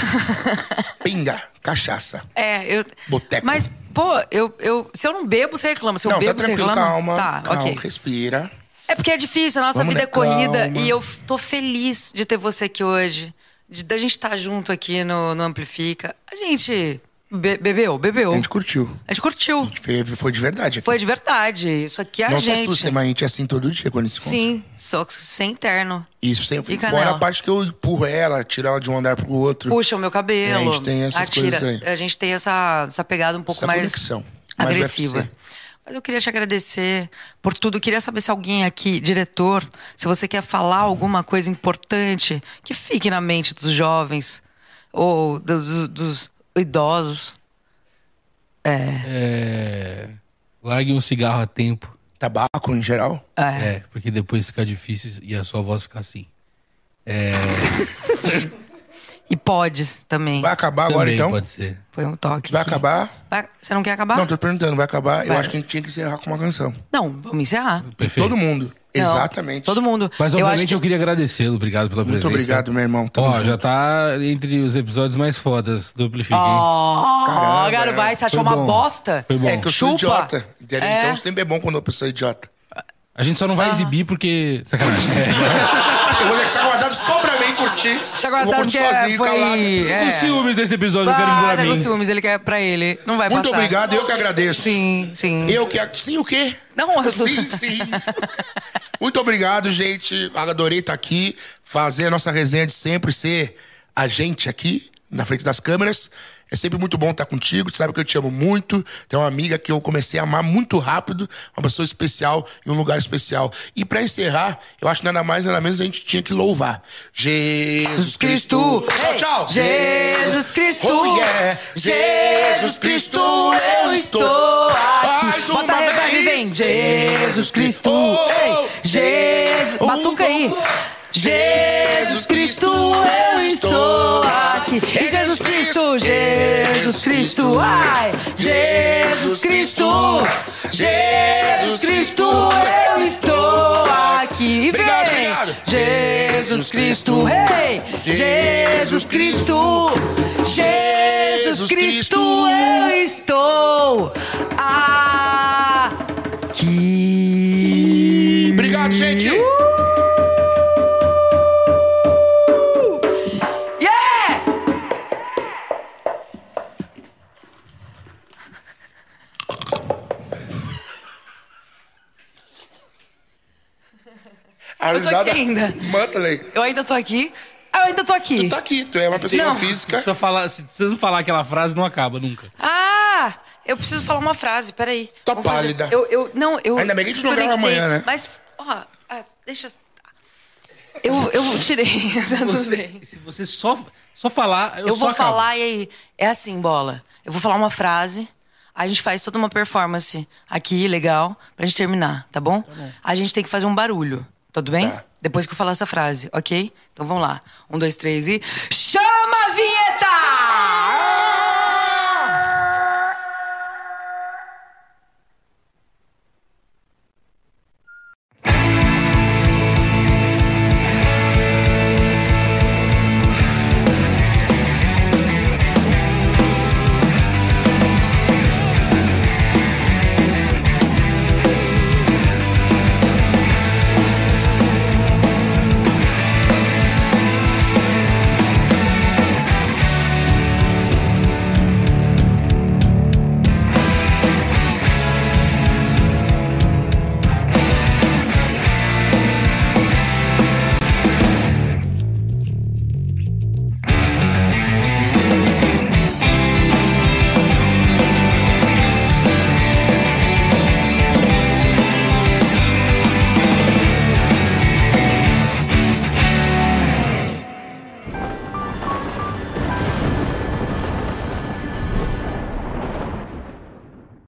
[SPEAKER 3] Pinga, cachaça.
[SPEAKER 1] É, eu.
[SPEAKER 3] Boteco.
[SPEAKER 1] Mas, pô, eu, eu, se eu não bebo, você reclama. Se eu
[SPEAKER 3] não,
[SPEAKER 1] bebo,
[SPEAKER 3] tá
[SPEAKER 1] você
[SPEAKER 3] tranquilo,
[SPEAKER 1] reclama.
[SPEAKER 3] calma.
[SPEAKER 1] tá,
[SPEAKER 3] calma,
[SPEAKER 1] ok.
[SPEAKER 3] respira.
[SPEAKER 1] É porque é difícil, a nossa
[SPEAKER 3] Vamos,
[SPEAKER 1] vida
[SPEAKER 3] né?
[SPEAKER 1] é corrida
[SPEAKER 3] Calma.
[SPEAKER 1] e eu f- tô feliz de ter você aqui hoje, de da gente estar junto aqui no, no Amplifica. A gente be- bebeu, bebeu.
[SPEAKER 3] A gente curtiu.
[SPEAKER 1] A gente curtiu.
[SPEAKER 3] Foi, foi de verdade. aqui.
[SPEAKER 1] Foi de verdade. Isso aqui é
[SPEAKER 3] não
[SPEAKER 1] a
[SPEAKER 3] se assustem,
[SPEAKER 1] gente.
[SPEAKER 3] mas a gente é assim todo dia quando a gente se encontra.
[SPEAKER 1] Sim, só que sem terno.
[SPEAKER 3] Isso sempre.
[SPEAKER 1] E
[SPEAKER 3] Fora
[SPEAKER 1] canela?
[SPEAKER 3] a parte que eu empurro ela, tiro ela de um andar pro outro.
[SPEAKER 1] Puxa o meu cabelo.
[SPEAKER 3] É, a gente tem essas
[SPEAKER 1] atira.
[SPEAKER 3] coisas aí.
[SPEAKER 1] A gente tem essa, essa pegada um pouco
[SPEAKER 3] Essa
[SPEAKER 1] mais
[SPEAKER 3] conexão, mais
[SPEAKER 1] agressiva.
[SPEAKER 3] UFC.
[SPEAKER 1] Mas eu queria te agradecer por tudo. Queria saber se alguém aqui, diretor, se você quer falar
[SPEAKER 3] Uhum.
[SPEAKER 1] alguma coisa importante que fique na mente dos jovens ou dos, dos idosos.
[SPEAKER 2] É. Largue um cigarro a tempo.
[SPEAKER 3] Tabaco em geral.
[SPEAKER 1] É.
[SPEAKER 2] É, porque depois fica difícil e a sua voz fica assim.
[SPEAKER 1] E podes também.
[SPEAKER 3] Vai acabar agora
[SPEAKER 2] Também
[SPEAKER 3] então?
[SPEAKER 2] pode ser.
[SPEAKER 1] Foi um toque.
[SPEAKER 3] Vai acabar?
[SPEAKER 1] Vai- Você não quer acabar?
[SPEAKER 3] Não, tô perguntando, vai acabar? Eu
[SPEAKER 1] Ah. Vai.
[SPEAKER 3] acho que a gente tinha que encerrar com uma canção.
[SPEAKER 1] Não, vamos encerrar.
[SPEAKER 2] Perfeito.
[SPEAKER 3] Todo mundo.
[SPEAKER 1] Não,
[SPEAKER 3] Exatamente.
[SPEAKER 1] Todo mundo.
[SPEAKER 2] Mas
[SPEAKER 1] eu acho
[SPEAKER 2] obviamente
[SPEAKER 1] que
[SPEAKER 2] eu, queria agradecê-lo. Obrigado pela
[SPEAKER 3] Muito
[SPEAKER 2] presença.
[SPEAKER 3] obrigado, meu irmão. Tamo
[SPEAKER 2] Ó,
[SPEAKER 3] junto.
[SPEAKER 2] já tá entre os episódios mais fodas do Amplifique, hein?
[SPEAKER 1] Oh,
[SPEAKER 3] Caramba,
[SPEAKER 1] garoto, vai, você achou
[SPEAKER 2] Foi
[SPEAKER 1] uma
[SPEAKER 2] bom.
[SPEAKER 1] bosta?
[SPEAKER 2] Foi bom.
[SPEAKER 3] É que eu sou
[SPEAKER 1] Chupa.
[SPEAKER 3] idiota. entendeu?
[SPEAKER 1] É.
[SPEAKER 3] Então sempre é bom quando a pessoa é idiota.
[SPEAKER 2] A gente só
[SPEAKER 1] Ah.
[SPEAKER 2] não vai exibir porque... Sacanagem.
[SPEAKER 1] É.
[SPEAKER 3] Eu vou deixar guardado só pra mim
[SPEAKER 1] Deixa
[SPEAKER 3] curtir.
[SPEAKER 1] eu
[SPEAKER 3] Eu vou
[SPEAKER 1] guardar porque
[SPEAKER 3] curtir
[SPEAKER 1] é,
[SPEAKER 3] sozinho, calado.
[SPEAKER 1] foi. É.
[SPEAKER 2] Os ciúmes desse episódio um eu quero vir
[SPEAKER 1] Ah,
[SPEAKER 2] pra
[SPEAKER 1] os
[SPEAKER 2] mim.
[SPEAKER 1] ciúmes, ele quer pra ele. Não vai
[SPEAKER 3] Muito
[SPEAKER 1] passar.
[SPEAKER 3] obrigado, eu que agradeço.
[SPEAKER 1] Sim, sim.
[SPEAKER 3] Eu que... ac- Sim, o quê?
[SPEAKER 1] Não, eu...
[SPEAKER 3] Sim, sim. Muito obrigado, gente. Adorei estar aqui, fazer a nossa resenha de sempre, ser a gente aqui, na frente das câmeras. É sempre muito bom estar contigo, tu sabe que eu te amo muito. Tem uma amiga que eu comecei a amar muito rápido, uma pessoa especial e um lugar especial. E pra encerrar, eu acho que nada mais, nada menos a gente tinha que louvar. Jesus
[SPEAKER 1] Jesus
[SPEAKER 3] Cristo.
[SPEAKER 1] Cristo.
[SPEAKER 3] Tchau, tchau.
[SPEAKER 1] Jesus Cristo.
[SPEAKER 3] Oh, yeah. Jesus Cristo, eu estou
[SPEAKER 1] aqui.
[SPEAKER 3] Mais uma
[SPEAKER 1] Bota reverb e
[SPEAKER 3] vez.
[SPEAKER 1] vem. Jesus Cristo.
[SPEAKER 3] Oh,
[SPEAKER 1] Ei, Jesus.
[SPEAKER 3] oh,
[SPEAKER 1] Batuca aí. Jesus Cristo, eu estou aqui. E Jesus Cristo, Jesus Cristo, ai. Jesus Cristo, Jesus Cristo, eu estou aqui. E vem.
[SPEAKER 3] Obrigado, obrigado.
[SPEAKER 1] Jesus Cristo, rei. Jesus Cristo, Jesus Cristo, eu estou Ah, aqui.
[SPEAKER 3] Obrigado, gente.
[SPEAKER 1] Uh, Yeah!
[SPEAKER 3] A
[SPEAKER 1] Eu tô
[SPEAKER 3] risada-
[SPEAKER 1] aqui ainda.
[SPEAKER 3] Mantley.
[SPEAKER 1] Eu ainda tô aqui. Eu ainda tô aqui.
[SPEAKER 3] Tá aqui, tu é uma pessoa
[SPEAKER 1] Não.
[SPEAKER 3] física.
[SPEAKER 2] Se eu, falar, se, se eu não falar aquela frase, não acaba nunca.
[SPEAKER 1] Ah, eu preciso falar uma frase, peraí.
[SPEAKER 3] Tá
[SPEAKER 1] Vou fazer-
[SPEAKER 3] pálida.
[SPEAKER 1] Eu, eu, não, eu.
[SPEAKER 3] Ainda bem que a gente não grava
[SPEAKER 1] desconectei,
[SPEAKER 3] amanhã, né?
[SPEAKER 1] Mas, ó, ah, deixa. Eu, eu tirei. Tá tudo bem.
[SPEAKER 2] Se você só, só falar, eu,
[SPEAKER 1] Eu
[SPEAKER 2] só
[SPEAKER 1] vou
[SPEAKER 2] acabo.
[SPEAKER 1] falar e aí. É assim, bola. Eu vou falar uma frase. A gente faz toda uma performance aqui, legal, pra gente terminar, tá bom? Tá. A gente tem que fazer um barulho, tudo bem? Depois que eu falar essa frase, ok? Então vamos lá. Um, dois, três e. Chama a vinheta!